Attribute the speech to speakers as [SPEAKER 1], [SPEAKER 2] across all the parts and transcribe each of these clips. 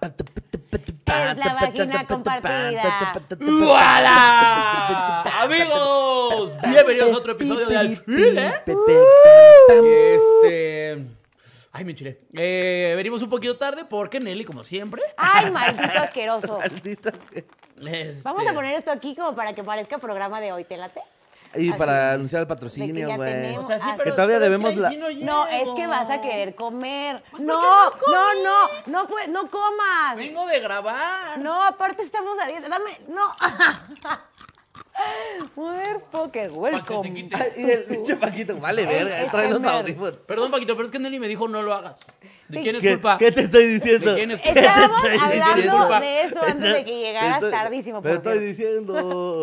[SPEAKER 1] Es la vagina compartida.
[SPEAKER 2] ¡Voilà! Amigos, bienvenidos a otro episodio de Al Chile. Este. Ay, me enchilé. Eh, venimos un poquito tarde porque Nelly, como siempre.
[SPEAKER 1] Ay, maldito asqueroso.
[SPEAKER 2] este,
[SPEAKER 1] Vamos a poner esto aquí como para que parezca programa de hoy, ¿te late?
[SPEAKER 3] Y
[SPEAKER 1] Así.
[SPEAKER 3] para anunciar el
[SPEAKER 1] De que
[SPEAKER 3] patrocinio,
[SPEAKER 1] ya
[SPEAKER 3] güey.
[SPEAKER 1] tenemos.
[SPEAKER 2] O sea, sí,
[SPEAKER 1] Ah,
[SPEAKER 2] pero.
[SPEAKER 3] que todavía
[SPEAKER 2] pero
[SPEAKER 3] debemos
[SPEAKER 2] ahí
[SPEAKER 3] la-
[SPEAKER 2] sí no,
[SPEAKER 1] No, es
[SPEAKER 2] llego.
[SPEAKER 1] que vas a querer comer.
[SPEAKER 2] Pues, ¿por
[SPEAKER 1] No,
[SPEAKER 2] qué no
[SPEAKER 1] no,
[SPEAKER 2] comes?
[SPEAKER 1] no, no, pues, no comas.
[SPEAKER 2] Vengo de grabar.
[SPEAKER 1] No, aparte estamos a dieta. Dame, no. Muerto, que
[SPEAKER 2] Pa' que te
[SPEAKER 1] welcome.
[SPEAKER 2] quite.
[SPEAKER 3] Ay, Y el pinche Paquito, vale,
[SPEAKER 1] El
[SPEAKER 3] verga, eh, trae los
[SPEAKER 1] ASMR.
[SPEAKER 3] audífonos.
[SPEAKER 2] Perdón, Paquito, pero es que Nelly me dijo no lo hagas. ¿De
[SPEAKER 1] Sí.
[SPEAKER 2] quién es
[SPEAKER 3] ¿Qué,
[SPEAKER 2] culpa?
[SPEAKER 3] qué te estoy diciendo?
[SPEAKER 2] ¿De quién es culpa?
[SPEAKER 1] Estábamos
[SPEAKER 3] Te estoy
[SPEAKER 1] hablando
[SPEAKER 3] diciendo.
[SPEAKER 1] de eso antes de que llegaras
[SPEAKER 3] Estoy-
[SPEAKER 1] tardísimo.
[SPEAKER 3] Pero
[SPEAKER 1] Por
[SPEAKER 3] estoy
[SPEAKER 1] cierto.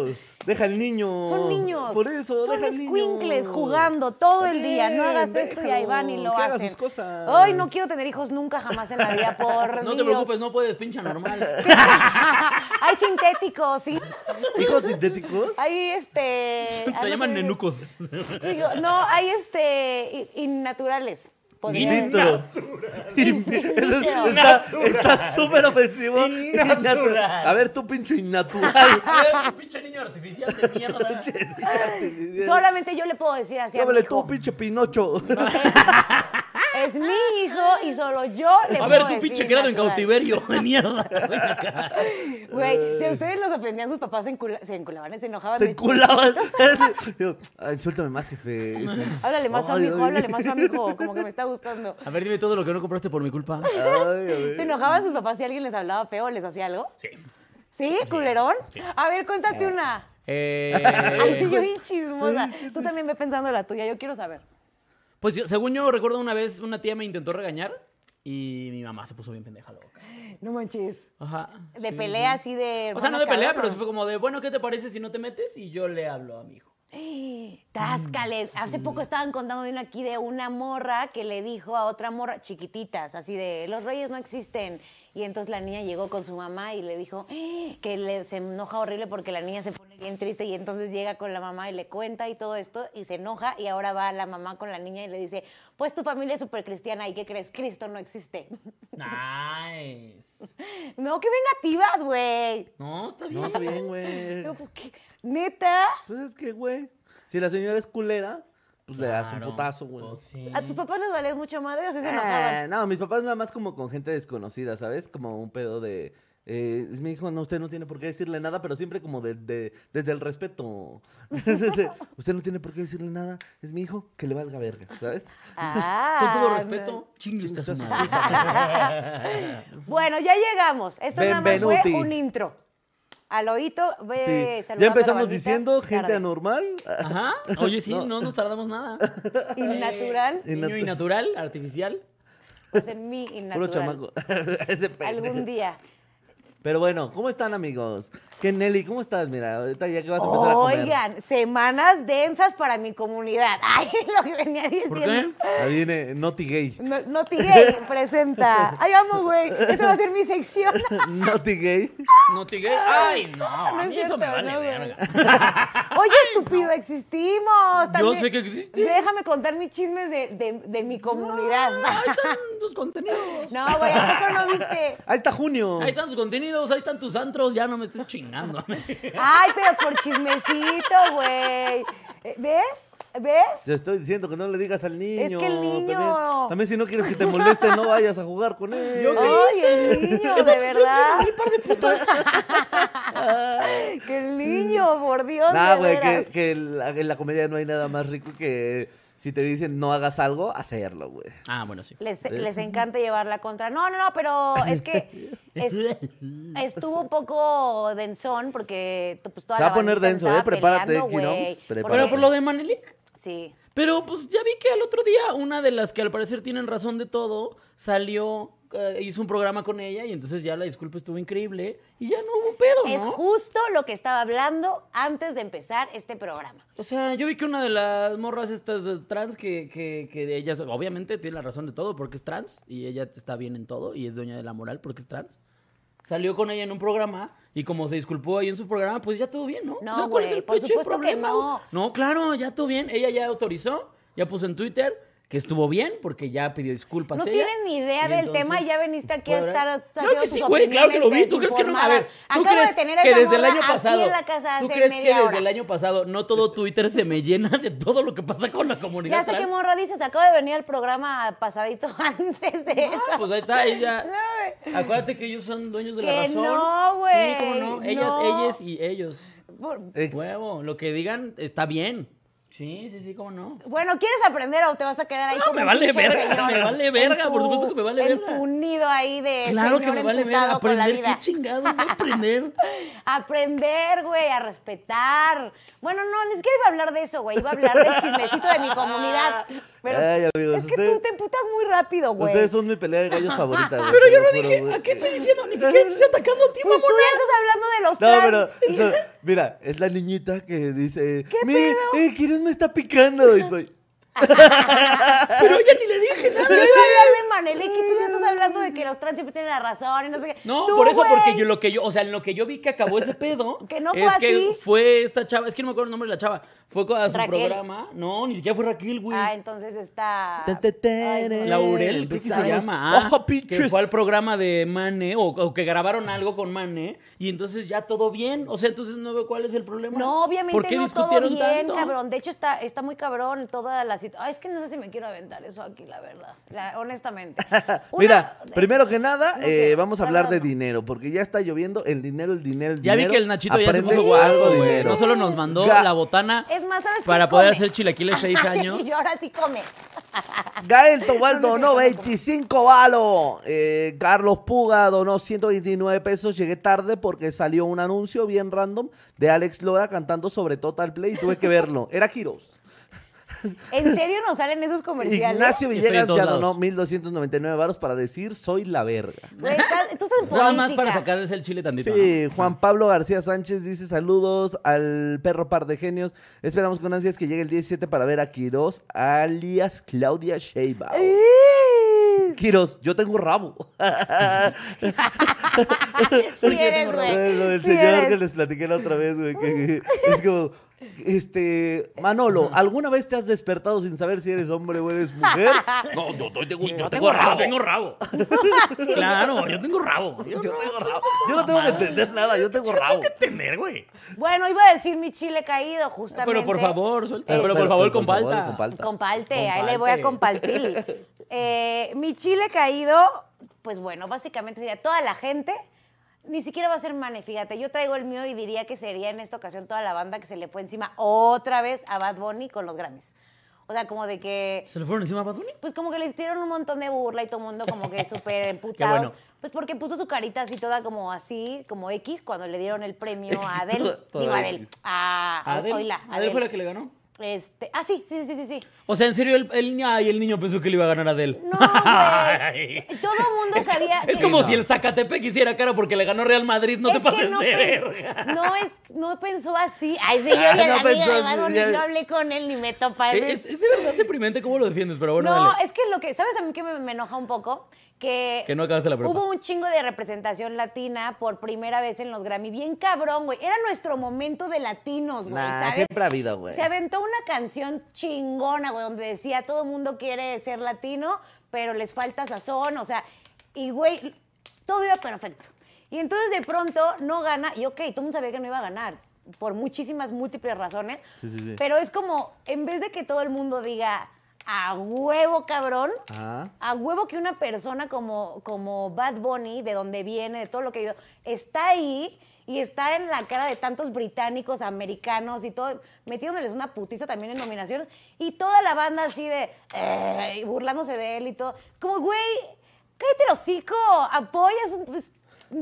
[SPEAKER 3] diciendo, deja al niño.
[SPEAKER 1] Son niños.
[SPEAKER 3] Por eso,
[SPEAKER 1] Son
[SPEAKER 3] deja al niño.
[SPEAKER 1] escuincles jugando todo el día. No hagas
[SPEAKER 3] Bien,
[SPEAKER 1] esto y ahí van y
[SPEAKER 3] déjalo,
[SPEAKER 1] lo
[SPEAKER 3] que haga
[SPEAKER 1] hacen.
[SPEAKER 3] sus cosas.
[SPEAKER 1] Ay, no quiero tener hijos nunca jamás en la vida, por
[SPEAKER 2] No te
[SPEAKER 1] Dios.
[SPEAKER 2] preocupes, no puedes, pincha normal.
[SPEAKER 1] Hay sintéticos, sí.
[SPEAKER 3] ¿Hijos sintéticos?
[SPEAKER 1] Hay este. ah,
[SPEAKER 2] Se
[SPEAKER 1] no
[SPEAKER 2] llaman
[SPEAKER 1] sé.
[SPEAKER 2] nenucos.
[SPEAKER 1] Digo, no, hay este. in- innaturales. podría
[SPEAKER 3] In vitro.
[SPEAKER 1] decir.
[SPEAKER 3] In
[SPEAKER 1] vitro.
[SPEAKER 3] vitro. Está está súper ofensivo.
[SPEAKER 2] Innatural.
[SPEAKER 3] Innatural. A ver, tú pincho innatural.
[SPEAKER 2] Eh, Pinche niño artificial de mierda.
[SPEAKER 1] Solamente yo le puedo decir así a mi
[SPEAKER 3] Llámale
[SPEAKER 1] hijo.
[SPEAKER 3] tú, pinche Pinocho.
[SPEAKER 1] Es mi hijo y solo yo le
[SPEAKER 2] A
[SPEAKER 1] puedo
[SPEAKER 2] ver, tú
[SPEAKER 1] decir
[SPEAKER 2] pinche quedado en
[SPEAKER 1] Pues natural.
[SPEAKER 2] cautiverio de mierda. Ven acá.
[SPEAKER 1] Güey, si a ustedes los ofendían sus papás, se, encula- se enculaban, se enojaban.
[SPEAKER 3] Se
[SPEAKER 1] de-
[SPEAKER 3] enculaban. Yo, "Ah, Insuéltame más, jefe.
[SPEAKER 1] Háblale más a mi
[SPEAKER 3] Ay,
[SPEAKER 1] hijo,
[SPEAKER 3] ay.
[SPEAKER 1] háblale más a mi hijo, como que me está gustando.
[SPEAKER 2] A ver, dime todo lo que no compraste por mi culpa.
[SPEAKER 3] Ay, ay.
[SPEAKER 1] ¿Se enojaban sus papás si alguien les hablaba feo, les hacía algo?
[SPEAKER 2] Sí.
[SPEAKER 1] ¿Sí, culerón? A ver, cuéntate una. Ay, yo
[SPEAKER 2] Eh,
[SPEAKER 1] bien chismosa. Tú también ve pensando la tuya, yo quiero saber.
[SPEAKER 2] pues yo- según yo recuerdo una vez, una tía me intentó regañar y mi mamá se puso bien pendeja loca.
[SPEAKER 1] No manches.
[SPEAKER 2] Ajá.
[SPEAKER 1] De
[SPEAKER 2] sí.
[SPEAKER 1] pelea así de.
[SPEAKER 2] O sea, no
[SPEAKER 1] hermanos
[SPEAKER 2] de pelea, pero
[SPEAKER 1] cabrones.
[SPEAKER 2] sí fue como de, bueno, ¿qué te parece si no te metes? Y yo le hablo a mi hijo.
[SPEAKER 1] Táscales.
[SPEAKER 2] Mm,
[SPEAKER 1] Hace poco estaban contando de una aquí de una morra que le dijo a otra morra, chiquititas, así de, los reyes no existen. Y entonces la niña llegó con su mamá y le dijo ¡eh! que le, se enoja horrible porque la niña se pone bien triste y entonces llega con la mamá y le cuenta y todo esto y se enoja y ahora va la mamá con la niña y le dice, pues tu familia es súper cristiana y ¿qué crees? Cristo no existe.
[SPEAKER 2] Nice.
[SPEAKER 1] no, qué vengativas, güey.
[SPEAKER 2] No, está bien.
[SPEAKER 3] No, está bien, güey.
[SPEAKER 1] Yo, ¿por qué? Neta,
[SPEAKER 3] Pues es que, güey, si la señora es culera, pues le das un
[SPEAKER 2] Claro.
[SPEAKER 3] putazo, güey.
[SPEAKER 2] Pues sí. Ah.
[SPEAKER 1] ¿a tus papás les valés mucha madre o sí se enojaban?
[SPEAKER 3] Eh, no, mis papás nada más como con gente desconocida, ¿sabes? Como un pedo de... eh, es mi hijo, no, usted no tiene por qué decirle nada, pero siempre como de- de- desde el respeto. Desde, usted no tiene por qué decirle nada, es mi hijo, que le valga verga, ¿sabes?
[SPEAKER 1] Ah,
[SPEAKER 2] Con todo
[SPEAKER 1] no.
[SPEAKER 2] respeto, chingue usted a su
[SPEAKER 3] Chingue usted a su
[SPEAKER 2] madre.
[SPEAKER 1] Bueno, ya llegamos. Esto nada más fue
[SPEAKER 3] Benvenuti.
[SPEAKER 1] un intro. Al oído, ve
[SPEAKER 3] Sí.
[SPEAKER 1] saludando
[SPEAKER 3] Ya
[SPEAKER 1] a la
[SPEAKER 3] empezamos
[SPEAKER 1] bandita,
[SPEAKER 3] diciendo gente
[SPEAKER 1] tarde.
[SPEAKER 3] anormal.
[SPEAKER 2] Ajá. Oye, sí, no, nos tardamos nada.
[SPEAKER 1] Innatural.
[SPEAKER 2] Eh, niño innatural, artificial.
[SPEAKER 1] Pues en mí, innatural.
[SPEAKER 3] Puro chamaco. Ese pendejo.
[SPEAKER 1] Algún día.
[SPEAKER 3] Pero bueno, ¿cómo están, amigos? ¿Qué, Nelly? ¿Cómo estás? Mira, ahorita ya que vas a empezar a comer.
[SPEAKER 1] Oigan, semanas densas para mi comunidad. Ay, lo que venía diciendo.
[SPEAKER 2] ¿Por qué?
[SPEAKER 3] Ahí viene Naughty Gay.
[SPEAKER 1] No, Noti Gay presenta. Ay, vamos, güey. Esta va a ser mi sección.
[SPEAKER 3] Naughty Gay.
[SPEAKER 2] No te gay. Ay, no.
[SPEAKER 1] No
[SPEAKER 2] A
[SPEAKER 1] es
[SPEAKER 2] mí
[SPEAKER 1] cierto,
[SPEAKER 2] eso me vale
[SPEAKER 1] no, güey.
[SPEAKER 2] verga.
[SPEAKER 1] Oye, estúpido, existimos. También-
[SPEAKER 2] sé que existe.
[SPEAKER 1] Déjame contar mis chismes de, de- de mi comunidad.
[SPEAKER 2] Ahí están tus contenidos.
[SPEAKER 1] No, güey, ¿a poco no viste?
[SPEAKER 3] Ahí está Junio.
[SPEAKER 2] Ahí están tus contenidos, ahí están tus antros, ya no me estés chingando.
[SPEAKER 1] Ay, pero por chismecito, güey. Eh, ¿Ves? ¿Ves?
[SPEAKER 3] Te estoy diciendo que no le digas al niño.
[SPEAKER 1] Es que el niño-
[SPEAKER 3] También, también si no quieres que te moleste, no vayas a jugar con él.
[SPEAKER 2] Yo qué-
[SPEAKER 1] Ay, el niño, de verdad. que el niño, por Dios.
[SPEAKER 3] Nah,
[SPEAKER 1] de
[SPEAKER 3] güey, que,
[SPEAKER 1] veras.
[SPEAKER 3] que en la- en la comedia no hay nada más rico que si te dicen no hagas algo, hacerlo, güey.
[SPEAKER 2] Ah, bueno, sí.
[SPEAKER 1] Les, les encanta llevar la contra. No, no, no, pero es que es- estuvo un poco densón porque pues, toda
[SPEAKER 3] Se
[SPEAKER 1] la
[SPEAKER 3] va a poner
[SPEAKER 1] bandita
[SPEAKER 3] denso,
[SPEAKER 1] estaba
[SPEAKER 3] ¿eh? Prepárate,
[SPEAKER 1] peleando,
[SPEAKER 3] Kinoms,
[SPEAKER 1] güey. Porque-
[SPEAKER 2] Pero
[SPEAKER 3] prepárate.
[SPEAKER 2] por lo de Manelik.
[SPEAKER 1] Sí.
[SPEAKER 2] Pero pues ya vi que al otro día una de las que al parecer tienen razón de todo salió eh, hizo un programa con ella y entonces ya la disculpa estuvo increíble y ya no hubo pedo,
[SPEAKER 1] Es
[SPEAKER 2] ¿no?
[SPEAKER 1] justo lo que estaba hablando antes de empezar este programa.
[SPEAKER 2] O sea, yo vi que una de las morras estas eh, trans que, que, que de ellas, obviamente, tiene la razón de todo porque es trans y ella está bien en todo y es dueña de la moral porque es trans. Salió con ella en un programa y como se disculpó ahí en su programa, pues ya todo bien, ¿no?
[SPEAKER 1] No,
[SPEAKER 2] O sea,
[SPEAKER 1] güey, por
[SPEAKER 2] pinche
[SPEAKER 1] supuesto que no.
[SPEAKER 2] No, claro, ya todo bien. Ella ya autorizó, ya puso en Twitter que estuvo bien porque ya pidió disculpas.
[SPEAKER 1] No
[SPEAKER 2] ella.
[SPEAKER 1] tienes ni idea
[SPEAKER 2] Y
[SPEAKER 1] del
[SPEAKER 2] entonces,
[SPEAKER 1] tema y ya veniste aquí a
[SPEAKER 2] bueno,
[SPEAKER 1] estar
[SPEAKER 2] Claro que
[SPEAKER 1] tus
[SPEAKER 2] sí, güey, claro que lo vi.
[SPEAKER 1] opiniones
[SPEAKER 2] ¿Tú crees que no? A ver, ¿tú
[SPEAKER 1] desinformadas.
[SPEAKER 2] crees
[SPEAKER 1] Acabo de tener a
[SPEAKER 2] que
[SPEAKER 1] esa
[SPEAKER 2] desde el
[SPEAKER 1] morra
[SPEAKER 2] año pasado,
[SPEAKER 1] Aquí en la casa
[SPEAKER 2] tú
[SPEAKER 1] hace
[SPEAKER 2] crees que
[SPEAKER 1] media hora.
[SPEAKER 2] desde el año pasado no todo Twitter se me llena de todo lo que pasa con la comunidad
[SPEAKER 1] Ya sé qué
[SPEAKER 2] trans?
[SPEAKER 1] morra dices, acabo de venir al programa pasadito antes de
[SPEAKER 2] Ah,
[SPEAKER 1] eso.
[SPEAKER 2] pues ahí está, ella.
[SPEAKER 1] No, güey.
[SPEAKER 2] Acuérdate que ellos son dueños de la
[SPEAKER 1] Que
[SPEAKER 2] razón.
[SPEAKER 1] no, güey,
[SPEAKER 2] Sí, cómo no. Ellas,
[SPEAKER 1] no.
[SPEAKER 2] ellas y ellos.
[SPEAKER 1] Por-
[SPEAKER 3] Ex.
[SPEAKER 2] Huevo, lo que digan está bien. Sí, sí, sí, cómo no.
[SPEAKER 1] Bueno, ¿quieres aprender o te vas a quedar ahí
[SPEAKER 2] No,
[SPEAKER 1] como
[SPEAKER 2] Ah, me
[SPEAKER 1] un
[SPEAKER 2] vale
[SPEAKER 1] pinche
[SPEAKER 2] verga,
[SPEAKER 1] señor?
[SPEAKER 2] me vale
[SPEAKER 1] En
[SPEAKER 2] verga, por supuesto que me vale
[SPEAKER 1] en
[SPEAKER 2] verga.
[SPEAKER 1] tu nido ahí de
[SPEAKER 2] claro que
[SPEAKER 1] señor
[SPEAKER 2] me vale ver
[SPEAKER 1] emputado con la
[SPEAKER 2] aprender. ¿Qué
[SPEAKER 1] vida.
[SPEAKER 2] chingados voy a aprender?
[SPEAKER 1] Aprender, güey, a respetar. Bueno, no, ni siquiera iba a hablar de eso, güey. Iba a hablar del chismecito de mi comunidad. Pero
[SPEAKER 3] Ay, amigos,
[SPEAKER 1] es que
[SPEAKER 3] usted-
[SPEAKER 1] tú te emputas muy rápido, güey.
[SPEAKER 3] Ustedes son mi pelea de gallos favorita, güey.
[SPEAKER 2] Pero
[SPEAKER 3] te
[SPEAKER 2] yo
[SPEAKER 3] lo
[SPEAKER 2] no
[SPEAKER 3] juro,
[SPEAKER 2] dije,
[SPEAKER 3] güey.
[SPEAKER 2] ¿a qué estoy diciendo? Ni siquiera te estoy atacando a ti,
[SPEAKER 1] Pues tú
[SPEAKER 2] mamón.
[SPEAKER 1] ya estás hablando de los
[SPEAKER 3] No,
[SPEAKER 1] trans.
[SPEAKER 3] pero o sea, mira, es la niñita que dice, "Mi, eh, ¿quién me está picando?" Y soy,
[SPEAKER 2] Pero ella ni le dije nada.
[SPEAKER 1] Yo iba a hablar de Manelik y tú ya estás hablando de que los trans siempre tienen la razón y no sé qué.
[SPEAKER 2] No,
[SPEAKER 1] Tú,
[SPEAKER 2] por eso, porque
[SPEAKER 1] güey,
[SPEAKER 2] yo lo que yo, o sea, en lo que yo vi que acabó ese pedo,
[SPEAKER 1] Que no fue
[SPEAKER 2] es que
[SPEAKER 1] así.
[SPEAKER 2] fue esta chava, es que no me acuerdo el nombre de la chava, fue con- a su
[SPEAKER 1] Raquel.
[SPEAKER 2] programa, no, ni siquiera fue Raquel, güey.
[SPEAKER 1] Ah, entonces está...
[SPEAKER 3] Te, te, te,
[SPEAKER 1] Ay, no.
[SPEAKER 3] te.
[SPEAKER 2] Laurel, creo que se
[SPEAKER 3] Empezamos.
[SPEAKER 2] llama. ah,
[SPEAKER 3] Ojo,
[SPEAKER 2] que
[SPEAKER 3] pinches.
[SPEAKER 2] fue al programa de Mane o, o que grabaron algo con Mane y entonces ya todo bien. O sea, entonces no veo cuál es el problema.
[SPEAKER 1] No, obviamente
[SPEAKER 2] ¿Por qué
[SPEAKER 1] no todo
[SPEAKER 2] discutieron
[SPEAKER 1] bien,
[SPEAKER 2] tanto?
[SPEAKER 1] cabrón. De hecho, está, está muy cabrón toda la situación. Es que no sé si me quiero aventar eso aquí, la verdad. La- honestamente. Una-
[SPEAKER 3] Mira, primero que nada,
[SPEAKER 1] No
[SPEAKER 3] eh,
[SPEAKER 1] quiero,
[SPEAKER 3] vamos a
[SPEAKER 1] la
[SPEAKER 3] hablar de
[SPEAKER 1] verdad no.
[SPEAKER 3] dinero, porque ya está lloviendo el dinero, el dinero, el
[SPEAKER 2] Ya
[SPEAKER 3] dinero.
[SPEAKER 2] vi que el Nachito ya se
[SPEAKER 3] Aprende
[SPEAKER 2] puso
[SPEAKER 3] algo
[SPEAKER 2] guapo,
[SPEAKER 3] de
[SPEAKER 2] güey.
[SPEAKER 3] dinero.
[SPEAKER 2] No solo nos mandó
[SPEAKER 3] Ga-
[SPEAKER 2] la botana
[SPEAKER 1] Es más, ¿sabes qué?
[SPEAKER 2] para poder
[SPEAKER 1] Come.
[SPEAKER 2] hacer chilaquiles seis años.
[SPEAKER 1] y ahora sí come.
[SPEAKER 3] Gael Tobaldo
[SPEAKER 1] No,
[SPEAKER 3] donó
[SPEAKER 1] no sé,
[SPEAKER 3] 25 balos. Eh, Carlos Puga donó 129 pesos. Llegué tarde porque salió un anuncio bien random de Alex Lora cantando sobre Total Play y tuve que verlo. Era Kiros.
[SPEAKER 1] ¿En serio nos salen esos comerciales?
[SPEAKER 3] Ignacio
[SPEAKER 2] Estoy en
[SPEAKER 3] Villegas
[SPEAKER 2] todos
[SPEAKER 3] ya donó
[SPEAKER 2] lados.
[SPEAKER 3] 1.299 baros para decir soy la verga.
[SPEAKER 1] Güey, estás- tú estás en
[SPEAKER 2] Nada más
[SPEAKER 1] política.
[SPEAKER 2] para sacarles el chile tantito.
[SPEAKER 3] Sí,
[SPEAKER 2] ¿no?
[SPEAKER 3] Juan Pablo García Sánchez dice saludos al perro par de genios. Esperamos con ansias que llegue el 17 para ver a Quirós, alias Claudia Sheinbaum. Quirós, yo tengo rabo.
[SPEAKER 1] Sí
[SPEAKER 2] tengo
[SPEAKER 1] eres,
[SPEAKER 2] razón.
[SPEAKER 1] güey.
[SPEAKER 3] Lo del
[SPEAKER 1] Sí
[SPEAKER 3] señor
[SPEAKER 1] eres.
[SPEAKER 3] que les platiqué la otra vez, güey. que- que es como, este, Manolo, ¿alguna vez te has despertado sin saber si eres hombre o eres mujer?
[SPEAKER 2] No, yo, yo tengo, yo tengo rabo. Yo tengo rabo. claro, yo tengo rabo.
[SPEAKER 3] Yo
[SPEAKER 2] Yo, no
[SPEAKER 3] tengo rabo. Yo no tengo que entender nada, yo tengo rabo.
[SPEAKER 2] tengo que tener, güey.
[SPEAKER 1] Bueno, iba a decir mi chile caído, justamente.
[SPEAKER 2] Pero por favor, suelta.
[SPEAKER 3] Pero-
[SPEAKER 2] Pero, por
[SPEAKER 3] pero-
[SPEAKER 2] favor,
[SPEAKER 3] pero por
[SPEAKER 2] con
[SPEAKER 3] favor,
[SPEAKER 2] palta.
[SPEAKER 3] con palta.
[SPEAKER 1] Comparte,
[SPEAKER 2] Comparte.
[SPEAKER 1] ahí le voy a compartir. Eh, mi chile caído, pues bueno, básicamente sería toda la gente. Ni siquiera va a ser Mane, fíjate. Yo traigo el mío y diría que sería en esta ocasión toda la banda que se le fue encima otra vez a Bad Bunny con los Grammys. O sea, como de que,
[SPEAKER 2] ¿Se le fueron encima a Bad Bunny?
[SPEAKER 1] pues como que le hicieron un montón de burla y todo el mundo como que súper
[SPEAKER 2] Qué
[SPEAKER 1] emputado.
[SPEAKER 2] bueno.
[SPEAKER 1] Pues porque puso su carita así toda como así, como X, cuando le dieron el premio a Adel.
[SPEAKER 2] Toda- toda
[SPEAKER 1] Digo
[SPEAKER 2] X.
[SPEAKER 1] Adel. A, a-
[SPEAKER 2] Adel,
[SPEAKER 1] oíla,
[SPEAKER 2] Adel fue la que le ganó.
[SPEAKER 1] Este, ah, sí, sí, sí, sí, sí.
[SPEAKER 2] O sea, en serio, el, el, ay, el niño pensó que le iba a ganar a Adel.
[SPEAKER 1] No, güey. Todo el mundo sabía.
[SPEAKER 2] Es
[SPEAKER 1] que-
[SPEAKER 2] como si el Zacatepec hiciera cara porque le ganó Real Madrid. No
[SPEAKER 1] Es
[SPEAKER 2] te
[SPEAKER 1] que
[SPEAKER 2] pases
[SPEAKER 1] no
[SPEAKER 2] de
[SPEAKER 1] pen-
[SPEAKER 2] verga. Ah,
[SPEAKER 1] No, es, no pensó así. Ay, sí, yo ya
[SPEAKER 3] Ay,
[SPEAKER 1] la
[SPEAKER 3] no
[SPEAKER 1] amiga
[SPEAKER 3] pensó
[SPEAKER 1] de
[SPEAKER 3] así,
[SPEAKER 1] Bad Bunny,
[SPEAKER 3] ya-
[SPEAKER 1] no hablé con él ni me topa.
[SPEAKER 2] Es, es de verdad deprimente cómo lo defiendes, pero bueno,
[SPEAKER 1] no,
[SPEAKER 2] dale.
[SPEAKER 1] es que lo que, ¿sabes a mí que me, me enoja un poco? Que,
[SPEAKER 2] Que no acabaste la prepa.
[SPEAKER 1] Hubo un chingo de representación latina por primera vez en los Grammy. Bien cabrón, güey. Era nuestro momento de latinos, güey,
[SPEAKER 3] Nah,
[SPEAKER 1] ¿sabes?
[SPEAKER 3] siempre ha habido, güey.
[SPEAKER 1] Se aventó una canción chingona, güey, donde decía todo mundo quiere ser latino, pero les falta sazón, o sea, y güey, todo iba perfecto. Y entonces de pronto no gana, y ok, todo el mundo sabía que no iba a ganar, por muchísimas, múltiples razones,
[SPEAKER 3] Sí, sí, sí.
[SPEAKER 1] pero es como, en vez de que todo el mundo diga, a huevo cabrón,
[SPEAKER 3] Ah.
[SPEAKER 1] a huevo que una persona como, como Bad Bunny, de donde viene, de todo lo que yo, está ahí y está en la cara de tantos británicos, americanos y todo, metiéndoles una putiza también en nominaciones, y toda la banda así de, eh, y burlándose de él y todo. Como, güey, cállate el hocico, apoyas, un- pues,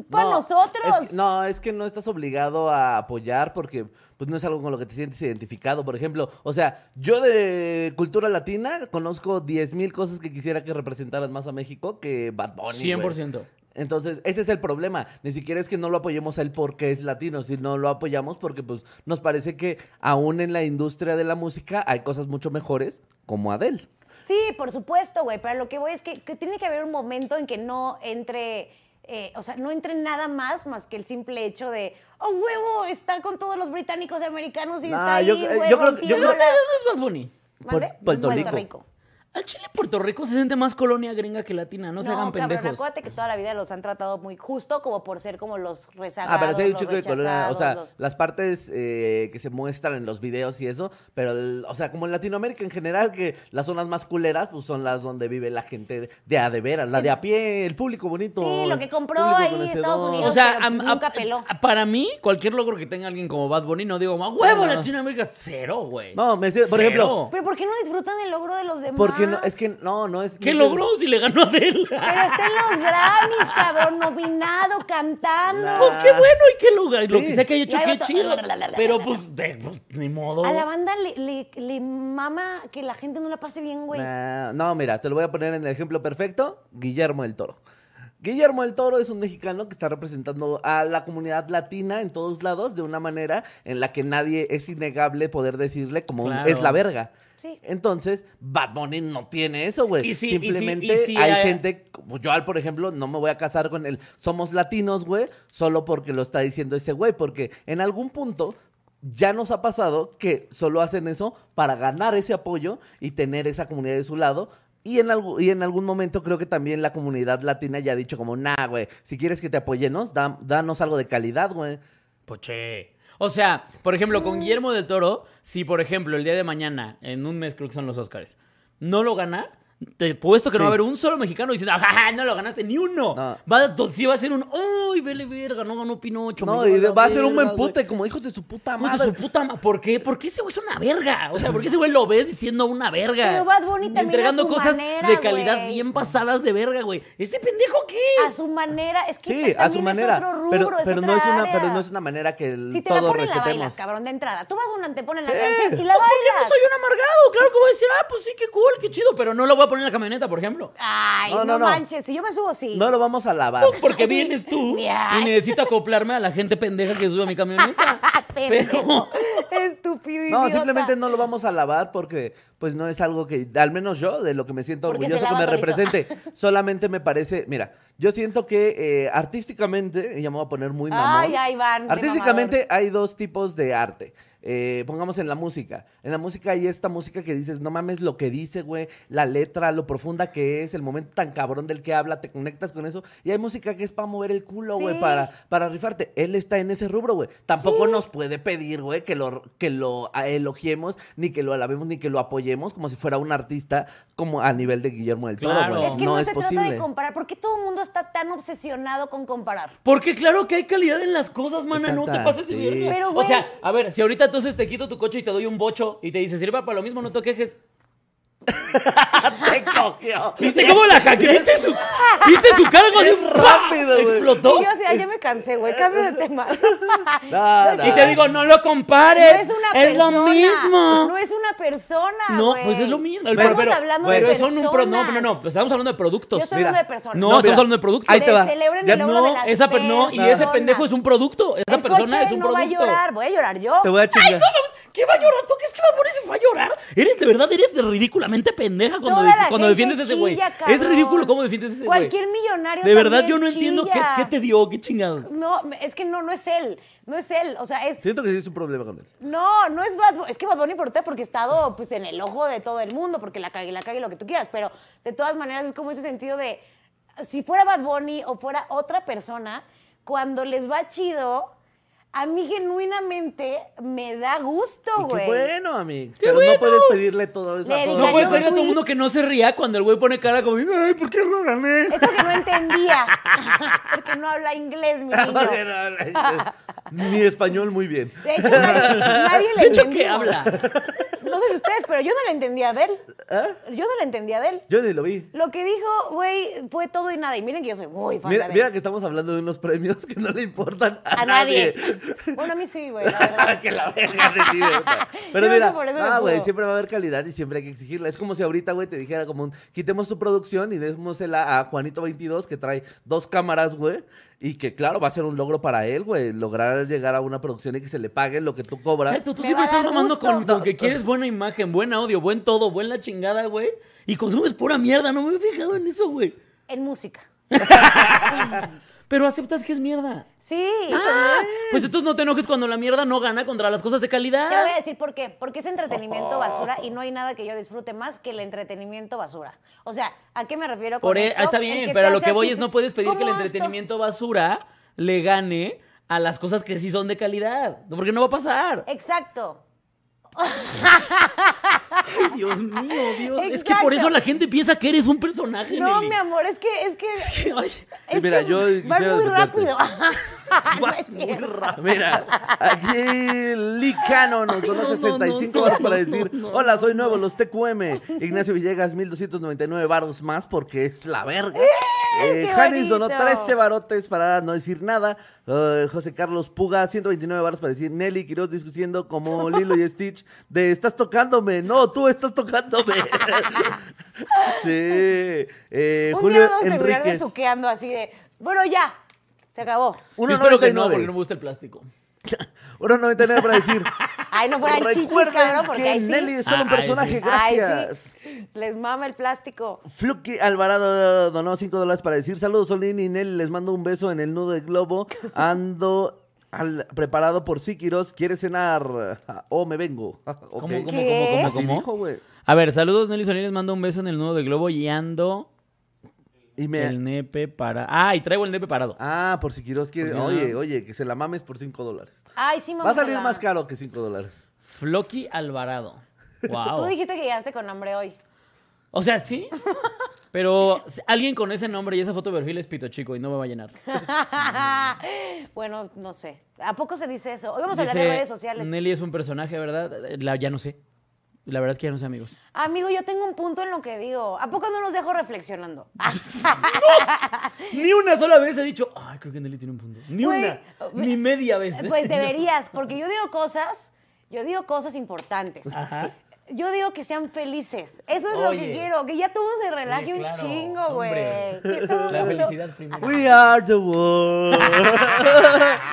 [SPEAKER 1] para
[SPEAKER 3] No,
[SPEAKER 1] nosotros.
[SPEAKER 3] es que- no, es que no estás obligado a apoyar porque pues no es algo con lo que te sientes identificado, por ejemplo. O sea, yo de cultura latina conozco 10.000 cosas que quisiera que representaran más a México que Bad Bunny. güey.
[SPEAKER 2] 100%.
[SPEAKER 3] Entonces, ese es el problema. Ni siquiera es que no lo apoyemos a él porque es latino, sino lo apoyamos porque pues nos parece que aún en la industria de la música hay cosas mucho mejores como Adele.
[SPEAKER 1] Sí, por supuesto, güey. Pero lo que voy es que, que tiene que haber un momento en que no entre. eh, o sea, no entre nada más más que el simple hecho de, oh, huevo, está con todos los británicos y americanos y
[SPEAKER 3] No,
[SPEAKER 1] está ahí,
[SPEAKER 3] yo- eh,
[SPEAKER 1] güey,
[SPEAKER 3] yo creo que- yo
[SPEAKER 1] rompiéndola".
[SPEAKER 3] creo que-
[SPEAKER 2] ¿Dónde es Bad Bunny?
[SPEAKER 1] ¿Mande?
[SPEAKER 3] Puer- Puerto Rico.
[SPEAKER 2] Al Chile Puerto Rico se siente más colonia gringa que latina, no, se hagan
[SPEAKER 1] cabrón,
[SPEAKER 2] pendejos.
[SPEAKER 1] acuérdate que toda la vida los han tratado muy justo como por ser como los rezagados,
[SPEAKER 3] Ah, pero sí hay un
[SPEAKER 1] los
[SPEAKER 3] chico de colonia. O sea,
[SPEAKER 1] rechazados, los-
[SPEAKER 3] las partes eh, que se muestran en los videos y eso. Pero, el- o sea, como en Latinoamérica en general, que las zonas más culeras, pues son las donde vive la gente de, de a de veras, la de a pie, el público bonito.
[SPEAKER 1] Sí, lo que
[SPEAKER 3] el
[SPEAKER 1] compró
[SPEAKER 3] público
[SPEAKER 1] ahí Estados Unidos.
[SPEAKER 2] O sea,
[SPEAKER 1] Pero, pues,
[SPEAKER 2] am- am-
[SPEAKER 1] nunca peló.
[SPEAKER 2] a- para mí, cualquier logro que tenga alguien como Bad Bunny, no digo, más huevo,
[SPEAKER 3] No.
[SPEAKER 2] Latinoamérica, cero, güey.
[SPEAKER 3] No, me decía- por ejemplo, pues,
[SPEAKER 2] Cero.
[SPEAKER 1] Pero ¿por qué no disfrutan el logro de los demás?
[SPEAKER 3] Porque no, es que no, no es.
[SPEAKER 2] ¿Qué
[SPEAKER 3] no es-
[SPEAKER 2] logró si le ganó a él?
[SPEAKER 3] Ah.
[SPEAKER 1] Pero está en los Grammys, cabrón, nominado, cantando.
[SPEAKER 2] Pues qué bueno y qué lugar. Lo
[SPEAKER 3] Sí.
[SPEAKER 2] que sea que haya hecho,
[SPEAKER 1] Ya iba
[SPEAKER 2] qué
[SPEAKER 1] to-
[SPEAKER 2] chido.
[SPEAKER 1] la, la, la, la,
[SPEAKER 2] Pero
[SPEAKER 1] la,
[SPEAKER 2] pues, de- pues, ni modo.
[SPEAKER 1] A la banda le, le- le mama que la gente no la pase bien, güey.
[SPEAKER 3] Nah, no, mira, te lo voy a poner en el ejemplo perfecto, Guillermo el Toro. Guillermo el Toro es un mexicano que está representando a la comunidad latina en todos lados de una manera en la que nadie es innegable poder decirle como un-
[SPEAKER 2] Claro.
[SPEAKER 3] es la verga.
[SPEAKER 1] Sí.
[SPEAKER 3] Entonces, Bad Bunny no tiene eso, güey.
[SPEAKER 2] Y sí, y sí, y
[SPEAKER 3] Simplemente
[SPEAKER 2] sí,
[SPEAKER 3] hay
[SPEAKER 2] eh.
[SPEAKER 3] gente, como yo, por ejemplo, no me voy a casar con el somos latinos, güey, solo porque lo está diciendo ese güey, porque en algún punto ya nos ha pasado que solo hacen eso para ganar ese apoyo y tener esa comunidad de su lado. Y en, algu- y en algún momento creo que también la comunidad latina ya ha dicho como, nah, güey, si quieres que te apoyemos, da- danos algo de calidad, güey.
[SPEAKER 2] Poche. O sea, por ejemplo, con Guillermo del Toro, si por ejemplo el día de mañana, en un mes creo que son los Oscars, no lo gana, te puesto que
[SPEAKER 3] Sí.
[SPEAKER 2] no va a haber un solo mexicano diciendo, ajá, no lo ganaste ni uno.
[SPEAKER 3] No.
[SPEAKER 2] Va, a- sí va a ser un, uy, vele verga, no ganó Pinocho.
[SPEAKER 3] No,
[SPEAKER 2] me
[SPEAKER 3] y
[SPEAKER 2] lleva la
[SPEAKER 3] va a ser un
[SPEAKER 2] verga,
[SPEAKER 3] buen
[SPEAKER 2] güey".
[SPEAKER 3] pute, como hijos de su puta
[SPEAKER 2] Hijo de
[SPEAKER 3] madre.
[SPEAKER 2] su puta ma- ¿Por qué? ¿Por qué ese güey es una verga? O sea, ¿por qué ese güey lo ves diciendo una verga?
[SPEAKER 1] Pero Bad Bunny también a
[SPEAKER 2] Entregando
[SPEAKER 1] su
[SPEAKER 2] cosas
[SPEAKER 1] manera,
[SPEAKER 2] de calidad
[SPEAKER 1] güey.
[SPEAKER 2] bien pasadas de verga, güey. ¿Este pendejo qué?
[SPEAKER 1] A su manera, es que
[SPEAKER 3] Sí, a su
[SPEAKER 1] también
[SPEAKER 3] manera.
[SPEAKER 1] es otro rubro,
[SPEAKER 3] pero,
[SPEAKER 1] es
[SPEAKER 3] pero
[SPEAKER 1] otra
[SPEAKER 3] no es una,
[SPEAKER 1] área.
[SPEAKER 3] pero no es una manera que el-
[SPEAKER 1] Si te la
[SPEAKER 3] todos
[SPEAKER 1] ponen, la bailas,
[SPEAKER 3] respetemos.
[SPEAKER 1] cabrón, de entrada. Tú vas a una, te ponen la
[SPEAKER 3] Sí.
[SPEAKER 1] canción y la
[SPEAKER 2] No, ¿por qué no
[SPEAKER 1] bailas.
[SPEAKER 2] soy un amargado? Claro que voy a decir, ah, pues sí, qué cool, qué chido, pero no lo voy a poner en la camioneta, por ejemplo.
[SPEAKER 1] Ay,
[SPEAKER 3] No,
[SPEAKER 1] no,
[SPEAKER 3] no, no.
[SPEAKER 1] manches, si yo me subo, sí.
[SPEAKER 3] no lo vamos a lavar.
[SPEAKER 1] Pues,
[SPEAKER 2] Porque vienes tú
[SPEAKER 1] Ay.
[SPEAKER 2] y necesito acoplarme a la gente pendeja que sube a mi camioneta.
[SPEAKER 1] Pendejo. Ah, Estúpido
[SPEAKER 3] No,
[SPEAKER 1] idiota.
[SPEAKER 3] simplemente no lo vamos a lavar porque pues no es algo que, al menos yo, de lo que me siento
[SPEAKER 1] Porque se
[SPEAKER 3] orgulloso que
[SPEAKER 1] lava
[SPEAKER 3] me
[SPEAKER 1] solito.
[SPEAKER 3] represente. Solamente me parece, mira, yo siento que eh, artísticamente, y ya me voy a poner muy mamón.
[SPEAKER 1] Ay, ay, van, de
[SPEAKER 3] Artísticamente hay dos tipos de arte. Eh, pongamos en la música. En la música hay esta música que dices, no mames lo que dice, güey, la letra, lo profunda que es, el momento tan cabrón del que habla, te conectas con eso. Y hay música que es para mover el culo, güey,
[SPEAKER 1] Sí.
[SPEAKER 3] para, para rifarte. Él está en ese rubro, güey. Tampoco nos puede pedir, güey, que lo, que lo a- elogiemos, ni que lo alabemos, ni que lo apoyemos como si fuera un artista como a nivel de Guillermo del Toro,
[SPEAKER 2] Claro.
[SPEAKER 3] güey.
[SPEAKER 1] Es que no,
[SPEAKER 3] no, es
[SPEAKER 1] se
[SPEAKER 3] posible.
[SPEAKER 1] trata de comparar. ¿Por qué todo el mundo está tan obsesionado con comparar?
[SPEAKER 2] Porque claro que hay calidad en las cosas, mana, no te
[SPEAKER 3] Exacta,
[SPEAKER 2] pases de
[SPEAKER 3] sí.
[SPEAKER 2] mierda.
[SPEAKER 1] Pero,
[SPEAKER 2] o
[SPEAKER 1] güey.
[SPEAKER 2] sea, a ver, si ahorita entonces te quito tu coche y te doy un bocho y te dice, sirve para lo mismo, no te quejes.
[SPEAKER 3] Te cogió.
[SPEAKER 2] ¿Viste cómo la hackeé? ¿Viste su, ¿viste su cara como
[SPEAKER 3] Bien
[SPEAKER 2] así, ¡pah!
[SPEAKER 3] rápido, güey.
[SPEAKER 2] Explotó.
[SPEAKER 1] Y yo, o sea, ya me cansé, güey. Cambio de tema.
[SPEAKER 3] No, no.
[SPEAKER 2] Y te digo, no lo
[SPEAKER 1] No
[SPEAKER 2] compares.
[SPEAKER 1] es una
[SPEAKER 2] es
[SPEAKER 1] persona.
[SPEAKER 2] lo mismo.
[SPEAKER 1] No es una persona.
[SPEAKER 2] No,
[SPEAKER 1] güey.
[SPEAKER 2] pues es lo mismo. El
[SPEAKER 1] Estamos
[SPEAKER 2] pro- pero-
[SPEAKER 1] hablando
[SPEAKER 2] pero
[SPEAKER 1] de
[SPEAKER 2] es un- un pro- no,
[SPEAKER 1] personas.
[SPEAKER 2] no, no, pues estamos hablando de productos.
[SPEAKER 1] Yo estoy
[SPEAKER 3] Mira.
[SPEAKER 1] hablando de personas.
[SPEAKER 2] No,
[SPEAKER 3] No,
[SPEAKER 2] estamos
[SPEAKER 3] mira,
[SPEAKER 2] hablando de productos.
[SPEAKER 3] ahí
[SPEAKER 1] Que
[SPEAKER 3] te va.
[SPEAKER 1] celebren
[SPEAKER 3] Ya
[SPEAKER 1] el logro
[SPEAKER 2] no,
[SPEAKER 1] de las
[SPEAKER 2] esa per- no, y ese
[SPEAKER 1] personas.
[SPEAKER 2] pendejo es un producto. Esa
[SPEAKER 1] El
[SPEAKER 2] persona
[SPEAKER 1] coche
[SPEAKER 2] es un
[SPEAKER 1] no va a
[SPEAKER 2] producto.
[SPEAKER 1] llorar. Voy a llorar yo.
[SPEAKER 3] Te voy a
[SPEAKER 2] Ay,
[SPEAKER 3] chingar.
[SPEAKER 2] no mames, ¿qué va a llorar? ¿Tú crees que va a poner si va a llorar? Eres de verdad, eres de ridículamente pendeja cuando,
[SPEAKER 1] Toda la gente
[SPEAKER 2] cuando defiendes a ese güey.
[SPEAKER 1] chilla,
[SPEAKER 2] Es
[SPEAKER 1] cabrón.
[SPEAKER 2] ridículo cómo defiendes a ese güey.
[SPEAKER 1] Cualquier millonario
[SPEAKER 2] De verdad,
[SPEAKER 1] también
[SPEAKER 2] yo no entiendo qué,
[SPEAKER 1] chilla.
[SPEAKER 2] qué te dio, qué chingado.
[SPEAKER 1] No, es que no, no es él. No es él. O sea, es.
[SPEAKER 3] Siento que sí es un problema con él.
[SPEAKER 1] No, no es Bad Bunny. Es que Bad Bunny por ahorita porque ha estado pues, en el ojo de todo el mundo, porque la cague, la cague, lo que tú quieras. Pero de todas maneras es como ese sentido de, si fuera Bad Bunny o fuera otra persona, cuando les va chido, a mí genuinamente me da gusto,
[SPEAKER 3] Y qué
[SPEAKER 1] Ah, güey.
[SPEAKER 3] bueno, amigo. Pero no puedes pedirle todo eso
[SPEAKER 1] Le
[SPEAKER 3] a todo
[SPEAKER 1] diga
[SPEAKER 2] No
[SPEAKER 3] el
[SPEAKER 2] puedes
[SPEAKER 3] mundo.
[SPEAKER 1] yo
[SPEAKER 2] pedir a todo el
[SPEAKER 1] fui-
[SPEAKER 2] mundo que no se ría cuando el güey pone cara como, ay, ¿por qué no gané?
[SPEAKER 1] Eso que no entendía, porque no habla inglés, mi
[SPEAKER 3] Ah,
[SPEAKER 1] niño.
[SPEAKER 3] Ni español muy bien.
[SPEAKER 1] De hecho, nadie, nadie le
[SPEAKER 2] De hecho,
[SPEAKER 1] entendimos.
[SPEAKER 2] ¿qué habla?
[SPEAKER 1] No sé si ustedes, pero yo no le entendía a él.
[SPEAKER 3] ¿Ah?
[SPEAKER 1] Yo no la entendía de él.
[SPEAKER 3] Yo ni lo vi.
[SPEAKER 1] Lo que dijo, güey, fue todo y nada. Y miren que yo soy muy fan
[SPEAKER 3] Mira,
[SPEAKER 1] de
[SPEAKER 3] mira
[SPEAKER 1] él.
[SPEAKER 3] que estamos hablando de unos premios que no le importan a, Ah,
[SPEAKER 1] A nadie. Bueno, a mí sí, güey, la verdad.
[SPEAKER 3] que la verga de ti, güey. Pero
[SPEAKER 1] Yo creo que
[SPEAKER 3] mira,
[SPEAKER 1] por eso me
[SPEAKER 3] ah, güey,
[SPEAKER 1] pudo.
[SPEAKER 3] siempre va a haber calidad y siempre hay que exigirla. Es como si ahorita, güey, te dijera como un, quitemos tu producción y démosela a Juanito 22 que trae dos cámaras, güey. Y que claro, va a ser un logro para él, güey, lograr llegar a una producción y que se le pague lo que tú cobras.
[SPEAKER 2] Exacto, tú
[SPEAKER 1] Me
[SPEAKER 2] siempre
[SPEAKER 1] va a
[SPEAKER 2] estás
[SPEAKER 1] dar
[SPEAKER 2] mamando
[SPEAKER 1] gusto.
[SPEAKER 2] con, con que quieres buena imagen, buen audio, buen todo, buen la chingada, güey. Y consumes pura mierda, no me he fijado en eso, güey.
[SPEAKER 1] En música.
[SPEAKER 2] Pero aceptas que es mierda.
[SPEAKER 1] Sí.
[SPEAKER 2] Ah, pues entonces no te enojes cuando la mierda no gana contra las cosas de
[SPEAKER 1] Te Mm. voy
[SPEAKER 2] calidad.
[SPEAKER 1] a decir por qué. Porque es entretenimiento basura y no hay nada que yo disfrute más que el entretenimiento basura. O sea, ¿a qué me refiero con
[SPEAKER 2] Por e-
[SPEAKER 1] esto?
[SPEAKER 2] ah, está
[SPEAKER 1] El
[SPEAKER 2] bien,
[SPEAKER 1] te
[SPEAKER 2] pero a lo
[SPEAKER 1] hace
[SPEAKER 2] que voy
[SPEAKER 1] así,
[SPEAKER 2] es no puedes pedir que el
[SPEAKER 1] ¿cómo esto?
[SPEAKER 2] entretenimiento basura le gane a las cosas que sí son de calidad. Porque no va a pasar.
[SPEAKER 1] Exacto.
[SPEAKER 2] Ay, Dios mío, Dios. Es que
[SPEAKER 1] Exacto.
[SPEAKER 2] por eso la gente piensa que eres un personaje,
[SPEAKER 1] No,
[SPEAKER 2] Nelly.
[SPEAKER 1] mi amor, es que... Es que
[SPEAKER 2] Ay,
[SPEAKER 1] es
[SPEAKER 3] mira,
[SPEAKER 1] que
[SPEAKER 3] yo
[SPEAKER 1] van
[SPEAKER 3] quisiera
[SPEAKER 1] muy
[SPEAKER 3] defenderte.
[SPEAKER 1] rápido. Ah, No
[SPEAKER 2] vas
[SPEAKER 1] es
[SPEAKER 2] muy
[SPEAKER 1] cierto.
[SPEAKER 2] rápido.
[SPEAKER 3] Mira, aquí Licano nos
[SPEAKER 2] Ay,
[SPEAKER 3] donó
[SPEAKER 2] no, no,
[SPEAKER 3] 65
[SPEAKER 2] no,
[SPEAKER 3] baros
[SPEAKER 2] no,
[SPEAKER 3] para
[SPEAKER 2] no,
[SPEAKER 3] decir,
[SPEAKER 2] no,
[SPEAKER 3] hola,
[SPEAKER 2] no,
[SPEAKER 3] soy nuevo, los TQM. Ignacio Villegas, 1299 baros más porque es la verga. Eh,
[SPEAKER 1] ¡Qué
[SPEAKER 3] Janis donó
[SPEAKER 1] bonito!
[SPEAKER 3] 13 barotes para no decir nada. Eh, José Carlos Puga, 129 baros para decir Nelly Quiroz discutiendo como Lilo y Stitch de estás tocándome, no, tú estás tocándome. sí. Eh,
[SPEAKER 1] Un
[SPEAKER 3] Julio
[SPEAKER 1] día dos te
[SPEAKER 3] Enríquez.
[SPEAKER 1] suqueando así de... Bueno, ya. Se acabó.
[SPEAKER 2] Yo espero que no,
[SPEAKER 3] 1.99.
[SPEAKER 2] porque no me gusta el plástico.
[SPEAKER 3] 1.99 para decir.
[SPEAKER 1] Ay, no fueran chichis, cabrón, porque
[SPEAKER 3] que
[SPEAKER 1] ahí sí.
[SPEAKER 3] Nelly es solo un
[SPEAKER 2] Ah, ahí
[SPEAKER 3] personaje,
[SPEAKER 2] sí.
[SPEAKER 1] Ay, sí.
[SPEAKER 3] gracias.
[SPEAKER 1] Les mama el plástico.
[SPEAKER 3] Fluki Alvarado donó 5 dólares para decir saludos, Solín y Nelly, les mando un beso en el nudo del globo. Ando al- preparado por Sikiros, ¿quieres cenar? Ah, O me vengo. Ah, ok.
[SPEAKER 2] ¿Cómo, cómo,
[SPEAKER 1] ¿Qué?
[SPEAKER 2] cómo,
[SPEAKER 3] Así
[SPEAKER 2] cómo,
[SPEAKER 3] dijo,
[SPEAKER 2] cómo?
[SPEAKER 3] güey.
[SPEAKER 2] A ver, saludos, Nelly Solín. Les mando un beso en el nudo de globo y ando
[SPEAKER 3] Y me...
[SPEAKER 2] el nepe para. Ah, y traigo el nepe parado.
[SPEAKER 3] Ah, por Sikiros quiere...
[SPEAKER 2] Pues ya.
[SPEAKER 3] Oye, oye, que se la mames por 5 dólares.
[SPEAKER 1] Ay, sí, mamá.
[SPEAKER 3] Va a salir más caro que 5 dólares.
[SPEAKER 2] Floki Alvarado.
[SPEAKER 1] Tú
[SPEAKER 2] Wow.
[SPEAKER 1] dijiste que llegaste con hambre hoy.
[SPEAKER 2] O sea, sí. Pero alguien con ese nombre y esa foto de perfil es Pito Chico y no me va a llenar.
[SPEAKER 1] bueno, no sé. ¿A poco se dice eso? Hoy vamos a hablar de
[SPEAKER 2] Dice,
[SPEAKER 1] redes sociales.
[SPEAKER 2] Nelly es un personaje, ¿verdad? La- ya no sé. La verdad es que ya no sé, amigos.
[SPEAKER 1] Amigo, yo tengo un punto en lo que digo. ¿A poco no los dejo reflexionando?
[SPEAKER 2] Pues Ni una sola vez he dicho, ay, creo que Nelly tiene un punto. Ni
[SPEAKER 1] Güey,
[SPEAKER 2] una.
[SPEAKER 1] eh,
[SPEAKER 2] Ni media vez.
[SPEAKER 1] Pues deberías, porque yo digo cosas, yo digo cosas importantes.
[SPEAKER 2] Ajá.
[SPEAKER 1] Yo digo que sean felices. Eso es lo que
[SPEAKER 2] Ah. Oye.
[SPEAKER 1] quiero, que ya todo se relaje
[SPEAKER 2] Oye,
[SPEAKER 1] un
[SPEAKER 2] claro,
[SPEAKER 1] chingo,
[SPEAKER 2] hombre.
[SPEAKER 1] güey. Que todo
[SPEAKER 2] La
[SPEAKER 1] el mundo-
[SPEAKER 2] felicidad primero.
[SPEAKER 3] We are the world.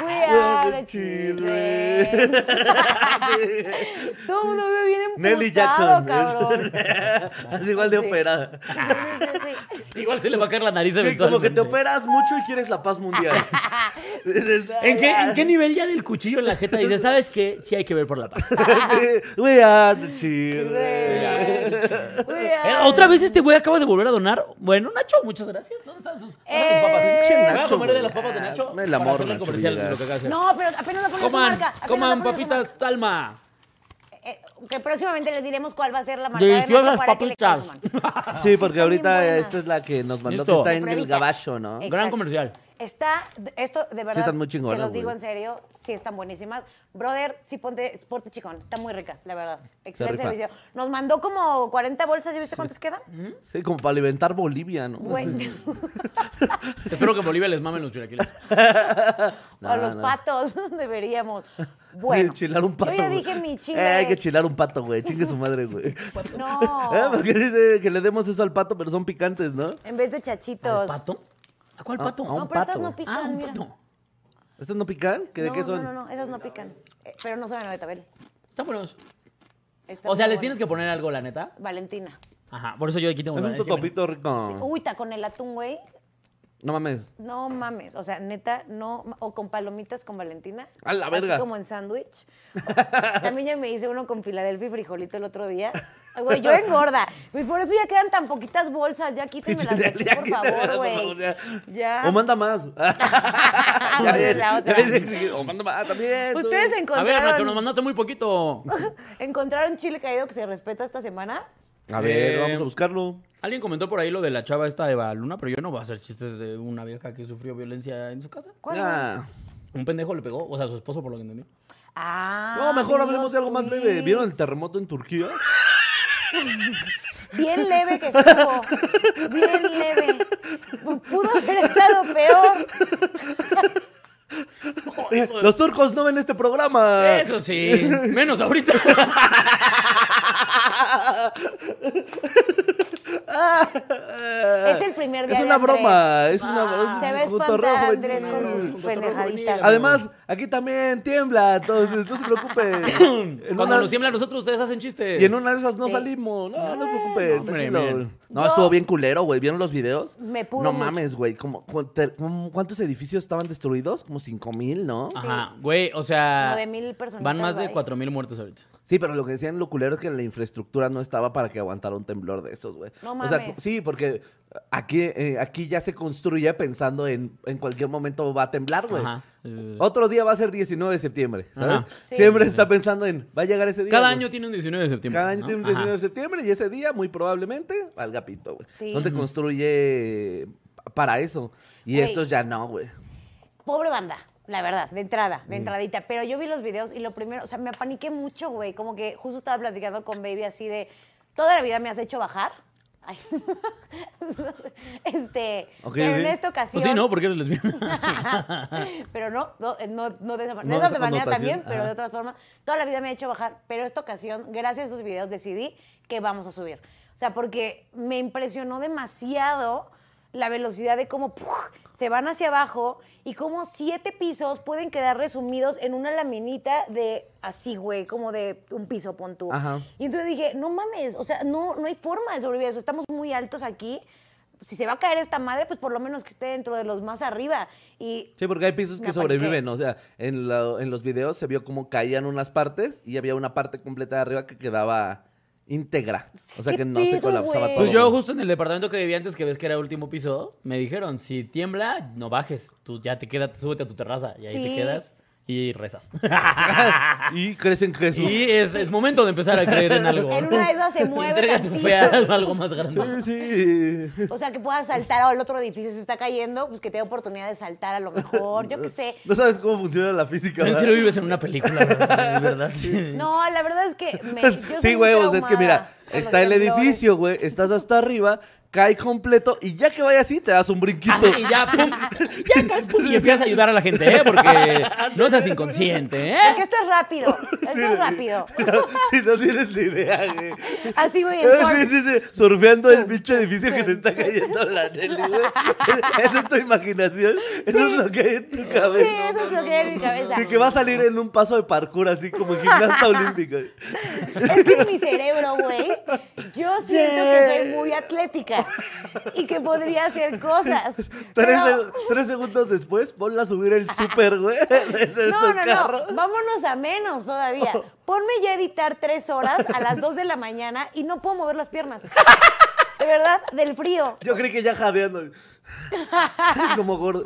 [SPEAKER 1] We are
[SPEAKER 3] the
[SPEAKER 1] the children. Todo el mundo vive bien emputado,
[SPEAKER 3] Nelly Jackson.
[SPEAKER 1] cabrón.
[SPEAKER 3] Es igual de
[SPEAKER 1] Sí.
[SPEAKER 3] operada.
[SPEAKER 1] Sí, sí, sí.
[SPEAKER 2] Igual se le va a caer la nariz
[SPEAKER 3] Sí, como que te
[SPEAKER 2] eventualmente.
[SPEAKER 3] operas mucho y quieres la paz mundial.
[SPEAKER 2] ¿En qué, en qué nivel ya del cuchillo en la jeta dices, sabes qué? Sí hay que ver por la paz.
[SPEAKER 3] We are the children.
[SPEAKER 1] Güey. We
[SPEAKER 2] Eh,
[SPEAKER 1] are-
[SPEAKER 2] Otra vez este güey acaba de volver a donar. Bueno, Nacho, muchas gracias. ¿Dónde están sus, dónde están sus
[SPEAKER 1] Eh,
[SPEAKER 2] papas?
[SPEAKER 1] Pinche
[SPEAKER 2] Voy a
[SPEAKER 3] Nacho,
[SPEAKER 2] comer de
[SPEAKER 3] güey.
[SPEAKER 2] las papas de Nacho.
[SPEAKER 3] Ah, el
[SPEAKER 2] para
[SPEAKER 3] amor,
[SPEAKER 2] hacerle
[SPEAKER 3] Nacho
[SPEAKER 2] comercial
[SPEAKER 3] Villegas.
[SPEAKER 2] lo que acaba de hacer.
[SPEAKER 1] No, pero apenas la pongo su
[SPEAKER 2] coman,
[SPEAKER 1] marca. apenas la pongo
[SPEAKER 2] coman
[SPEAKER 1] su
[SPEAKER 2] papitas Talma.
[SPEAKER 1] marca. Eh, que próximamente les diremos cuál va a ser la marca de
[SPEAKER 2] Deliciosas
[SPEAKER 1] Nacho para que le
[SPEAKER 2] papitas.
[SPEAKER 1] consuman.
[SPEAKER 3] Sí, porque
[SPEAKER 1] Está bien
[SPEAKER 3] ahorita
[SPEAKER 1] buena.
[SPEAKER 3] esta es la que nos mandó
[SPEAKER 2] Listo.
[SPEAKER 3] que está en el
[SPEAKER 1] Pruebita.
[SPEAKER 3] gabacho, ¿no?
[SPEAKER 1] Eh,
[SPEAKER 2] Gran
[SPEAKER 1] Exacto.
[SPEAKER 2] comercial.
[SPEAKER 1] Está, esto de verdad,
[SPEAKER 3] están muy chingonas,
[SPEAKER 1] se los digo
[SPEAKER 3] güey.
[SPEAKER 1] en serio, sí están buenísimas. Brother, sí ponte, ponte chicón, están muy ricas, la verdad. Excelente
[SPEAKER 3] rifa.
[SPEAKER 1] servicio. Nos mandó como 40 bolsas, ¿ya viste cuántas quedan?
[SPEAKER 3] Sí, como para alimentar Bolivia, ¿no?
[SPEAKER 1] Güey,
[SPEAKER 2] Espero que en Bolivia les mamen los chilaquiles.
[SPEAKER 1] Pues, o los
[SPEAKER 3] no.
[SPEAKER 1] patos, deberíamos.
[SPEAKER 3] Bueno,
[SPEAKER 1] Bueno,
[SPEAKER 3] chilar un pato.
[SPEAKER 1] yo ya
[SPEAKER 3] güey.
[SPEAKER 1] dije mi
[SPEAKER 3] Eh, hay que
[SPEAKER 1] chingue.
[SPEAKER 3] chilar un pato, güey. Chingue su madre, güey. Eh,
[SPEAKER 1] no,
[SPEAKER 3] porque dice que le demos eso al pato, pero son picantes, ¿no?
[SPEAKER 1] en vez de chachitos.
[SPEAKER 2] ¿Al pato? ¿A cuál
[SPEAKER 3] A-
[SPEAKER 2] pato?
[SPEAKER 3] a un
[SPEAKER 1] No, pero estas
[SPEAKER 3] pato.
[SPEAKER 1] no pican,
[SPEAKER 2] Ah, un
[SPEAKER 1] mira.
[SPEAKER 2] pato.
[SPEAKER 3] ¿Estos no pican? ¿Que ¿De
[SPEAKER 1] no,
[SPEAKER 3] qué son?
[SPEAKER 1] No, no, no, esas no pican. Eh, pero no saben a betabel.
[SPEAKER 2] Están buenos.
[SPEAKER 1] Están
[SPEAKER 2] O sea,
[SPEAKER 1] muy
[SPEAKER 2] les
[SPEAKER 1] buenas.
[SPEAKER 2] tienes que poner algo, la neta.
[SPEAKER 1] Valentina.
[SPEAKER 2] Ajá, por eso yo aquí tengo
[SPEAKER 3] Es
[SPEAKER 2] la
[SPEAKER 3] un
[SPEAKER 2] neta.
[SPEAKER 3] totopito rico.
[SPEAKER 1] Uy, está con el atún, güey.
[SPEAKER 3] No mames.
[SPEAKER 1] No mames, o sea, neta, no, o con palomitas con Valentina.
[SPEAKER 3] A la verga.
[SPEAKER 1] Así como en sándwich. También ya me hice uno con Filadelfia y frijolito el otro día. Ay, Güey, yo engorda. Y por eso ya quedan tan poquitas bolsas, ya quítenme las de aquí,
[SPEAKER 3] Ya,
[SPEAKER 1] por
[SPEAKER 3] quítamela,
[SPEAKER 1] favor,
[SPEAKER 3] favor,
[SPEAKER 1] güey.
[SPEAKER 3] ya.
[SPEAKER 1] Ya.
[SPEAKER 3] O manda más. ya
[SPEAKER 1] Vamos a ver
[SPEAKER 3] ven,
[SPEAKER 1] la
[SPEAKER 3] ya
[SPEAKER 1] otra.
[SPEAKER 3] ven, exigido. o manda más también. tú.
[SPEAKER 1] Ustedes
[SPEAKER 2] A ver, Nacho, nos
[SPEAKER 1] encontraron,
[SPEAKER 2] mandaste muy poquito.
[SPEAKER 1] encontraron chile caído que se respeta esta semana.
[SPEAKER 3] A ver,
[SPEAKER 2] Eh,
[SPEAKER 3] vamos a buscarlo.
[SPEAKER 2] Alguien comentó por ahí lo de la chava esta Eva Luna, pero yo no voy a hacer chistes de una vieja que sufrió violencia en su casa.
[SPEAKER 1] ¿Cuál?
[SPEAKER 3] Ah.
[SPEAKER 2] Un pendejo le pegó, o sea, su esposo, por lo que entendí.
[SPEAKER 1] Ah,
[SPEAKER 3] No, mejor
[SPEAKER 1] no
[SPEAKER 3] hablemos de
[SPEAKER 1] lo
[SPEAKER 3] algo más
[SPEAKER 1] subí.
[SPEAKER 3] leve. ¿Vieron el terremoto en Turquía? Eh,
[SPEAKER 1] Bien leve que estuvo. Bien leve. Pudo haber estado peor.
[SPEAKER 3] Los turcos no ven este programa.
[SPEAKER 2] Eso sí, menos ahorita.
[SPEAKER 1] Es el primer día
[SPEAKER 3] Es
[SPEAKER 1] de
[SPEAKER 3] una
[SPEAKER 1] Andrés. Ah,
[SPEAKER 3] broma, es una broma.
[SPEAKER 1] Se ve
[SPEAKER 3] es un cotorreo,
[SPEAKER 1] espantada
[SPEAKER 3] jovencito.
[SPEAKER 1] Andrés con sus
[SPEAKER 2] Un cotorreo
[SPEAKER 1] pendejaditas.
[SPEAKER 2] juvenil.
[SPEAKER 3] Además, aquí también tiembla, entonces no se preocupen. En
[SPEAKER 2] Cuando
[SPEAKER 3] una-
[SPEAKER 2] nos tiembla a nosotros, ustedes hacen chistes.
[SPEAKER 3] Y en una de esas no
[SPEAKER 1] Sí.
[SPEAKER 3] salimos. No, no se
[SPEAKER 2] no,
[SPEAKER 3] preocupen.
[SPEAKER 2] hombre,
[SPEAKER 3] tranquilo.
[SPEAKER 2] miren.
[SPEAKER 3] no,
[SPEAKER 1] Yo-
[SPEAKER 3] estuvo bien culero, güey. ¿Vieron los videos?
[SPEAKER 1] Me pudo
[SPEAKER 3] No
[SPEAKER 1] mucho.
[SPEAKER 3] mames, güey. ¿Cómo- cuánta- cómo- ¿Cuántos edificios estaban destruidos? Como cinco mil, ¿no?
[SPEAKER 2] Ajá, güey, o sea.
[SPEAKER 1] 9,000 personitas,
[SPEAKER 2] Van más de
[SPEAKER 1] bye.
[SPEAKER 2] 4000 muertos ahorita.
[SPEAKER 3] Sí, pero lo que decían lo culero es que la infraestructura no estaba para que aguantara un temblor de estos, güey.
[SPEAKER 1] No
[SPEAKER 3] O sea,
[SPEAKER 1] mames.
[SPEAKER 3] sí, porque aquí, eh, aquí ya se construye pensando en en cualquier momento va a temblar, güey.
[SPEAKER 2] Ajá. Sí, sí, sí.
[SPEAKER 3] Otro día va a ser 19 de septiembre, ¿sabes?
[SPEAKER 2] Ajá.
[SPEAKER 1] Sí.
[SPEAKER 3] Siempre está pensando en, va a llegar ese día.
[SPEAKER 2] Cada
[SPEAKER 3] güey.
[SPEAKER 2] año tiene un 19 de septiembre.
[SPEAKER 3] Cada año
[SPEAKER 2] ¿no?
[SPEAKER 3] tiene un
[SPEAKER 2] Ajá.
[SPEAKER 3] 19 de septiembre y ese día, muy probablemente, valga pito, güey.
[SPEAKER 1] Sí.
[SPEAKER 3] No se construye para eso. Y
[SPEAKER 1] Güey.
[SPEAKER 3] estos ya no, güey.
[SPEAKER 1] Pobre banda, la verdad, de entrada, de entradita. Pero yo vi los videos y lo primero, o sea, me apaniqué mucho, güey. Como que justo estaba platicando con Baby así de, toda la vida me has hecho bajar. Ay. este,
[SPEAKER 3] Ok,
[SPEAKER 1] pero
[SPEAKER 3] ok.
[SPEAKER 1] en esta ocasión...
[SPEAKER 2] Pues sí, no, porque eres lesbiana.
[SPEAKER 1] pero no, no, eh, no, no de esa manera.
[SPEAKER 3] No
[SPEAKER 1] de
[SPEAKER 3] de
[SPEAKER 1] esa
[SPEAKER 3] esa
[SPEAKER 1] manera
[SPEAKER 3] connotación,
[SPEAKER 1] también, pero
[SPEAKER 3] ajá.
[SPEAKER 1] de otras formas. Toda la vida me ha hecho bajar, pero esta ocasión, gracias a esos videos, decidí que vamos a subir. O sea, porque me impresionó demasiado la velocidad de cómo ¡puf! se van hacia abajo y cómo siete pisos pueden quedar resumidos en una laminita de así, güey, como de un piso, pon tú.
[SPEAKER 3] Ajá.
[SPEAKER 1] Y entonces dije, no mames, o sea, no, no hay forma de sobrevivir a eso. Estamos muy altos aquí. Si se va a caer esta madre, pues por lo menos que esté dentro de los más arriba. Y
[SPEAKER 3] Sí, porque hay pisos
[SPEAKER 1] Me
[SPEAKER 3] que
[SPEAKER 1] apaniqué.
[SPEAKER 3] sobreviven, o sea, en, la- en los videos se vio cómo caían unas partes y había una parte completa de arriba que quedaba íntegra. O sea,
[SPEAKER 1] ¿Qué
[SPEAKER 3] que no
[SPEAKER 1] pedo,
[SPEAKER 3] se colapsaba
[SPEAKER 1] güey?
[SPEAKER 3] todo.
[SPEAKER 2] Pues yo
[SPEAKER 3] güey.
[SPEAKER 2] justo en el departamento que vivía antes, que ves que era último piso, me dijeron, si tiembla, no bajes, tú ya te quedas, súbete a tu terraza y ahí
[SPEAKER 1] Sí.
[SPEAKER 2] te quedas y rezas.
[SPEAKER 3] Y crecen Jesús.
[SPEAKER 2] y es, es momento de empezar a creer en algo.
[SPEAKER 1] En una de esas se mueve
[SPEAKER 2] Entrega tu
[SPEAKER 1] tantito.
[SPEAKER 2] fe a algo más
[SPEAKER 3] Sí,
[SPEAKER 2] grande.
[SPEAKER 3] sí.
[SPEAKER 1] O sea, que puedas saltar al otro edificio si está cayendo, pues que te dé oportunidad de saltar a lo mejor, yo qué sé.
[SPEAKER 3] No sabes cómo funciona la física,
[SPEAKER 2] Tú en
[SPEAKER 3] ¿verdad?
[SPEAKER 2] serio vives en una película, ¿verdad? De verdad. Sí.
[SPEAKER 1] No, la verdad es que me, yo soy
[SPEAKER 3] Sí,
[SPEAKER 1] muy
[SPEAKER 3] güey, o sea, es que mira,
[SPEAKER 1] traumada con los
[SPEAKER 3] está el
[SPEAKER 1] temblores.
[SPEAKER 3] edificio, güey, estás hasta arriba, cae completo y ya que vaya así te das un brinquito.
[SPEAKER 1] Ah,
[SPEAKER 2] Ajá, y ya, pum, ya caes, pum, y empiezas a ayudar a la gente, ¿eh? Porque no seas inconsciente, ¿eh?
[SPEAKER 1] Porque esto es rápido, esto es rápido.
[SPEAKER 3] si no tienes ni idea, güey.
[SPEAKER 1] Así voy en
[SPEAKER 3] Sí,
[SPEAKER 1] short.
[SPEAKER 3] sí, sí, surfeando el bicho edificio que se está cayendo la Nelly, güey. Es- Esa es tu imaginación, eso es lo que hay en tu
[SPEAKER 1] Sí,
[SPEAKER 3] cabeza.
[SPEAKER 1] eso es lo que hay en mi cabeza.
[SPEAKER 3] Sí, que va a salir en un paso de parkour, así como gimnasta olímpico.
[SPEAKER 1] Es que en mi cerebro, güey, yo siento que soy muy atlética y que podría hacer cosas.
[SPEAKER 3] Tres,
[SPEAKER 1] pero-
[SPEAKER 3] seg- tres segundos después, ponla a subir el súper, güey, desde
[SPEAKER 1] No,
[SPEAKER 3] su
[SPEAKER 1] no,
[SPEAKER 3] carro.
[SPEAKER 1] no. Vámonos a menos todavía. Ponme ya a editar tres horas a las dos de la mañana y no puedo mover las piernas. De verdad, del frío.
[SPEAKER 3] Yo creí que ya jadeando. Como gordo.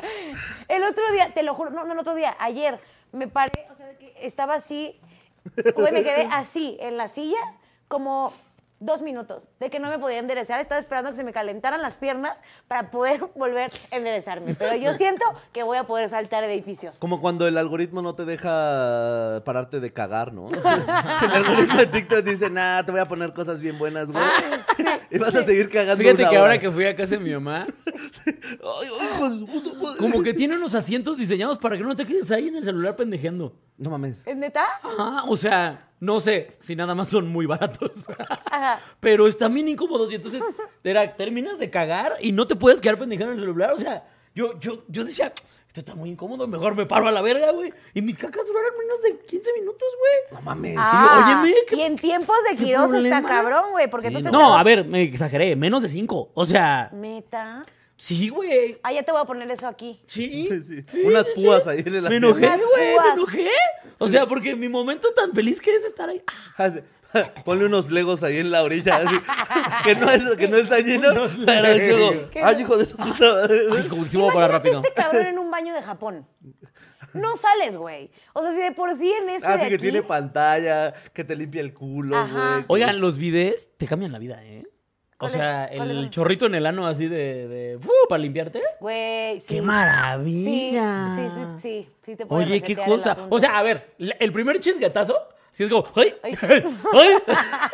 [SPEAKER 1] El otro día, te lo juro, no, no el otro día, ayer me paré, o sea, de que estaba así, güey, me quedé así en la silla como dos minutos, de que no me podía enderezar, estaba esperando que se me calentaran las piernas para poder volver a enderezarme. Pero yo siento que voy a poder saltar edificios.
[SPEAKER 3] Como cuando el algoritmo no te deja pararte de cagar, ¿no? El algoritmo de TikTok dice, nah, te voy a poner cosas bien buenas, güey. Y vas a seguir cagando.
[SPEAKER 2] Ah, Fíjate
[SPEAKER 3] una
[SPEAKER 2] que
[SPEAKER 3] hora.
[SPEAKER 2] ahora que fui a casa de mi mamá,
[SPEAKER 3] Ay, ay, hijo de su puta madre.
[SPEAKER 2] como que tiene unos asientos diseñados para que no te quedes ahí en el celular pendejeando.
[SPEAKER 3] No mames.
[SPEAKER 1] ¿Es neta?
[SPEAKER 2] Ajá, o sea, no sé, si nada más son muy baratos.
[SPEAKER 1] Ajá.
[SPEAKER 2] Pero están bien incómodos y entonces era, terminas de cagar y no te puedes quedar pendejando en el celular. O sea, yo, yo, yo decía, esto está muy incómodo, mejor me paro a la verga, güey. Y mis cacas duraron menos de 15 minutos, güey.
[SPEAKER 3] No mames.
[SPEAKER 1] Ah,
[SPEAKER 2] óyeme, ¿qué-
[SPEAKER 1] y en tiempos de
[SPEAKER 2] qué
[SPEAKER 1] Quiroz está
[SPEAKER 2] problema?
[SPEAKER 1] cabrón, güey, porque
[SPEAKER 3] Sí,
[SPEAKER 1] tú te
[SPEAKER 2] No,
[SPEAKER 1] quedas-
[SPEAKER 2] a ver, me exageré, menos de 5. O sea,
[SPEAKER 1] Meta.
[SPEAKER 2] sí, güey.
[SPEAKER 1] Ah, ya te voy a poner eso aquí.
[SPEAKER 2] Sí,
[SPEAKER 3] Sí, sí. Unas púas ahí en el
[SPEAKER 2] Me
[SPEAKER 3] asiento.
[SPEAKER 2] enojé,
[SPEAKER 1] Unas
[SPEAKER 2] güey, me
[SPEAKER 1] púas.
[SPEAKER 2] enojé. O sea, porque mi momento tan feliz que es estar ahí. Ah,
[SPEAKER 3] Hace- Ponle unos legos ahí en la orilla. así. Que, no es, que no está lleno. Pero es como,
[SPEAKER 1] ¿Qué?
[SPEAKER 3] ay, hijo de su puta madre.
[SPEAKER 2] ay, como que sí me voy a parar
[SPEAKER 1] Imagínate
[SPEAKER 2] rápido.
[SPEAKER 1] este cabrón en un baño de Japón. No sales, güey. O sea, si de por sí en este
[SPEAKER 3] Así
[SPEAKER 1] de
[SPEAKER 3] Ah, que
[SPEAKER 1] aquí-
[SPEAKER 3] tiene pantalla, que te limpia el culo,
[SPEAKER 1] Ajá.
[SPEAKER 3] güey.
[SPEAKER 2] Oigan, los bidés te cambian la vida, ¿eh? O
[SPEAKER 1] ¿Cuáles-
[SPEAKER 2] sea,
[SPEAKER 1] cuáles
[SPEAKER 2] el
[SPEAKER 1] son?
[SPEAKER 2] chorrito en el ano así de... de ¡fu! para limpiarte.
[SPEAKER 1] Güey, sí.
[SPEAKER 2] ¡Qué
[SPEAKER 1] Sí,
[SPEAKER 2] maravilla!
[SPEAKER 1] sí, sí, sí, sí te puede
[SPEAKER 2] Oye, qué
[SPEAKER 1] resetear el
[SPEAKER 2] cosa.
[SPEAKER 1] asunto.
[SPEAKER 2] O sea, a ver, la- el primer chisgatazo Sí es como, ¡ay!
[SPEAKER 1] Ay.
[SPEAKER 2] ¡ay!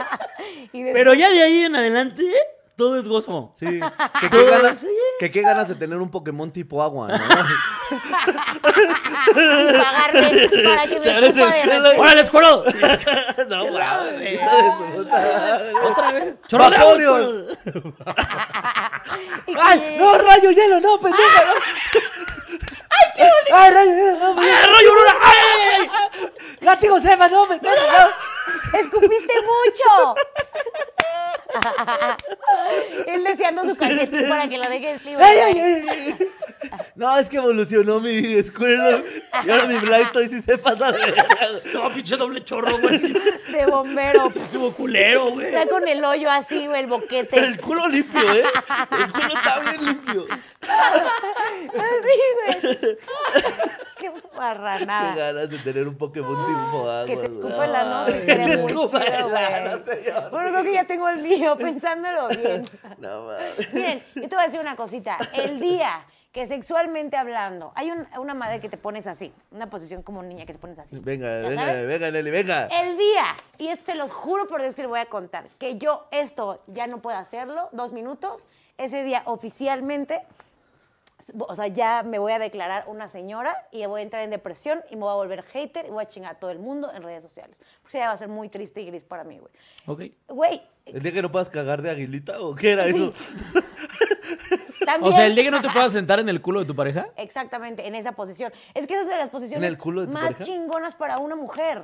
[SPEAKER 1] Y de-
[SPEAKER 2] Pero ya de ahí en adelante, todo es gozo.
[SPEAKER 3] Sí. Que qué, ganas, que qué ganas de tener un Pokémon tipo agua, ¿no?
[SPEAKER 1] y pagarle para que me escupa de repente.
[SPEAKER 2] ¡Órale, Squirrel!
[SPEAKER 3] no,
[SPEAKER 2] mames.
[SPEAKER 3] hijo de su puta.
[SPEAKER 2] ¡Otra vez! ¡Chorro de agua,
[SPEAKER 3] Vaporeon.
[SPEAKER 2] Squirrel!
[SPEAKER 1] Y
[SPEAKER 3] ¡Ay!
[SPEAKER 1] que-
[SPEAKER 3] ¡No, rayo hielo! ¡No, pendeja! no. ¡Ay, rayo hielo! ¡No,
[SPEAKER 2] ¡Ay, rollo, Aurora! ¡Ay!
[SPEAKER 3] ¡Látigo Seba! ¡No, pendeja! No.
[SPEAKER 1] ¡Escupiste mucho! Él deseando su calcetín para que lo dejes libre.
[SPEAKER 3] ¡Ay, ay, ay, ay! No, es que evolucionó mi Squirrel y ahora mi Blastoise sí se pasa de verga.
[SPEAKER 2] No, pinche doble chorro, güey. Sí,
[SPEAKER 1] De bombero.
[SPEAKER 2] Estuvo culero, güey.
[SPEAKER 1] Está con el hoyo así, güey, el boquete.
[SPEAKER 3] Pero el culo limpio, ¿eh? El culo está bien limpio.
[SPEAKER 1] Así, güey. Qué
[SPEAKER 3] Qué
[SPEAKER 1] barranada.
[SPEAKER 3] ganas de tener un Pokémon tipo agua.
[SPEAKER 1] Ah. Que te
[SPEAKER 3] güey.
[SPEAKER 1] escupa la
[SPEAKER 3] Ay,
[SPEAKER 1] noche.
[SPEAKER 3] Que
[SPEAKER 1] estaría
[SPEAKER 3] te
[SPEAKER 1] muy
[SPEAKER 3] escupa
[SPEAKER 1] chido,
[SPEAKER 3] la
[SPEAKER 1] güey.
[SPEAKER 3] noche, señor.
[SPEAKER 1] Bueno, creo que ya tengo el mío, pensándolo bien.
[SPEAKER 3] No mames.
[SPEAKER 1] Miren, yo te voy a decir una cosita. El día que sexualmente hablando, hay un- una madre que te pones así, una posición como niña que te pones así.
[SPEAKER 3] Venga,
[SPEAKER 1] ¿Ya
[SPEAKER 3] venga,
[SPEAKER 1] sabes? Eh.
[SPEAKER 3] venga, Nelly, venga.
[SPEAKER 1] El día, y esto se los juro por Dios que les voy a contar, que yo esto ya no puedo hacerlo, dos minutos, ese día oficialmente, o sea, ya me voy a declarar una señora y voy a entrar en depresión y me voy a volver hater y voy a chingar a todo el mundo en redes sociales. Porque ya va a ser muy triste y gris para mí, güey.
[SPEAKER 2] Ok.
[SPEAKER 1] Güey,
[SPEAKER 3] ¿El día que no puedas cagar de aguilita o qué era eso?
[SPEAKER 1] también...
[SPEAKER 2] O sea, el día que no te puedas sentar en el culo de tu pareja.
[SPEAKER 1] Exactamente, en esa posición. Es que esa es de las posiciones
[SPEAKER 3] el culo de tu
[SPEAKER 1] más
[SPEAKER 3] pareja?
[SPEAKER 1] chingonas para una mujer.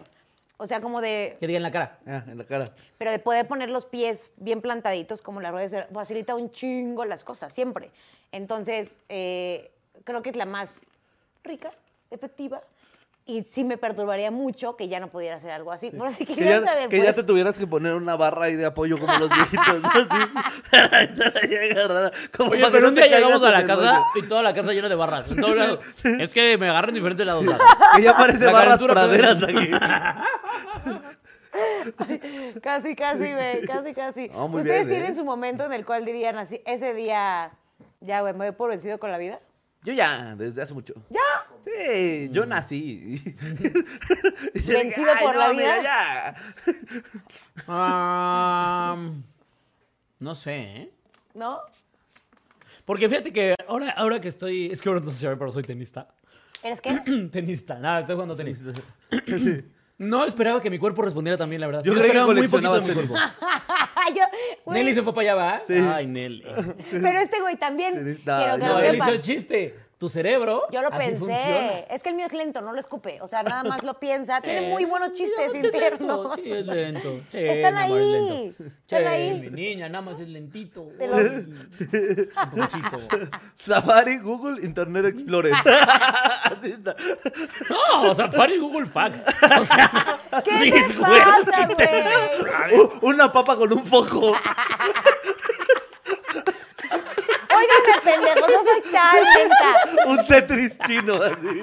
[SPEAKER 1] O sea, como de...
[SPEAKER 2] Que diga en la cara.
[SPEAKER 3] Ah, en la cara.
[SPEAKER 1] Pero de poder poner los pies bien plantaditos como la rueda, de ser- facilita un chingo las cosas, siempre. Entonces, eh, creo que es la más rica, efectiva. Y sí me perturbaría mucho que ya no pudiera hacer algo así. Por así que
[SPEAKER 3] Que ya,
[SPEAKER 1] saber,
[SPEAKER 3] que ya
[SPEAKER 1] pues,
[SPEAKER 3] te tuvieras que poner una barra ahí de apoyo como los viejitos, ¿no? Así, se la llega agarrada, como
[SPEAKER 2] Oye,
[SPEAKER 3] para que
[SPEAKER 2] pero
[SPEAKER 3] no
[SPEAKER 2] un
[SPEAKER 3] te
[SPEAKER 2] día
[SPEAKER 3] caigas
[SPEAKER 2] llegamos a
[SPEAKER 3] en
[SPEAKER 2] la
[SPEAKER 3] el
[SPEAKER 2] casa
[SPEAKER 3] rollo.
[SPEAKER 2] y toda la casa llena de barras. En todos lados. Es que me agarran diferentes lados. lados.
[SPEAKER 3] Que ya parece
[SPEAKER 2] La
[SPEAKER 3] barras
[SPEAKER 2] calentura
[SPEAKER 3] praderas
[SPEAKER 2] puede-
[SPEAKER 3] aquí.
[SPEAKER 1] Casi, casi, güey, casi, casi.
[SPEAKER 3] Ah, muy
[SPEAKER 1] ¿Ustedes
[SPEAKER 3] bien,
[SPEAKER 1] tienen
[SPEAKER 3] ¿eh?
[SPEAKER 1] su momento en el cual dirían así, ese día, ya, güey, me voy por vencido con la vida?
[SPEAKER 3] Yo ya, desde hace mucho. ¿Ya? Sí,
[SPEAKER 2] Mm.
[SPEAKER 3] yo nací. Y yo
[SPEAKER 1] ¿Vencido
[SPEAKER 3] "Ay,
[SPEAKER 1] por la vida"?
[SPEAKER 3] ya.
[SPEAKER 2] Am, no sé, ¿eh?
[SPEAKER 1] ¿No?
[SPEAKER 2] Porque fíjate que ahora, ahora que estoy. Es que ahora no se sabe, pero soy tenista.
[SPEAKER 1] ¿Eres qué?
[SPEAKER 2] tenista, nada, estoy jugando tenis. No esperaba que mi cuerpo respondiera también, la verdad.
[SPEAKER 3] Yo creí que
[SPEAKER 2] esperaba muy poquito
[SPEAKER 3] coleccionabas
[SPEAKER 2] de mi
[SPEAKER 3] tenis.
[SPEAKER 2] cuerpo.
[SPEAKER 1] Yo, Ah, güey,
[SPEAKER 2] Nelly se fue para allá, ¿va?
[SPEAKER 3] Sí.
[SPEAKER 2] Ay, Nelly.
[SPEAKER 1] Pero este güey también.
[SPEAKER 3] Sí, no,
[SPEAKER 1] quiero que
[SPEAKER 3] yo-
[SPEAKER 1] lo
[SPEAKER 2] No, él hizo
[SPEAKER 1] sepas.
[SPEAKER 2] el chiste. Tu cerebro.
[SPEAKER 1] Yo lo
[SPEAKER 2] así
[SPEAKER 1] pensé.
[SPEAKER 2] funciona.
[SPEAKER 1] Es que el mío es lento, no lo escupe. O sea, nada más lo piensa. Tiene
[SPEAKER 2] Eh,
[SPEAKER 1] muy buenos
[SPEAKER 2] digamos
[SPEAKER 1] chistes
[SPEAKER 2] que es
[SPEAKER 1] internos.
[SPEAKER 2] lento, Sí, es lento. Sí,
[SPEAKER 1] Están
[SPEAKER 2] mi amor, es
[SPEAKER 1] ahí,
[SPEAKER 2] lento.
[SPEAKER 1] están
[SPEAKER 2] Sí,
[SPEAKER 1] ahí.
[SPEAKER 2] Mi niña, nada más es lentito.
[SPEAKER 1] Te lo-
[SPEAKER 2] Ay, Un poquito.
[SPEAKER 3] Safari, Google, Internet Explorer. Así está.
[SPEAKER 2] No, Safari y Google Fax. O sea,
[SPEAKER 1] ¿Qué
[SPEAKER 2] mis
[SPEAKER 1] te
[SPEAKER 2] huevos
[SPEAKER 1] pasa,
[SPEAKER 2] que
[SPEAKER 1] güey?
[SPEAKER 3] U- una papa con un foco.
[SPEAKER 1] Óigame, pendejo, no soy tan lenta.
[SPEAKER 3] Un Tetris chino, así.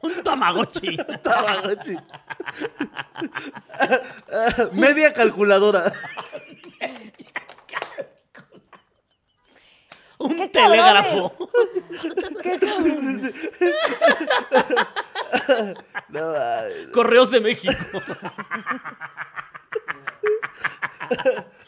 [SPEAKER 2] Un Tamagotchi.
[SPEAKER 3] Tamagotchi. Media calculadora.
[SPEAKER 2] Un
[SPEAKER 1] ¿Qué
[SPEAKER 2] telégrafo.
[SPEAKER 1] Qué cabrón.
[SPEAKER 3] No, ay,
[SPEAKER 2] Correos de México.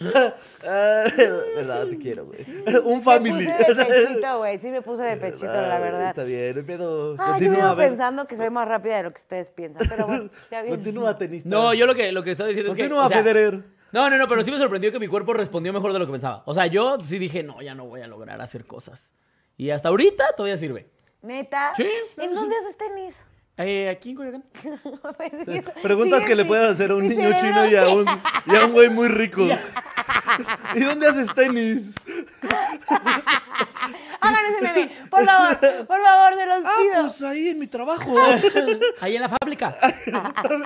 [SPEAKER 3] ay, de verdad, te quiero, güey. Un
[SPEAKER 1] Me
[SPEAKER 3] family.
[SPEAKER 1] puse de pechito, güey. Sí, me puse de pechito, la
[SPEAKER 3] Está
[SPEAKER 1] verdad.
[SPEAKER 3] bien, no pedo.
[SPEAKER 1] Ah, yo
[SPEAKER 3] Continúa, a
[SPEAKER 1] vivo
[SPEAKER 3] ver.
[SPEAKER 1] pensando que soy más rápida de lo que ustedes piensan. Pero bueno, ya bien.
[SPEAKER 3] Continúa, tenista.
[SPEAKER 2] No, yo lo que, lo que estaba diciendo es que.
[SPEAKER 3] Continúa,
[SPEAKER 2] o sea,
[SPEAKER 3] Federer.
[SPEAKER 2] No, no, no, pero sí me sorprendió que mi cuerpo respondió mejor de lo que pensaba. O sea, yo sí dije, no, ya no voy a lograr hacer cosas. Y hasta ahorita todavía sirve.
[SPEAKER 1] Neta.
[SPEAKER 2] Sí, no,
[SPEAKER 1] ¿En
[SPEAKER 2] sí.
[SPEAKER 1] dónde haces tenis?
[SPEAKER 2] Eh, aquí en Coyoacán.
[SPEAKER 3] Preguntas
[SPEAKER 1] Sigue
[SPEAKER 3] que le
[SPEAKER 1] mi-
[SPEAKER 3] puedas hacer a un
[SPEAKER 1] mi
[SPEAKER 3] niño chino
[SPEAKER 1] cerebro
[SPEAKER 3] y a
[SPEAKER 1] sí.
[SPEAKER 3] un, y a un güey muy rico. ¿Y dónde haces tenis?
[SPEAKER 1] Háganme ese meme, por favor, por favor, se los
[SPEAKER 3] Ah,
[SPEAKER 1] pido.
[SPEAKER 3] pues ahí en mi trabajo.
[SPEAKER 2] Ahí en la fábrica.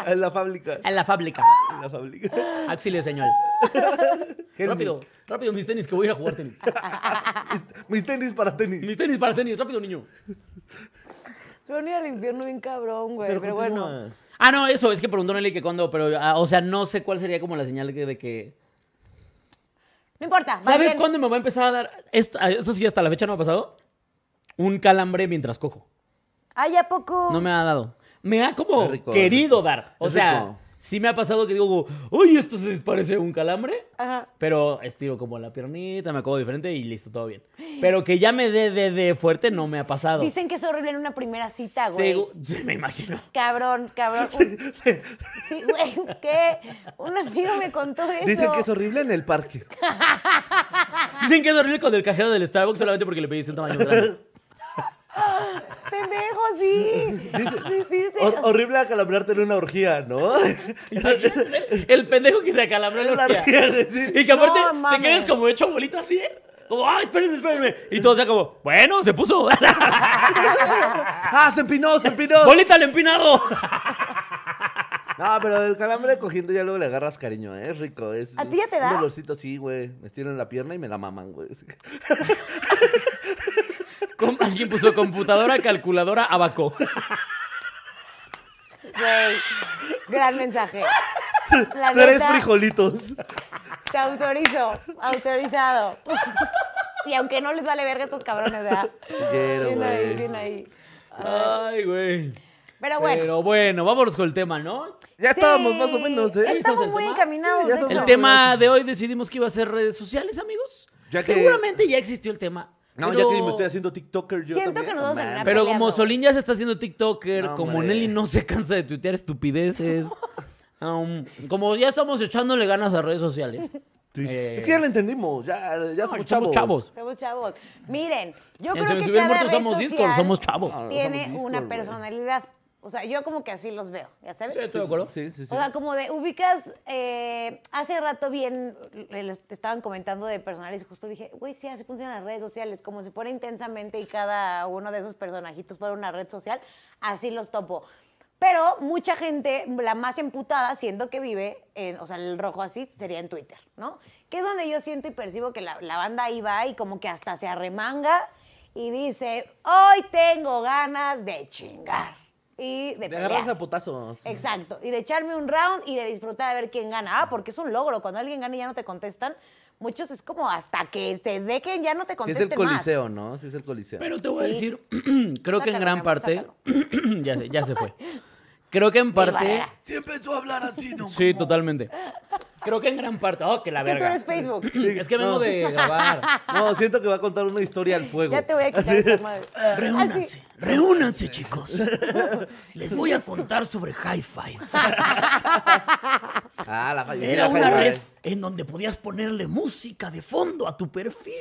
[SPEAKER 3] en la fábrica.
[SPEAKER 2] En la fábrica.
[SPEAKER 3] En la fábrica.
[SPEAKER 2] Auxilio, señor.
[SPEAKER 3] Henry,
[SPEAKER 2] Rápido, rápido, mis tenis, que voy a ir a jugar tenis.
[SPEAKER 3] mis- Mis tenis para tenis.
[SPEAKER 2] Mis tenis para tenis, rápido, niño.
[SPEAKER 1] Se van a ir al infierno bien cabrón, güey, pero, bueno.
[SPEAKER 3] continúa.
[SPEAKER 2] Ah, no, eso, es que preguntó Nelly que cuándo, pero, ah, o sea, no sé cuál sería como la señal que- de que...
[SPEAKER 1] No importa, va
[SPEAKER 2] ¿Sabes
[SPEAKER 1] bien.
[SPEAKER 2] cuándo me va a empezar a dar? Esto, ah, eso sí, hasta la fecha no me ha pasado. Un calambre mientras cojo.
[SPEAKER 1] Ay, ¿a poco?
[SPEAKER 2] No me ha dado. Me ha como
[SPEAKER 3] Está rico,
[SPEAKER 2] querido
[SPEAKER 3] rico.
[SPEAKER 2] dar. O
[SPEAKER 3] Es
[SPEAKER 2] sea,
[SPEAKER 3] rico.
[SPEAKER 2] Sí me ha pasado que digo, uy, esto se parece un calambre.
[SPEAKER 1] Ajá.
[SPEAKER 2] Pero estiro como la piernita, me acomodo diferente y listo, todo bien. Pero que ya me dé de, de fuerte no me ha pasado.
[SPEAKER 1] Dicen que es horrible en una primera cita, güey.
[SPEAKER 2] Segu- Sí, me imagino.
[SPEAKER 1] Cabrón, cabrón. Un- Sí, güey, ¿qué? Un amigo me contó eso.
[SPEAKER 3] Dicen que es horrible en el parque.
[SPEAKER 2] Dicen que es horrible con el cajero del Starbucks solamente porque le pediste un tamaño grande.
[SPEAKER 1] Pendejo, sí. Sí, dicen-
[SPEAKER 3] Hor- horrible acalambrarte en una orgía, ¿no?
[SPEAKER 2] Imagínate el pendejo que se acalambró en la
[SPEAKER 3] La
[SPEAKER 2] orgía.
[SPEAKER 3] orgía, sí.
[SPEAKER 2] Y que aparte
[SPEAKER 1] No,
[SPEAKER 2] te
[SPEAKER 1] mames.
[SPEAKER 2] quedas como hecho bolita así, ¿eh? Como, ah, espérenme, espérenme. Y todo sea como, bueno, se puso.
[SPEAKER 3] ¡Ah, se empinó, se empinó!
[SPEAKER 2] ¡Bolita al empinado!
[SPEAKER 3] No, pero el calambre cogiendo ya luego le agarras cariño, ¿eh? Es rico. Es,
[SPEAKER 1] ¿A ti ya te da?
[SPEAKER 3] Un dolorcito, sí, güey. Me estiran la pierna y me la maman, güey. Así que-
[SPEAKER 2] Com- Alguien puso computadora, calculadora, abaco.
[SPEAKER 1] Güey, gran mensaje. La
[SPEAKER 3] Tres
[SPEAKER 1] neta,
[SPEAKER 3] frijolitos.
[SPEAKER 1] Te autorizo, autorizado. Y aunque no les vale verga estos cabrones, ¿verdad?
[SPEAKER 3] Quiero,
[SPEAKER 1] Bien ahí,
[SPEAKER 3] güey.
[SPEAKER 1] bien ahí.
[SPEAKER 2] Ay, güey.
[SPEAKER 1] Pero bueno.
[SPEAKER 2] Pero bueno, vámonos con el tema, ¿no?
[SPEAKER 3] Ya estábamos
[SPEAKER 1] sí,
[SPEAKER 3] más o menos, ¿eh?
[SPEAKER 2] Estamos
[SPEAKER 1] Estamos
[SPEAKER 2] en
[SPEAKER 1] muy
[SPEAKER 2] tema.
[SPEAKER 1] encaminados.
[SPEAKER 3] Sí, ya
[SPEAKER 1] de
[SPEAKER 3] estamos
[SPEAKER 2] El
[SPEAKER 1] hecho.
[SPEAKER 3] No,
[SPEAKER 2] tema de hoy decidimos que iba a ser redes sociales, amigos.
[SPEAKER 3] Ya que-
[SPEAKER 2] Seguramente ya existió el tema.
[SPEAKER 3] No,
[SPEAKER 2] pero-
[SPEAKER 3] ya que me estoy haciendo TikToker yo
[SPEAKER 1] Siento
[SPEAKER 3] también.
[SPEAKER 1] que nos vamos a
[SPEAKER 3] Man.
[SPEAKER 1] ganar
[SPEAKER 2] Pero
[SPEAKER 1] peleando.
[SPEAKER 2] como Solín ya se está haciendo TikToker,
[SPEAKER 3] No,
[SPEAKER 2] como
[SPEAKER 3] hombre.
[SPEAKER 2] Nelly no se cansa de tuitear estupideces, um, como ya estamos echándole ganas a redes sociales.
[SPEAKER 3] Sí.
[SPEAKER 2] Eh,
[SPEAKER 3] Es que ya lo entendimos, ya, ya somos
[SPEAKER 2] no, somos
[SPEAKER 3] chavos.
[SPEAKER 2] chavos.
[SPEAKER 1] Somos chavos. Miren, yo
[SPEAKER 2] En
[SPEAKER 1] creo
[SPEAKER 2] Se
[SPEAKER 1] que
[SPEAKER 2] me subió
[SPEAKER 1] cada
[SPEAKER 2] el muerto
[SPEAKER 1] red
[SPEAKER 2] somos
[SPEAKER 1] social
[SPEAKER 2] discos, somos chavos.
[SPEAKER 3] Ah,
[SPEAKER 1] tiene
[SPEAKER 3] somos Discord,
[SPEAKER 1] una
[SPEAKER 3] güey.
[SPEAKER 1] personalidad. O sea, yo como que así los veo, ¿ya sabes?
[SPEAKER 2] Sí, estoy de acuerdo.
[SPEAKER 3] Sí, sí, sí.
[SPEAKER 1] O sea, como de ubicas, eh, hace rato bien, eh, les- te estaban comentando de personajes, y justo dije, güey, sí, así funcionan las redes sociales, como se pone intensamente y cada uno de esos personajitos fuera una red social, así los topo. Pero mucha gente, la más emputada, siendo que vive, en- o sea, el rojo así, sería en Twitter, ¿no? Que es donde yo siento y percibo que la, la banda ahí va y como que hasta se arremanga y dice, hoy tengo ganas de chingar y de,
[SPEAKER 3] De
[SPEAKER 1] pelear".
[SPEAKER 3] agarrarse a potazos.
[SPEAKER 1] Eh, Exacto. Y de echarme un round y de disfrutar de ver quién gana. Ah, porque es un logro. Cuando alguien gana y ya no te contestan, muchos es como hasta que se dejen ya no te
[SPEAKER 3] Sí es
[SPEAKER 1] contesten
[SPEAKER 3] el coliseo, ¿no? Sí es el coliseo.
[SPEAKER 2] Pero te voy a
[SPEAKER 1] Sí.
[SPEAKER 2] decir, creo que en
[SPEAKER 1] Sácalo,
[SPEAKER 2] gran
[SPEAKER 1] Ramón,
[SPEAKER 2] parte, ya se, ya se fue. Creo que en parte,
[SPEAKER 1] Bárbara.
[SPEAKER 3] Sí empezó a hablar así, ¿no?
[SPEAKER 2] sí, totalmente. Creo que en gran parte, oh, que la
[SPEAKER 1] más. Que tú
[SPEAKER 2] verga.
[SPEAKER 1] eres Facebook.
[SPEAKER 2] Es que vengo
[SPEAKER 3] No.
[SPEAKER 2] de grabar.
[SPEAKER 3] No, siento que va a contar una historia al fuego.
[SPEAKER 1] Ya te voy a quitar esa madre. Ah,
[SPEAKER 2] Reúnanse,
[SPEAKER 1] Eh, Así.
[SPEAKER 2] reúnanse, chicos. Les voy a contar sobre Hi-Fi.
[SPEAKER 3] Ah, la fallé.
[SPEAKER 2] Era
[SPEAKER 3] la
[SPEAKER 2] una
[SPEAKER 3] fallé.
[SPEAKER 2] red en donde podías ponerle música de fondo a tu perfil.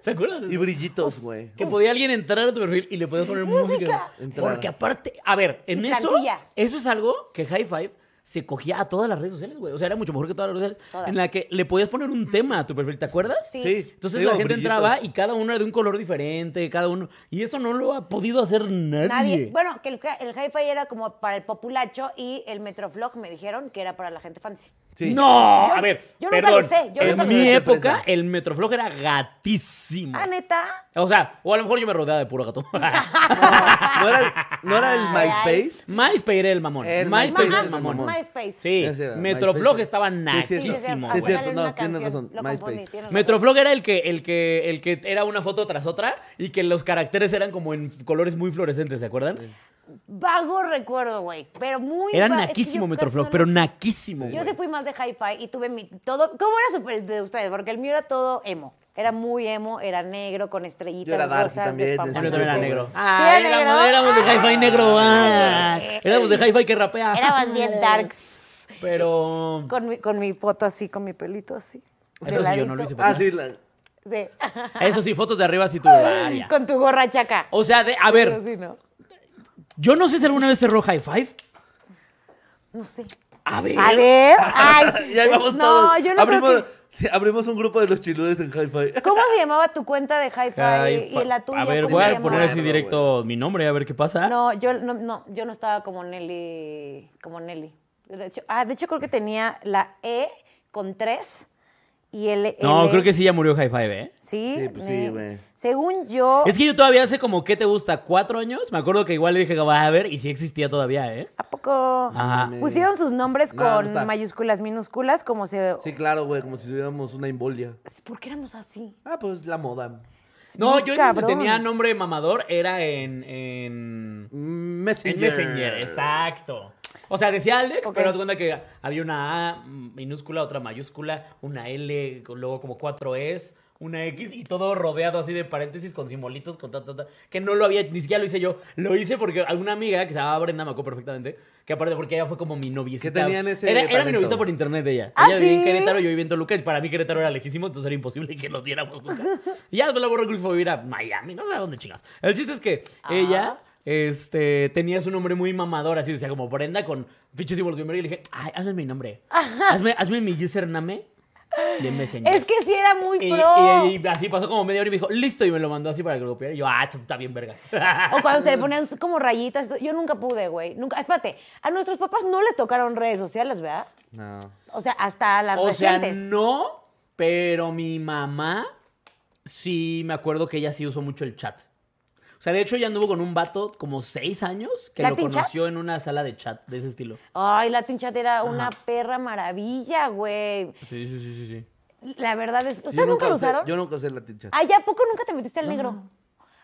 [SPEAKER 2] ¿Se acuerdan?
[SPEAKER 3] Y pues, brillitos, güey.
[SPEAKER 2] Que podía alguien entrar a tu perfil y le podías poner música.
[SPEAKER 3] Música.
[SPEAKER 2] Porque aparte, a ver, en
[SPEAKER 1] Y
[SPEAKER 2] eso,
[SPEAKER 1] plantilla.
[SPEAKER 2] eso es algo que High Five se cogía a todas las redes sociales, güey. O sea, era mucho mejor que todas las redes sociales.
[SPEAKER 1] Todas.
[SPEAKER 2] En la que le podías poner un tema a tu perfil, ¿te acuerdas?
[SPEAKER 1] Sí.
[SPEAKER 2] Entonces
[SPEAKER 3] digo,
[SPEAKER 2] la gente
[SPEAKER 3] brillitos.
[SPEAKER 2] entraba y cada uno era de un color diferente, cada uno. Y eso no lo ha podido hacer nadie.
[SPEAKER 1] Nadie. Bueno, que el, el hi-fi era como para el populacho y el metroflog me dijeron que era para la gente fancy.
[SPEAKER 3] Sí.
[SPEAKER 2] No, a ver,
[SPEAKER 1] yo nunca lo
[SPEAKER 2] perdón.
[SPEAKER 1] usé, yo
[SPEAKER 2] en
[SPEAKER 1] nunca lo
[SPEAKER 2] mi
[SPEAKER 3] usé.
[SPEAKER 2] época el Metroflog era gatísimo.
[SPEAKER 1] Ah, neta.
[SPEAKER 2] O sea, o a lo mejor yo me rodeaba de puro gato.
[SPEAKER 3] ¿No era, no era el
[SPEAKER 1] Ay,
[SPEAKER 3] MySpace?
[SPEAKER 2] MySpace era el mamón.
[SPEAKER 3] El
[SPEAKER 2] MySpace era
[SPEAKER 1] Ah,
[SPEAKER 2] el
[SPEAKER 3] es
[SPEAKER 2] mamón.
[SPEAKER 3] mamón.
[SPEAKER 1] MySpace.
[SPEAKER 2] Sí,
[SPEAKER 3] Ese era,
[SPEAKER 2] Metroflog
[SPEAKER 3] MySpace.
[SPEAKER 2] estaba
[SPEAKER 3] Sí, sí, es
[SPEAKER 1] Sí, sí,
[SPEAKER 2] naquísimo.
[SPEAKER 1] sí,
[SPEAKER 3] Es
[SPEAKER 2] güey.
[SPEAKER 1] acuérdale
[SPEAKER 3] cierto,
[SPEAKER 1] una
[SPEAKER 3] no, tienes
[SPEAKER 1] canción,
[SPEAKER 3] razón.
[SPEAKER 1] lo compone,
[SPEAKER 3] MySpace.
[SPEAKER 1] tienes razón.
[SPEAKER 2] Metroflog era el que, el que, el que era una foto tras otra y que los caracteres eran como en colores muy fluorescentes, ¿se acuerdan?
[SPEAKER 1] Vago recuerdo, güey. Pero muy.
[SPEAKER 2] Era
[SPEAKER 1] va- es que
[SPEAKER 2] naquísimo
[SPEAKER 1] yo
[SPEAKER 2] Metroflog,
[SPEAKER 1] personal-
[SPEAKER 2] pero naquísimo,
[SPEAKER 1] Yo
[SPEAKER 2] güey.
[SPEAKER 1] sí fui más de hi-fi y tuve mi todo. ¿Cómo era su- el de ustedes? Porque el mío era todo emo. Era muy emo, era negro con estrellitas.
[SPEAKER 3] Yo era dark
[SPEAKER 1] rosas,
[SPEAKER 3] también,
[SPEAKER 1] de
[SPEAKER 3] de ese
[SPEAKER 2] El
[SPEAKER 1] papá.
[SPEAKER 2] mío también era
[SPEAKER 3] Sí,
[SPEAKER 2] negro.
[SPEAKER 3] güey.
[SPEAKER 2] Ah,
[SPEAKER 1] ¿Sí era
[SPEAKER 2] éramos,
[SPEAKER 1] negro? Ah,
[SPEAKER 2] éramos de hi-fi negro. ah.
[SPEAKER 1] sí.
[SPEAKER 2] éramos de hi-fi que rapea.
[SPEAKER 1] Éramos bien darks.
[SPEAKER 2] Pero.
[SPEAKER 1] Con mi, con mi foto así, con mi pelito así. de
[SPEAKER 2] Eso sí, yo no lo
[SPEAKER 1] ladito.
[SPEAKER 2] hice.
[SPEAKER 3] Ah,
[SPEAKER 2] porque-
[SPEAKER 3] sí. la-
[SPEAKER 1] Sí.
[SPEAKER 2] Eso sí, fotos de arriba sí tuve varias.
[SPEAKER 1] con tu gorra chaca.
[SPEAKER 2] O sea, de- a
[SPEAKER 1] Pero
[SPEAKER 2] ver,
[SPEAKER 1] sí, no.
[SPEAKER 2] yo no sé si alguna vez cerró High Five.
[SPEAKER 1] No sé.
[SPEAKER 2] A ver.
[SPEAKER 1] A ver. Ay.
[SPEAKER 3] Ya íbamos
[SPEAKER 1] no,
[SPEAKER 3] todos.
[SPEAKER 1] yo no creo
[SPEAKER 3] abrimos,
[SPEAKER 1] que-
[SPEAKER 3] sí, abrimos un grupo de los chiludes en Hi-Fi.
[SPEAKER 1] ¿Cómo se llamaba tu cuenta de
[SPEAKER 2] High
[SPEAKER 1] hi-fi
[SPEAKER 2] Five.
[SPEAKER 1] y la tuya?
[SPEAKER 2] a ver,
[SPEAKER 1] ¿Cómo
[SPEAKER 2] voy
[SPEAKER 1] se
[SPEAKER 2] a
[SPEAKER 1] llamaba?
[SPEAKER 2] poner así
[SPEAKER 3] Acuerdo,
[SPEAKER 2] directo mi nombre, a ver qué pasa.
[SPEAKER 1] No, yo no, no, yo no estaba como Nelly, como Nelly. De hecho, ah, de hecho creo que tenía la E con tres y el
[SPEAKER 2] No, creo que sí ya murió High Five, ¿eh?
[SPEAKER 1] Sí,
[SPEAKER 3] Sí, pues sí,
[SPEAKER 1] ni-
[SPEAKER 3] güey.
[SPEAKER 1] Según yo,
[SPEAKER 2] Es que yo todavía hace como, ¿qué te gusta? ¿Cuatro años? Me acuerdo que igual le dije, va a ver, y sí existía todavía, ¿eh?
[SPEAKER 1] ¿a poco
[SPEAKER 2] Ajá.
[SPEAKER 1] pusieron sus nombres
[SPEAKER 3] No, no
[SPEAKER 1] con
[SPEAKER 3] está.
[SPEAKER 1] mayúsculas, minúsculas, como se...
[SPEAKER 3] Sí, claro, güey, como si tuviéramos una embolia.
[SPEAKER 1] ¿Por qué éramos así?
[SPEAKER 3] Ah, pues la moda.
[SPEAKER 1] Es
[SPEAKER 2] No,
[SPEAKER 1] muy
[SPEAKER 2] yo en
[SPEAKER 1] cabrón.
[SPEAKER 2] donde tenía nombre mamador era en. en...
[SPEAKER 3] Messenger.
[SPEAKER 2] en Messenger, exacto. O sea, decía Alex,
[SPEAKER 1] Ok.
[SPEAKER 2] pero haz cuenta que había una A minúscula, otra mayúscula, una L, con- luego como cuatro Es, una X y todo rodeado así de paréntesis con simbolitos, con ta, ta, ta, que no lo había, ni siquiera lo hice yo. Lo hice porque alguna amiga que se llamaba Brenda, me acuerdo perfectamente, que aparte porque ella fue como mi noviecita.
[SPEAKER 3] Que tenían ese
[SPEAKER 2] Era, era mi
[SPEAKER 3] talento.
[SPEAKER 2] noviecita por internet de ella.
[SPEAKER 1] ¿Ah,
[SPEAKER 2] ella vivía en
[SPEAKER 1] sí?
[SPEAKER 2] Querétaro, yo vivía en Toluca, y para mí Querétaro era lejísimo, entonces era imposible que nos diéramos nunca. Y ya después la borró Cruz fue a vivir a Miami, no sé a dónde chingas. El chiste es que
[SPEAKER 1] Ah.
[SPEAKER 2] ella este, tenía su nombre muy mamador, así decía como Brenda con pinches símbolos de número, y le dije, ay, hazme mi nombre, hazme, hazme mi username de Messenger.
[SPEAKER 1] Es que sí era muy
[SPEAKER 2] Y,
[SPEAKER 1] pro.
[SPEAKER 2] y- y así pasó como media hora y me dijo, listo, y me lo mandó así para que lo copiara. Y yo, ah, está bien, vergas.
[SPEAKER 1] O cuando se le ponían como rayitas. Yo nunca pude, güey. Nunca. Espérate, a nuestros papás no les tocaron redes sociales, ¿verdad?
[SPEAKER 3] No.
[SPEAKER 1] O sea, hasta las
[SPEAKER 2] O sea,
[SPEAKER 1] recientes.
[SPEAKER 2] no, pero mi mamá sí me acuerdo que ella sí usó mucho el chat. O sea, de hecho ella anduvo con un vato como seis años que lo
[SPEAKER 1] ¿Latin chat?
[SPEAKER 2] conoció en una sala de chat de ese estilo.
[SPEAKER 1] Ay, Latin Chat era una
[SPEAKER 2] Ajá.
[SPEAKER 1] perra maravilla, güey.
[SPEAKER 2] Sí, sí, sí, sí, sí.
[SPEAKER 1] La verdad es. ¿Ustedes
[SPEAKER 3] Yo
[SPEAKER 1] nunca lo
[SPEAKER 3] usé-
[SPEAKER 1] usaron?
[SPEAKER 3] Yo nunca usé la tincha.
[SPEAKER 1] Ay, ¿a poco nunca te metiste al negro?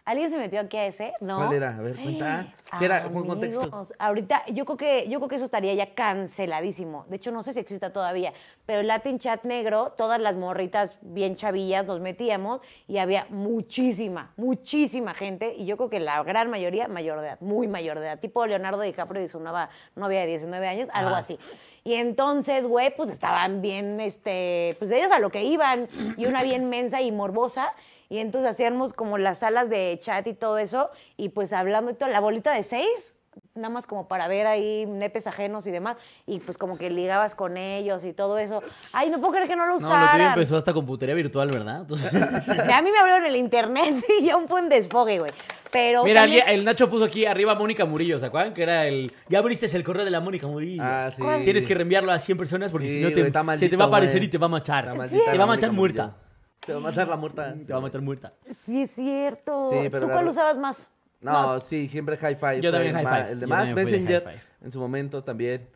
[SPEAKER 1] ¿Alguien se metió aquí a ese? No.
[SPEAKER 3] ¿Cuál era? A ver, cuenta. ¿Qué era? Pon contexto.
[SPEAKER 1] Amigos, Ahorita, yo creo que, yo creo que eso estaría ya canceladísimo. De hecho, no sé si exista todavía. Pero el Latin Chat Negro, todas las morritas bien chavillas nos metíamos y había muchísima, muchísima gente. Y yo creo que la gran mayoría, mayor de edad, muy mayor de edad. Tipo Leonardo DiCaprio y su nueva novia de 19 años, algo
[SPEAKER 2] Ajá.
[SPEAKER 1] así. Y entonces, güey, pues estaban bien, este, pues ellos a lo que iban, y una bien mensa y morbosa. Y entonces hacíamos como las salas de chat y todo eso, y pues hablando y toda la bolita de seis, nada más como para ver ahí nepes ajenos y demás, y pues como que ligabas con ellos y todo eso. Ay, no puedo creer que no lo
[SPEAKER 2] No, lo tuyo
[SPEAKER 1] usaran.
[SPEAKER 2] empezó hasta computería virtual, ¿verdad? Entonces-
[SPEAKER 1] a mí me abrieron el internet y ya un buen desfogue, güey. Pero
[SPEAKER 2] Mira,
[SPEAKER 1] también-
[SPEAKER 2] alguien- el Nacho puso aquí arriba Mónica Murillo, ¿se acuerdan? Que era el... Ya abriste el correo de la Mónica Murillo.
[SPEAKER 3] Ah, sí.
[SPEAKER 1] ¿Cuál?
[SPEAKER 2] Tienes que reenviarlo a 100 personas porque
[SPEAKER 3] Sí,
[SPEAKER 2] si no
[SPEAKER 3] güey,
[SPEAKER 2] te,
[SPEAKER 3] está
[SPEAKER 2] se te
[SPEAKER 3] maldito,
[SPEAKER 2] va a aparecer
[SPEAKER 3] güey.
[SPEAKER 2] y te va a machar.
[SPEAKER 3] La
[SPEAKER 2] Te
[SPEAKER 3] maldita
[SPEAKER 2] va a
[SPEAKER 3] Mónica
[SPEAKER 2] matar muerta.
[SPEAKER 3] Murillo. Te va a matar la muerta.
[SPEAKER 2] Te va a matar muerta.
[SPEAKER 1] Sí, es cierto.
[SPEAKER 3] Sí, pero
[SPEAKER 1] ¿Tú
[SPEAKER 3] la
[SPEAKER 1] cuál
[SPEAKER 3] re-
[SPEAKER 1] usabas más?
[SPEAKER 3] No, sí, siempre High Five.
[SPEAKER 2] Yo
[SPEAKER 3] fue
[SPEAKER 2] también
[SPEAKER 3] el
[SPEAKER 2] High
[SPEAKER 3] ma-
[SPEAKER 2] Five.
[SPEAKER 3] El de
[SPEAKER 2] Yo
[SPEAKER 3] más
[SPEAKER 2] también fui de High
[SPEAKER 3] Messenger
[SPEAKER 2] Five.
[SPEAKER 3] en su momento también.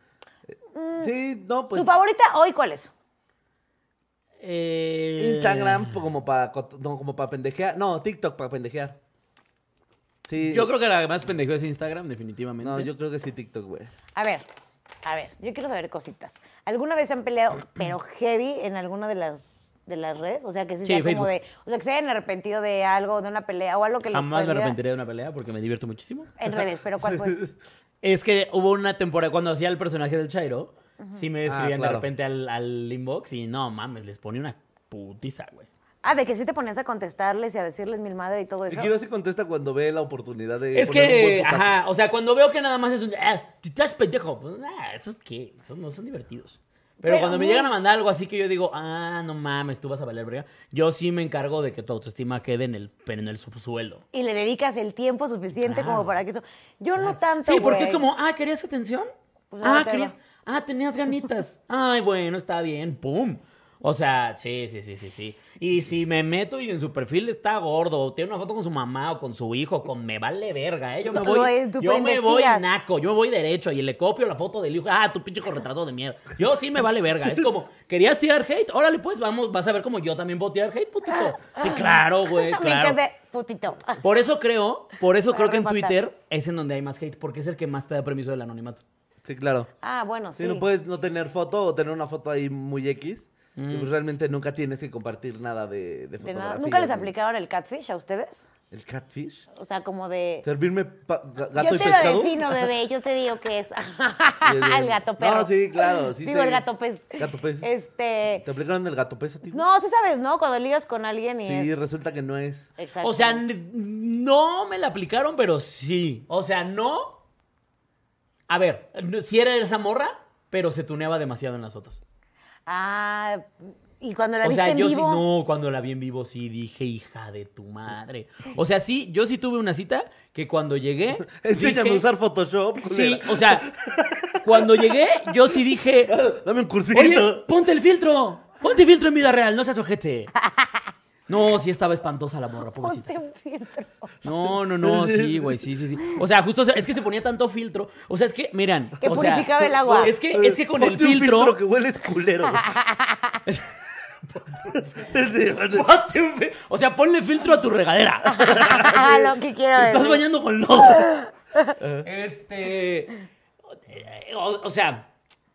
[SPEAKER 3] Eh, Sí, no, pues.
[SPEAKER 1] ¿Tu favorita hoy cuál es?
[SPEAKER 2] Eh,
[SPEAKER 3] Instagram como para no, como para pendejear. No, TikTok para pendejear. Sí.
[SPEAKER 2] Yo creo que la más pendejo es Instagram, definitivamente.
[SPEAKER 3] No, yo creo que sí TikTok, güey.
[SPEAKER 1] A ver, a ver, yo quiero saber cositas. ¿Alguna vez se han peleado, pero heavy, en alguna de las de las redes? O sea, que sí,
[SPEAKER 2] Sí,
[SPEAKER 1] sea como
[SPEAKER 2] Facebook.
[SPEAKER 1] de. O sea, que se hayan arrepentido de algo, de una pelea o algo que les
[SPEAKER 2] Jamás me
[SPEAKER 1] pudiera-
[SPEAKER 2] arrepentiré de una pelea porque me divierto muchísimo.
[SPEAKER 1] En redes, pero ¿cuál fue?
[SPEAKER 2] Es que hubo una temporada cuando hacía el personaje del Chairo, sí me escribían de
[SPEAKER 3] Ah, claro.
[SPEAKER 2] repente al, al inbox y no mames, les ponía una putiza, güey.
[SPEAKER 1] Ah, de que sí te ponías a contestarles y a decirles mil madre y todo
[SPEAKER 3] El
[SPEAKER 1] eso.
[SPEAKER 3] Kiro se contesta cuando ve la oportunidad de.
[SPEAKER 2] Es
[SPEAKER 3] poner un buen
[SPEAKER 2] que,
[SPEAKER 3] putazo.
[SPEAKER 2] ajá, o sea, cuando veo que nada más es un, ah, tú estás pendejo, pues, ah, esos qué, esos no son divertidos. Pero,
[SPEAKER 1] Pero,
[SPEAKER 2] cuando me
[SPEAKER 1] güey.
[SPEAKER 2] llegan a mandar algo así que yo digo, ah, no mames, tú vas a valer verga, yo sí me encargo de que tu autoestima quede en el, en el subsuelo.
[SPEAKER 1] Y le dedicas el tiempo suficiente
[SPEAKER 2] Claro.
[SPEAKER 1] como para que eso. Yo no tanto.
[SPEAKER 2] Sí, porque
[SPEAKER 1] güey.
[SPEAKER 2] es como, ah, ¿querías atención?
[SPEAKER 1] Pues ahora
[SPEAKER 2] ah,
[SPEAKER 1] te
[SPEAKER 2] querías,
[SPEAKER 1] va.
[SPEAKER 2] ah, tenías ganitas. Ay, bueno, está bien, pum. O sea, sí, sí, sí, sí, sí. Y si me meto y en su perfil está gordo, o tiene una foto con su mamá o con su hijo, con me vale verga, ¿eh? Yo me
[SPEAKER 1] Lo-
[SPEAKER 2] voy,
[SPEAKER 1] lo- tú
[SPEAKER 2] yo me voy
[SPEAKER 1] preinvestigas.
[SPEAKER 2] naco, yo me voy derecho y le copio la foto del hijo. Ah, tu pinche hijo retrasado de mierda. Yo sí me vale verga. Es como, ¿querías tirar hate? Órale, pues, vamos, vas a ver cómo yo también voy a tirar hate, putito. Sí, claro, güey,
[SPEAKER 1] Me
[SPEAKER 2] claro.
[SPEAKER 1] encanta, putito. Ah,
[SPEAKER 2] Por eso creo, por eso
[SPEAKER 1] Para
[SPEAKER 2] creo que en
[SPEAKER 1] rematar.
[SPEAKER 2] Twitter es en donde hay más hate, porque es el que más te da permiso del anonimato.
[SPEAKER 3] Sí, claro.
[SPEAKER 1] Ah, bueno,
[SPEAKER 3] Si
[SPEAKER 1] sí.
[SPEAKER 3] no puedes no tener foto o tener una foto ahí muy X, y pues realmente nunca tienes que compartir nada de, de
[SPEAKER 1] De nada.
[SPEAKER 3] fotografías,
[SPEAKER 1] ¿Nunca les
[SPEAKER 3] ni-
[SPEAKER 1] aplicaron el catfish a ustedes?
[SPEAKER 3] ¿El catfish?
[SPEAKER 1] O sea, como de.
[SPEAKER 3] ¿Servirme pa- ga- gato
[SPEAKER 1] yo
[SPEAKER 3] y
[SPEAKER 1] te
[SPEAKER 3] pescado?
[SPEAKER 1] lo defino, bebé. Yo te digo que es
[SPEAKER 3] Y es de-
[SPEAKER 1] el gato perro.
[SPEAKER 3] No, sí, claro. Sí
[SPEAKER 1] digo
[SPEAKER 3] sé.
[SPEAKER 1] el gato pez.
[SPEAKER 3] Gato pez.
[SPEAKER 1] Este.
[SPEAKER 3] ¿Te aplicaron el gato pez a ti? güey?
[SPEAKER 1] No, sí sabes, ¿no? Cuando ligas con alguien y
[SPEAKER 3] Sí,
[SPEAKER 1] es.
[SPEAKER 3] resulta que no es.
[SPEAKER 1] Exacto.
[SPEAKER 2] O sea, n- no me la aplicaron, pero sí. O sea, no. A ver, si era esa morra, pero se tuneaba demasiado en las fotos.
[SPEAKER 1] Ah, y cuando la
[SPEAKER 2] O
[SPEAKER 1] viste
[SPEAKER 2] sea,
[SPEAKER 1] en
[SPEAKER 2] yo sí,
[SPEAKER 1] vivo.
[SPEAKER 2] no, cuando la vi en vivo sí dije, hija de tu madre. O sea, sí, yo sí tuve una cita que cuando llegué.
[SPEAKER 3] Enséñame
[SPEAKER 2] dije-
[SPEAKER 3] a usar Photoshop.
[SPEAKER 2] Sí,
[SPEAKER 3] culera.
[SPEAKER 2] o sea, cuando llegué, yo sí dije,
[SPEAKER 3] Dame un
[SPEAKER 2] Oye,
[SPEAKER 3] cursito.
[SPEAKER 2] ponte el filtro. Ponte filtro en vida real, no seas ojete. No, sí estaba espantosa la morra, pobrecita.
[SPEAKER 1] Ponte un filtro.
[SPEAKER 2] No, no, no, sí, güey, sí, sí, sí. O sea, justo se- es que se ponía tanto filtro. O sea, es que, miran.
[SPEAKER 1] Que
[SPEAKER 2] o sea,
[SPEAKER 1] purificaba el agua.
[SPEAKER 2] Es que, es que con el
[SPEAKER 3] Ponte un
[SPEAKER 2] filtro.
[SPEAKER 3] filtro que hueles culero. güey.
[SPEAKER 2] Ponte un fil- O sea, ponle filtro a tu regadera.
[SPEAKER 1] Ah, lo que quiero
[SPEAKER 2] Te estás
[SPEAKER 1] decir.
[SPEAKER 2] bañando con lodo. Este. eh, o, o sea,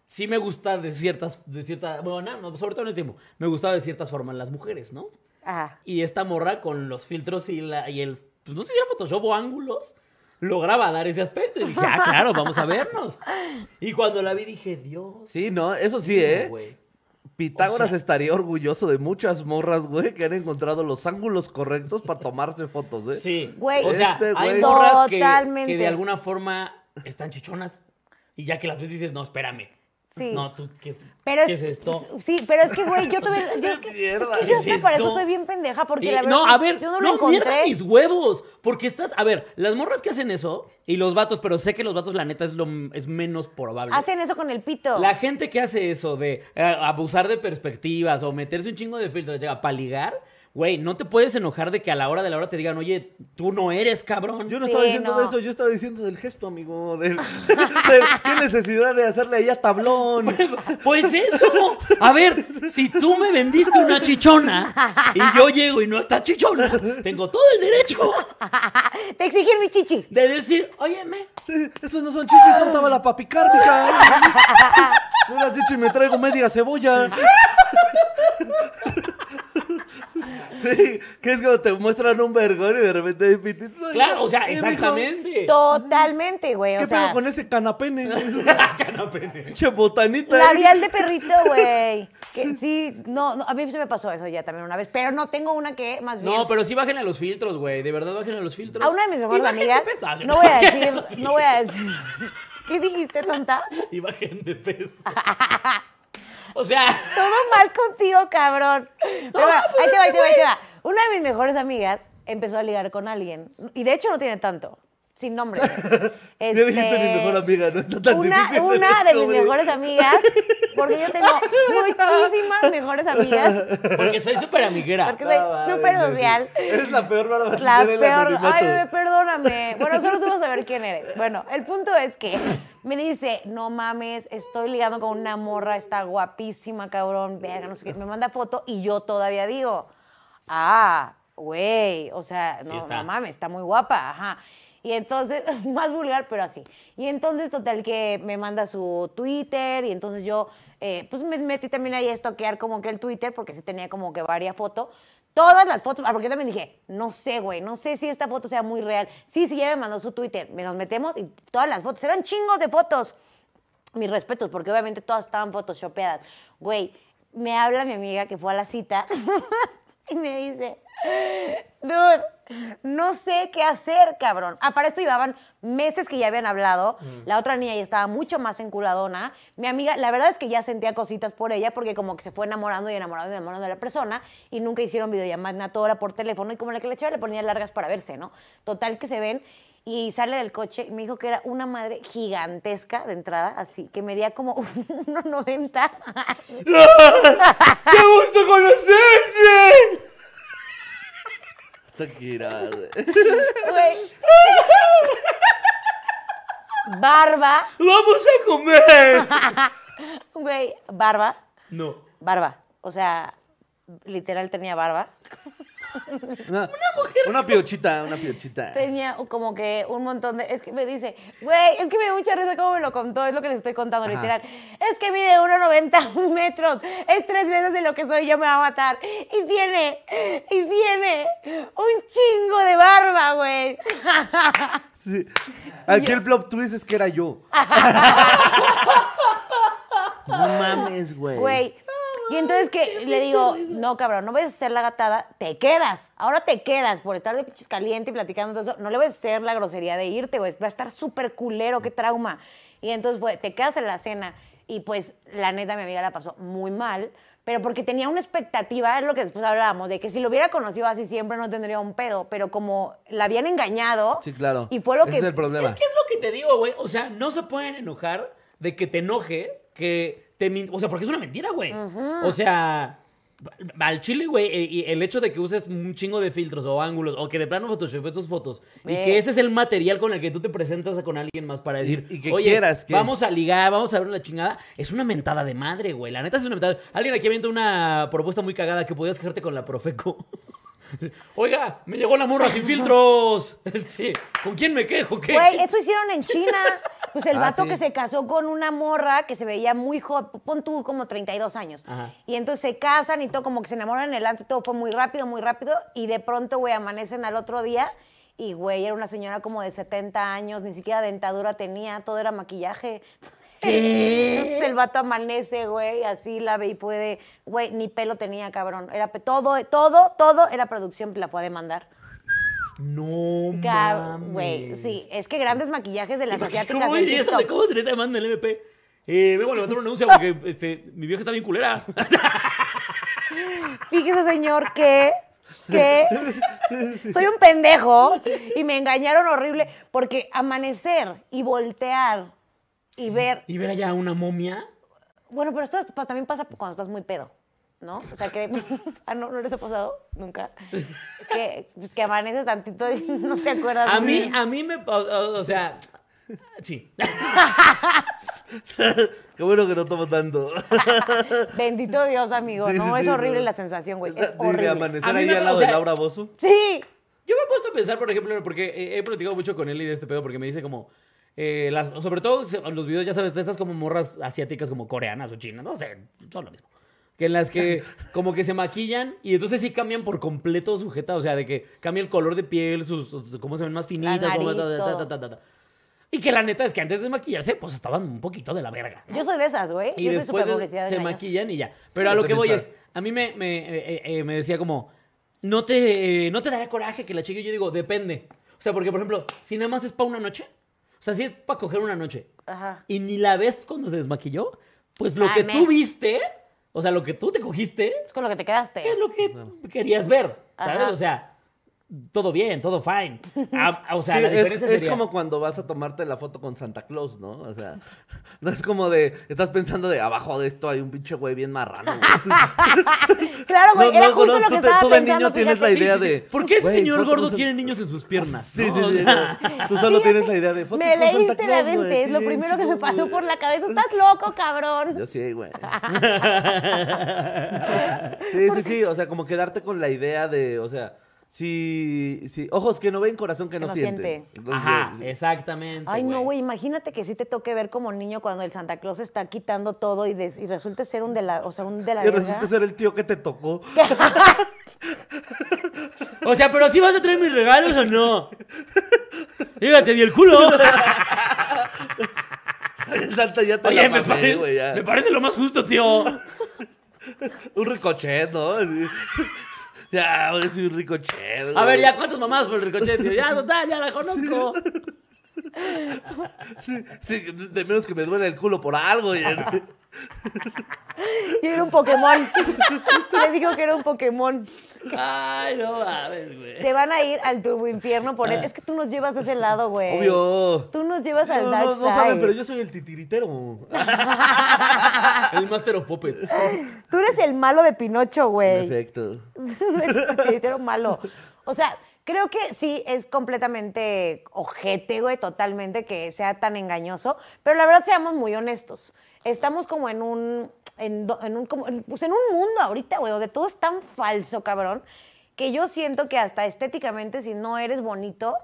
[SPEAKER 2] sí me gusta de ciertas, de cierta, bueno, no, no, sobre todo en este tiempo, me gustaba de ciertas formas las mujeres, ¿no?
[SPEAKER 1] Ajá.
[SPEAKER 2] Y esta morra con los filtros y, la, y el, pues no sé si era Photoshop o ángulos, lograba dar ese aspecto. Y dije, ah, claro, vamos a vernos. Y cuando la vi dije, Dios.
[SPEAKER 3] Sí, no, eso sí,
[SPEAKER 2] mío,
[SPEAKER 3] ¿eh?
[SPEAKER 2] güey".
[SPEAKER 3] Pitágoras
[SPEAKER 2] O sea-
[SPEAKER 3] estaría orgulloso de muchas morras, güey, que han encontrado los ángulos correctos para tomarse fotos, ¿eh?
[SPEAKER 2] Sí.
[SPEAKER 1] Güey,
[SPEAKER 2] o sea,
[SPEAKER 3] Este
[SPEAKER 2] hay
[SPEAKER 3] güey.
[SPEAKER 2] morras que,
[SPEAKER 1] Totalmente.
[SPEAKER 2] que de alguna forma están chichonas. Y ya que las ves dices, no, espérame.
[SPEAKER 1] Sí.
[SPEAKER 2] No, tú, ¿qué,
[SPEAKER 1] Pero
[SPEAKER 2] qué
[SPEAKER 1] es,
[SPEAKER 2] es esto?
[SPEAKER 1] Sí, pero es que, güey, yo tuve. yo, es que
[SPEAKER 3] mierda.
[SPEAKER 1] yo
[SPEAKER 2] ¿Qué
[SPEAKER 1] sé,
[SPEAKER 2] es
[SPEAKER 1] para eso
[SPEAKER 2] esto?
[SPEAKER 1] soy bien pendeja, porque
[SPEAKER 2] Y-
[SPEAKER 1] la verdad.
[SPEAKER 2] no, a ver,
[SPEAKER 1] yo no
[SPEAKER 2] no,
[SPEAKER 1] lo
[SPEAKER 2] mierda
[SPEAKER 1] encontré.
[SPEAKER 2] mis huevos. Porque estás, a ver, las morras que hacen eso y los vatos, pero sé que los vatos, la neta, es, lo, es menos probable.
[SPEAKER 1] Hacen eso con el pito.
[SPEAKER 2] La gente que hace eso de eh, abusar de perspectivas o meterse un chingo de filtros llega para ligar, güey, no te puedes enojar de que a la hora de la hora te digan, oye, tú no eres cabrón.
[SPEAKER 3] Yo no
[SPEAKER 1] Sí,
[SPEAKER 3] estaba diciendo
[SPEAKER 1] no.
[SPEAKER 3] de eso, yo estaba diciendo del gesto, amigo. Del, del- ¿Qué necesidad de hacerle ahí a tablón?
[SPEAKER 2] Pues eso. A ver, si tú me vendiste una chichona y yo llego y no está chichona, tengo todo el derecho
[SPEAKER 1] Te exigen mi chichi.
[SPEAKER 2] de decir, óyeme,
[SPEAKER 3] Sí, Esos no son chichis, son tabla para picar, mija. No lo has dicho y me traigo media cebolla. Sí, que es cuando te muestran un vergón y de repente hay pitito. Ay,
[SPEAKER 2] claro, o sea,
[SPEAKER 3] eh, mijo,
[SPEAKER 2] exactamente.
[SPEAKER 1] Totalmente, güey.
[SPEAKER 3] ¿Qué
[SPEAKER 1] O
[SPEAKER 3] pedo
[SPEAKER 1] sea,
[SPEAKER 3] con ese canapene?
[SPEAKER 2] Canapene.
[SPEAKER 3] Che botanita. eh.
[SPEAKER 1] labial de perrito, güey. Que Sí, no, no, a mí se me pasó eso ya también una vez. Pero no, tengo una que más bien.
[SPEAKER 2] No, pero sí bajen a los filtros, güey. De verdad, bajen a los filtros.
[SPEAKER 1] A una de mis
[SPEAKER 2] Y
[SPEAKER 1] mejores
[SPEAKER 2] bajen de
[SPEAKER 1] amigas.
[SPEAKER 2] peso. Ah, sí,
[SPEAKER 1] No voy a
[SPEAKER 2] bajen los
[SPEAKER 1] decir, no voy a decir. ¿Qué dijiste, tonta?
[SPEAKER 2] y bajen de peso. o sea,
[SPEAKER 1] Todo mal contigo, cabrón. Pero bueno,
[SPEAKER 3] pues,
[SPEAKER 1] ahí te va, ahí te va, ahí te va. Una de mis mejores amigas empezó a ligar con alguien. Y de hecho no tiene tanto. Sin nombre. Este,
[SPEAKER 3] Ya dijiste mi mejor amiga, no está tan
[SPEAKER 1] una,
[SPEAKER 3] difícil
[SPEAKER 1] una de
[SPEAKER 3] esto,
[SPEAKER 1] mis
[SPEAKER 3] güey.
[SPEAKER 1] mejores amigas, porque yo tengo muchísimas mejores amigas,
[SPEAKER 2] porque soy súper amiguera.
[SPEAKER 1] porque soy
[SPEAKER 3] Ah, vale,
[SPEAKER 1] súper
[SPEAKER 3] Leslie.
[SPEAKER 1] social.
[SPEAKER 3] Eres la peor barba
[SPEAKER 1] La
[SPEAKER 3] del
[SPEAKER 1] peor. Ay,
[SPEAKER 3] anonimato.
[SPEAKER 1] bebé, perdóname. Bueno, solo tú vas a ver quién eres. Bueno, el punto es que me dice, no mames, estoy ligando con una morra, está guapísima, cabrón, verga, no sé qué. Me manda foto y yo todavía digo, ah, güey, o sea,
[SPEAKER 2] Sí
[SPEAKER 1] no,
[SPEAKER 2] está.
[SPEAKER 1] no mames, está muy guapa, ajá. Y entonces, más vulgar, pero así. Y entonces, total, que me manda su Twitter y entonces yo, eh, pues me metí también ahí a estoquear como que el Twitter, porque sí tenía como que varias fotos. Todas las fotos, ah, porque yo también dije, no sé, güey, no sé si esta foto sea muy real. Sí, sí, ya me mandó su Twitter, me nos metemos y todas las fotos, eran chingos de fotos mis respetos, porque obviamente todas estaban photoshopeadas. Güey, me habla mi amiga que fue a la cita y me dice, dude, no sé qué hacer, cabrón. Ah, para esto llevaban meses que ya habían hablado. La otra niña ya estaba mucho más enculadona. Mi amiga, la verdad es que ya sentía cositas por ella porque como que se fue enamorando y enamorando y enamorando de la persona y nunca hicieron videollamada a toda hora por teléfono y como la que la chava le ponía largas para verse, ¿no? Total que se ven y sale del coche y me dijo que era una madre gigantesca de entrada, así, que medía como 1,90.
[SPEAKER 2] ¡Qué gusto conocerse!
[SPEAKER 3] Shakira, güey.
[SPEAKER 1] Güey. Barba,
[SPEAKER 2] ¡Vamos a comer!
[SPEAKER 1] güey, barba,
[SPEAKER 2] No.
[SPEAKER 1] barba. O sea, literal tenía barba.
[SPEAKER 3] Una, mujer. Una piochita, una piochita.
[SPEAKER 1] Tenía como que un montón de. Es que me dice, güey, es que me dio mucha risa cómo me lo contó, es lo que les estoy contando,
[SPEAKER 3] Ajá.
[SPEAKER 1] literal. Es que mide 1,90 metros, es tres veces de lo que soy, yo me va a matar. Y tiene, y tiene un chingo de barba, güey.
[SPEAKER 3] Sí. Aquí el plot twist es que era yo. no mames, güey.
[SPEAKER 1] Güey. Y entonces que le digo, no, cabrón, no vayas a hacer la gatada, te quedas. Ahora te quedas por estar de pinches caliente y platicando todo eso. No le voy a hacer la grosería de irte, güey. Va a estar súper culero, qué trauma. Y entonces, güey, te quedas en la cena. Y pues, la neta, mi amiga la pasó muy mal. Pero porque tenía una expectativa, es lo que después hablábamos, de que si lo hubiera conocido así siempre no tendría un pedo. Pero como la habían engañado.
[SPEAKER 3] Sí, claro.
[SPEAKER 1] Y fue lo
[SPEAKER 3] Ese
[SPEAKER 1] que.
[SPEAKER 3] es el problema.
[SPEAKER 2] Es que es lo que te digo, güey. O sea, no se pueden enojar de que te enoje, que te min- O sea, porque es una mentira, güey. O sea, al chile, güey, e- y el hecho de que uses un chingo de filtros o ángulos, o que de plano photoshopes tus fotos,
[SPEAKER 1] Ve.
[SPEAKER 2] y que ese es el material con el que tú te presentas con alguien más para decir,
[SPEAKER 3] y que
[SPEAKER 2] oye,
[SPEAKER 3] quieras que-
[SPEAKER 2] vamos a ligar, vamos a ver una chingada, es una mentada de madre, güey. La neta es una mentada. Alguien aquí avienta una propuesta muy cagada que podías quejarte con la Profeco. Oiga, me llegó la morra sin filtros. Este, ¿Con quién me quejo? ¿Qué?
[SPEAKER 1] Güey, eso hicieron en China. Pues el
[SPEAKER 3] Ah,
[SPEAKER 1] vato
[SPEAKER 3] sí.
[SPEAKER 1] que se casó con una morra que se veía muy joven, pon tú como 32 años.
[SPEAKER 2] Ajá.
[SPEAKER 1] Y entonces se casan y todo, como que se enamoran en el antro y todo fue muy rápido, muy rápido. Y de pronto, güey, amanecen al otro día y, güey, era una señora como de 70 años, ni siquiera dentadura tenía, todo era maquillaje. Entonces el vato amanece, güey, así la ve y puede, güey, ni pelo tenía, cabrón. Era pe- todo, todo, todo era producción, la puede mandar.
[SPEAKER 3] No,
[SPEAKER 1] Ca-
[SPEAKER 3] mames.
[SPEAKER 1] Güey, sí, es que grandes maquillajes de las
[SPEAKER 2] Imagínate,
[SPEAKER 1] asiáticas
[SPEAKER 2] ¿Cómo
[SPEAKER 1] en
[SPEAKER 2] dirías?
[SPEAKER 1] TikTok.
[SPEAKER 2] ¿Cómo sería esa demanda en el MP? Eh, vengo a levantar un anuncio porque este, mi vieja está bien culera.
[SPEAKER 1] Fíjese, señor, que, que soy un pendejo y me engañaron horrible porque amanecer y voltear y ver,
[SPEAKER 2] Y ver allá una momia.
[SPEAKER 1] bueno, pero esto es- pa- también pasa cuando estás muy pedo, ¿no? O sea, que, ah, no, no les ha pasado nunca, que, pues, que amaneces tantito y no te acuerdas.
[SPEAKER 2] A
[SPEAKER 1] muy
[SPEAKER 2] mí,
[SPEAKER 1] bien.
[SPEAKER 2] a mí me. O, o- o sea. Sí.
[SPEAKER 3] Qué bueno que no tomo tanto.
[SPEAKER 1] Bendito Dios, amigo,
[SPEAKER 3] Sí,
[SPEAKER 1] no,
[SPEAKER 3] sí,
[SPEAKER 1] es
[SPEAKER 3] sí,
[SPEAKER 1] horrible
[SPEAKER 3] no.
[SPEAKER 1] la sensación, güey,
[SPEAKER 3] De-
[SPEAKER 1] es
[SPEAKER 3] de
[SPEAKER 1] horrible.
[SPEAKER 2] A
[SPEAKER 3] amanecer
[SPEAKER 2] mí
[SPEAKER 3] ahí
[SPEAKER 2] me-
[SPEAKER 3] al
[SPEAKER 2] o
[SPEAKER 3] lado
[SPEAKER 2] sea-
[SPEAKER 3] de Laura Bozo.
[SPEAKER 1] Sí,
[SPEAKER 2] Yo me he puesto a pensar, por ejemplo, porque eh, he platicado mucho con Eli de este pedo, porque me dice como. eh, las- sobre todo se- los videos, ya sabes, de estas como morras asiáticas, como coreanas o chinas, no sé, son lo mismo. Que en las que como que se maquillan y entonces sí cambian por completo su jeta, o sea, de que cambia el color de piel, sus, sus- cómo se ven más finitas, cómo-
[SPEAKER 1] nariz,
[SPEAKER 2] ta, ta, ta,
[SPEAKER 1] todo.
[SPEAKER 2] ta, ta, ta. Y que la neta es que antes de maquillarse, pues estaban un poquito de la verga. ¿no?
[SPEAKER 1] yo soy de esas, güey,
[SPEAKER 2] Y
[SPEAKER 1] yo soy
[SPEAKER 2] después
[SPEAKER 1] súper
[SPEAKER 2] es-
[SPEAKER 1] publicidad de
[SPEAKER 2] se
[SPEAKER 1] engaños.
[SPEAKER 2] maquillan y ya. Pero a lo que voy es, a mí me, me, eh, eh, eh, me decía como, no te, eh, no te dará coraje que la chica, yo digo, depende. O sea, porque por ejemplo, si nada más es para una noche, o sea, si es para coger una noche
[SPEAKER 1] Ajá.
[SPEAKER 2] y ni la ves cuando se desmaquilló, pues lo
[SPEAKER 1] Ah,
[SPEAKER 2] que
[SPEAKER 1] me-
[SPEAKER 2] tú viste, o sea, lo que tú te cogiste,
[SPEAKER 1] Es con lo que te quedaste.
[SPEAKER 2] es lo que querías ver, ¿sabes?
[SPEAKER 1] Ajá.
[SPEAKER 2] O sea, todo bien, todo fine. Ah, ah, o sea,
[SPEAKER 3] Sí,
[SPEAKER 2] la
[SPEAKER 3] es,
[SPEAKER 2] diferencia
[SPEAKER 3] es
[SPEAKER 2] sería-
[SPEAKER 3] como cuando vas a tomarte la foto con Santa Claus, ¿no? O sea, no es como de, estás pensando de abajo de esto hay un pinche güey bien marrano. güey.
[SPEAKER 1] Claro, güey,
[SPEAKER 3] No,
[SPEAKER 1] era
[SPEAKER 3] no,
[SPEAKER 1] justo
[SPEAKER 3] no,
[SPEAKER 1] lo
[SPEAKER 3] tú
[SPEAKER 1] que
[SPEAKER 3] te-
[SPEAKER 1] estaba
[SPEAKER 3] tú de
[SPEAKER 1] pensando,
[SPEAKER 3] niño tienes la
[SPEAKER 1] fíjate.
[SPEAKER 3] idea
[SPEAKER 1] Sí, sí,
[SPEAKER 3] de-
[SPEAKER 1] sí.
[SPEAKER 2] ¿Por qué ese
[SPEAKER 3] Güey,
[SPEAKER 2] señor
[SPEAKER 3] fotos
[SPEAKER 2] gordo
[SPEAKER 3] de-
[SPEAKER 2] tiene niños en sus piernas?
[SPEAKER 3] Sí,
[SPEAKER 2] no?
[SPEAKER 3] sí,
[SPEAKER 2] O
[SPEAKER 3] sí,
[SPEAKER 2] sea-
[SPEAKER 3] no. Tú solo tienes la idea de fotos
[SPEAKER 1] Me
[SPEAKER 3] con Santa
[SPEAKER 1] leíste la
[SPEAKER 3] Claus, güey,
[SPEAKER 1] mente, es
[SPEAKER 3] qué
[SPEAKER 1] lo
[SPEAKER 3] bien
[SPEAKER 1] primero que me
[SPEAKER 3] chido,
[SPEAKER 1] pasó
[SPEAKER 3] güey.
[SPEAKER 1] por la cabeza. Estás loco, cabrón.
[SPEAKER 3] Yo sí, güey. Sí, sí, sí, o sea, como quedarte con la idea de, o sea, sí, sí, ojos que no ven, corazón que no,
[SPEAKER 1] no
[SPEAKER 3] siente.
[SPEAKER 1] siente.
[SPEAKER 3] Entonces,
[SPEAKER 2] Ajá,
[SPEAKER 3] sí.
[SPEAKER 2] exactamente.
[SPEAKER 1] Ay, no, güey, imagínate que sí te toque ver como niño cuando el Santa Claus está quitando todo y, des- y resulta ser un de la, o sea, un de la
[SPEAKER 3] Y
[SPEAKER 1] verga.
[SPEAKER 3] resulta ser el tío que te tocó.
[SPEAKER 2] O sea, pero si vas a traer mis regalos o no. Dígate, te di el culo.
[SPEAKER 3] El Santa ya te
[SPEAKER 2] Oye,
[SPEAKER 3] la
[SPEAKER 2] me,
[SPEAKER 3] mamé,
[SPEAKER 2] parece,
[SPEAKER 3] güey, ya.
[SPEAKER 2] me parece lo más justo, tío.
[SPEAKER 3] Un ricochet, ¿no? Así. Ya, es un ricochet, güey.
[SPEAKER 2] A ver, ya, ¿cuántas mamás por el ricochete? tío? Ya, total, ya la conozco.
[SPEAKER 3] Sí, de menos que me duele el culo por algo. ya.
[SPEAKER 1] Y era un Pokémon. Le dijo que era un Pokémon.
[SPEAKER 2] Ay, no mames, güey.
[SPEAKER 1] Se van a ir al turbo infierno por él. Es que tú nos llevas a ese lado, güey.
[SPEAKER 3] Ah. Obvio.
[SPEAKER 1] Tú nos llevas al
[SPEAKER 3] No,
[SPEAKER 1] dark
[SPEAKER 3] no, no saben,
[SPEAKER 1] side.
[SPEAKER 3] pero yo soy el titiritero.
[SPEAKER 2] El Master of Puppets.
[SPEAKER 1] Tú eres el malo de Pinocho, güey.
[SPEAKER 3] Perfecto.
[SPEAKER 1] Titiritero malo. O sea, creo que sí es completamente ojete, güey, totalmente que sea tan engañoso, pero la verdad seamos muy honestos. Estamos como en un, en, do- en un, como, en- pues en un mundo ahorita, güey, donde todo es tan falso, cabrón, que yo siento que hasta estéticamente, si no eres bonito,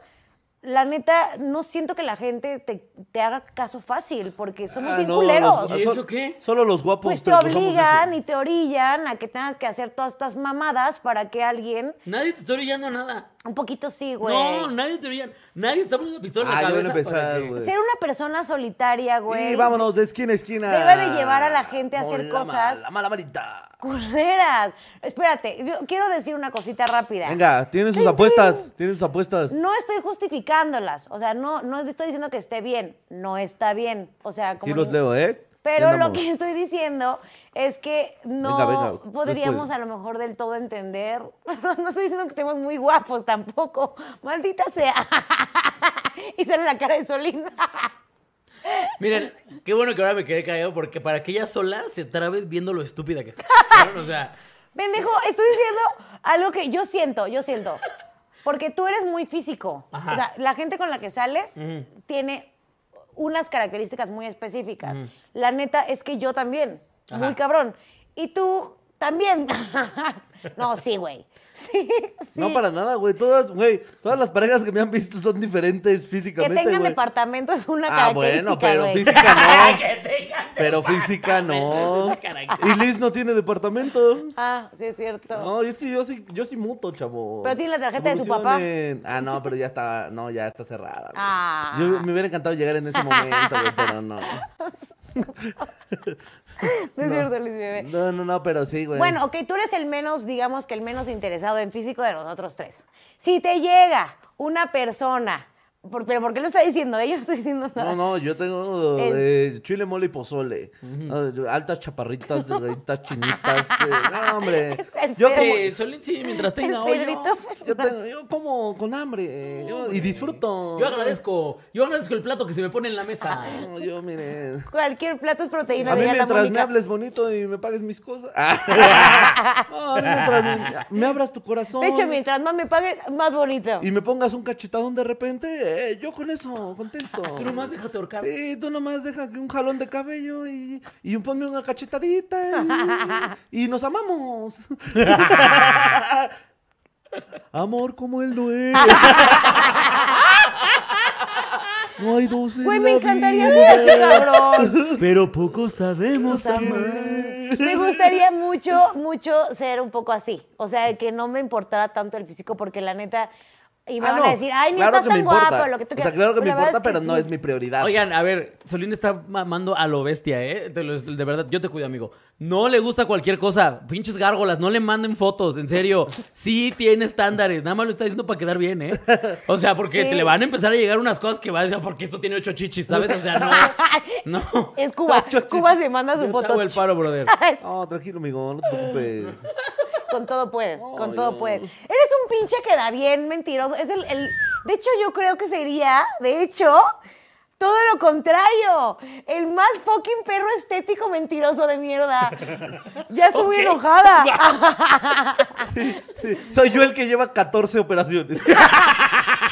[SPEAKER 1] la neta, no siento que la gente te, te haga caso fácil, porque somos
[SPEAKER 3] Ah,
[SPEAKER 1] bien
[SPEAKER 3] no,
[SPEAKER 1] culeros.
[SPEAKER 3] los-
[SPEAKER 2] ¿Y eso qué?
[SPEAKER 3] Solo los guapos.
[SPEAKER 1] Pues te
[SPEAKER 3] usamos eso.
[SPEAKER 1] obligan y te orillan a que tengas que hacer todas estas mamadas para que alguien,
[SPEAKER 2] Nadie te está orillando a nada.
[SPEAKER 1] un poquito sí, güey.
[SPEAKER 2] No, nadie te orilla. Nadie te está poniendo pistola en
[SPEAKER 3] Ah,
[SPEAKER 2] la
[SPEAKER 3] ya van a
[SPEAKER 2] cabeza. para
[SPEAKER 3] empezar,
[SPEAKER 2] que-
[SPEAKER 3] güey.
[SPEAKER 1] Ser una persona solitaria, güey.
[SPEAKER 3] Y vámonos de esquina a esquina.
[SPEAKER 1] Debe de llevar a la gente a
[SPEAKER 3] Con
[SPEAKER 1] hacer
[SPEAKER 3] la
[SPEAKER 1] cosas.
[SPEAKER 3] ma- La mala marita.
[SPEAKER 1] Culeras. Espérate, yo quiero decir una cosita rápida.
[SPEAKER 3] Venga, tienen sus
[SPEAKER 1] Cling,
[SPEAKER 3] apuestas. Tienen sus apuestas.
[SPEAKER 1] No estoy justificándolas. O sea, no, no estoy diciendo que esté bien. No está bien. O sea, como.
[SPEAKER 3] Sí los leo, ¿eh?
[SPEAKER 1] Pero
[SPEAKER 3] Ya
[SPEAKER 1] lo
[SPEAKER 3] andamos.
[SPEAKER 1] que estoy diciendo es que no
[SPEAKER 3] Venga, venga, usted
[SPEAKER 1] podríamos
[SPEAKER 3] puede.
[SPEAKER 1] a lo mejor del todo entender. No estoy diciendo que estemos muy guapos tampoco. Maldita sea. Y sale la cara de Solín.
[SPEAKER 2] Miren, qué bueno que ahora me quedé callado porque para que ella sola se trabe viendo lo estúpida que es. ¿Vieron? O sea,
[SPEAKER 1] Pendejo, estoy diciendo algo que yo siento, yo siento. Porque tú eres muy físico.
[SPEAKER 2] Ajá.
[SPEAKER 1] O sea, la gente con la que sales
[SPEAKER 2] Ujú.
[SPEAKER 1] tiene unas características muy específicas. La neta es que yo también,
[SPEAKER 2] Ajá.
[SPEAKER 1] muy cabrón. Y tú también. No, sí, güey. Sí, sí.
[SPEAKER 3] No, para nada, güey. Todas, güey, todas las parejas que me han visto son diferentes
[SPEAKER 1] Que
[SPEAKER 3] físicamente,
[SPEAKER 1] tengan
[SPEAKER 3] güey.
[SPEAKER 1] departamento es una
[SPEAKER 3] Ah,
[SPEAKER 1] característica,
[SPEAKER 3] bueno, pero
[SPEAKER 1] güey.
[SPEAKER 3] física no.
[SPEAKER 2] Que tengan
[SPEAKER 3] Pero física no.
[SPEAKER 2] departamento.
[SPEAKER 3] Y Liz no tiene departamento.
[SPEAKER 1] Ah, sí es cierto.
[SPEAKER 3] No, es que yo sí, yo sí muto, chavo.
[SPEAKER 1] Pero tiene la tarjeta de su papá.
[SPEAKER 3] Evolucionen. Ah, no, pero ya está, no, ya está cerrada. güey.
[SPEAKER 1] Ah.
[SPEAKER 3] Yo, me hubiera encantado llegar en ese momento, güey, pero no.
[SPEAKER 1] No es cierto, Luis Bebé.
[SPEAKER 3] No, no, no, pero sí, güey.
[SPEAKER 1] Bueno, ok, tú eres el menos, digamos que el menos interesado en físico de nosotros tres. Si te llega una persona, por- pero ¿por qué lo está diciendo? Yo no estoy diciendo nada.
[SPEAKER 3] No, no, yo tengo
[SPEAKER 1] Es-
[SPEAKER 3] eh, chile, mole y pozole. Ah, yo- Altas chaparritas, galletas chinitas. eh, no, hombre.
[SPEAKER 1] El
[SPEAKER 3] Yo
[SPEAKER 1] Pedro-
[SPEAKER 3] como,
[SPEAKER 2] Sí, Solín, sí, mientras
[SPEAKER 1] El
[SPEAKER 2] tenga hoyo.
[SPEAKER 1] Pedrito
[SPEAKER 3] yo, tengo- yo como con hambre eh, yo- y disfruto.
[SPEAKER 2] Yo agradezco, yo agradezco el plato que se me pone en la mesa.
[SPEAKER 3] No, yo, miren.
[SPEAKER 1] Cualquier plato es proteína.
[SPEAKER 3] A mí
[SPEAKER 1] diría la
[SPEAKER 3] mientras me
[SPEAKER 1] Mónica.
[SPEAKER 3] hables bonito y me pagues mis cosas. Ah. No, a mí mientras me, me abras tu corazón.
[SPEAKER 1] De hecho, mientras más me pagues, más bonito.
[SPEAKER 3] Y me pongas un cachetadón de repente, eh, yo con eso, contento.
[SPEAKER 2] Tú nomás déjate ahorcar.
[SPEAKER 3] Sí, tú nomás deja que un jalón de cabello y, y un- ponme una cachetadita y, y nos amamos. Amor como el duelo. No hay dos en
[SPEAKER 1] Güey, me
[SPEAKER 3] la
[SPEAKER 1] encantaría
[SPEAKER 3] vida.
[SPEAKER 1] ser así, cabrón.
[SPEAKER 2] Pero poco sabemos
[SPEAKER 1] Me gustaría mucho, mucho ser un poco así. O sea, que no me importara tanto el físico, porque la neta. Y me
[SPEAKER 3] Ah,
[SPEAKER 1] van
[SPEAKER 3] no,
[SPEAKER 1] a decir, ay, ni
[SPEAKER 3] claro
[SPEAKER 1] estás
[SPEAKER 3] que me
[SPEAKER 1] tan
[SPEAKER 3] importa.
[SPEAKER 1] guapo, lo que tú
[SPEAKER 3] O sea,
[SPEAKER 1] quieras.
[SPEAKER 3] claro que me
[SPEAKER 1] La verdad
[SPEAKER 3] importa, pero
[SPEAKER 1] que
[SPEAKER 3] no
[SPEAKER 1] sí.
[SPEAKER 3] es mi prioridad.
[SPEAKER 2] Oigan, a ver, Solín está mamando a lo bestia, ¿eh? Te lo- de verdad, yo te cuido, amigo. No le gusta cualquier cosa. Pinches gárgolas, no le manden fotos, en serio. Sí tiene estándares, nada más lo está diciendo para quedar bien, ¿eh? O sea, porque
[SPEAKER 1] Sí.
[SPEAKER 2] te le van a empezar a llegar unas cosas que va a decir, porque esto tiene ocho chichis, ¿sabes? O sea, no. No.
[SPEAKER 1] Es Cuba.
[SPEAKER 3] Ocho
[SPEAKER 1] Cuba
[SPEAKER 3] chichis.
[SPEAKER 1] se manda su
[SPEAKER 2] Yo te hago
[SPEAKER 1] foto.
[SPEAKER 2] el paro, brother.
[SPEAKER 3] No, tranquilo, amigo, no te preocupes.
[SPEAKER 1] Con todo puedes, con
[SPEAKER 3] Ay,
[SPEAKER 1] todo
[SPEAKER 3] no.
[SPEAKER 1] puedes. Eres un pinche que da bien mentiroso. Es el, el- de hecho, yo creo que sería, de hecho, todo lo contrario. El más fucking perro estético mentiroso de mierda. Ya estoy muy
[SPEAKER 2] Ok.
[SPEAKER 1] enojada.
[SPEAKER 3] Sí, sí. Soy yo el que lleva 14 operaciones.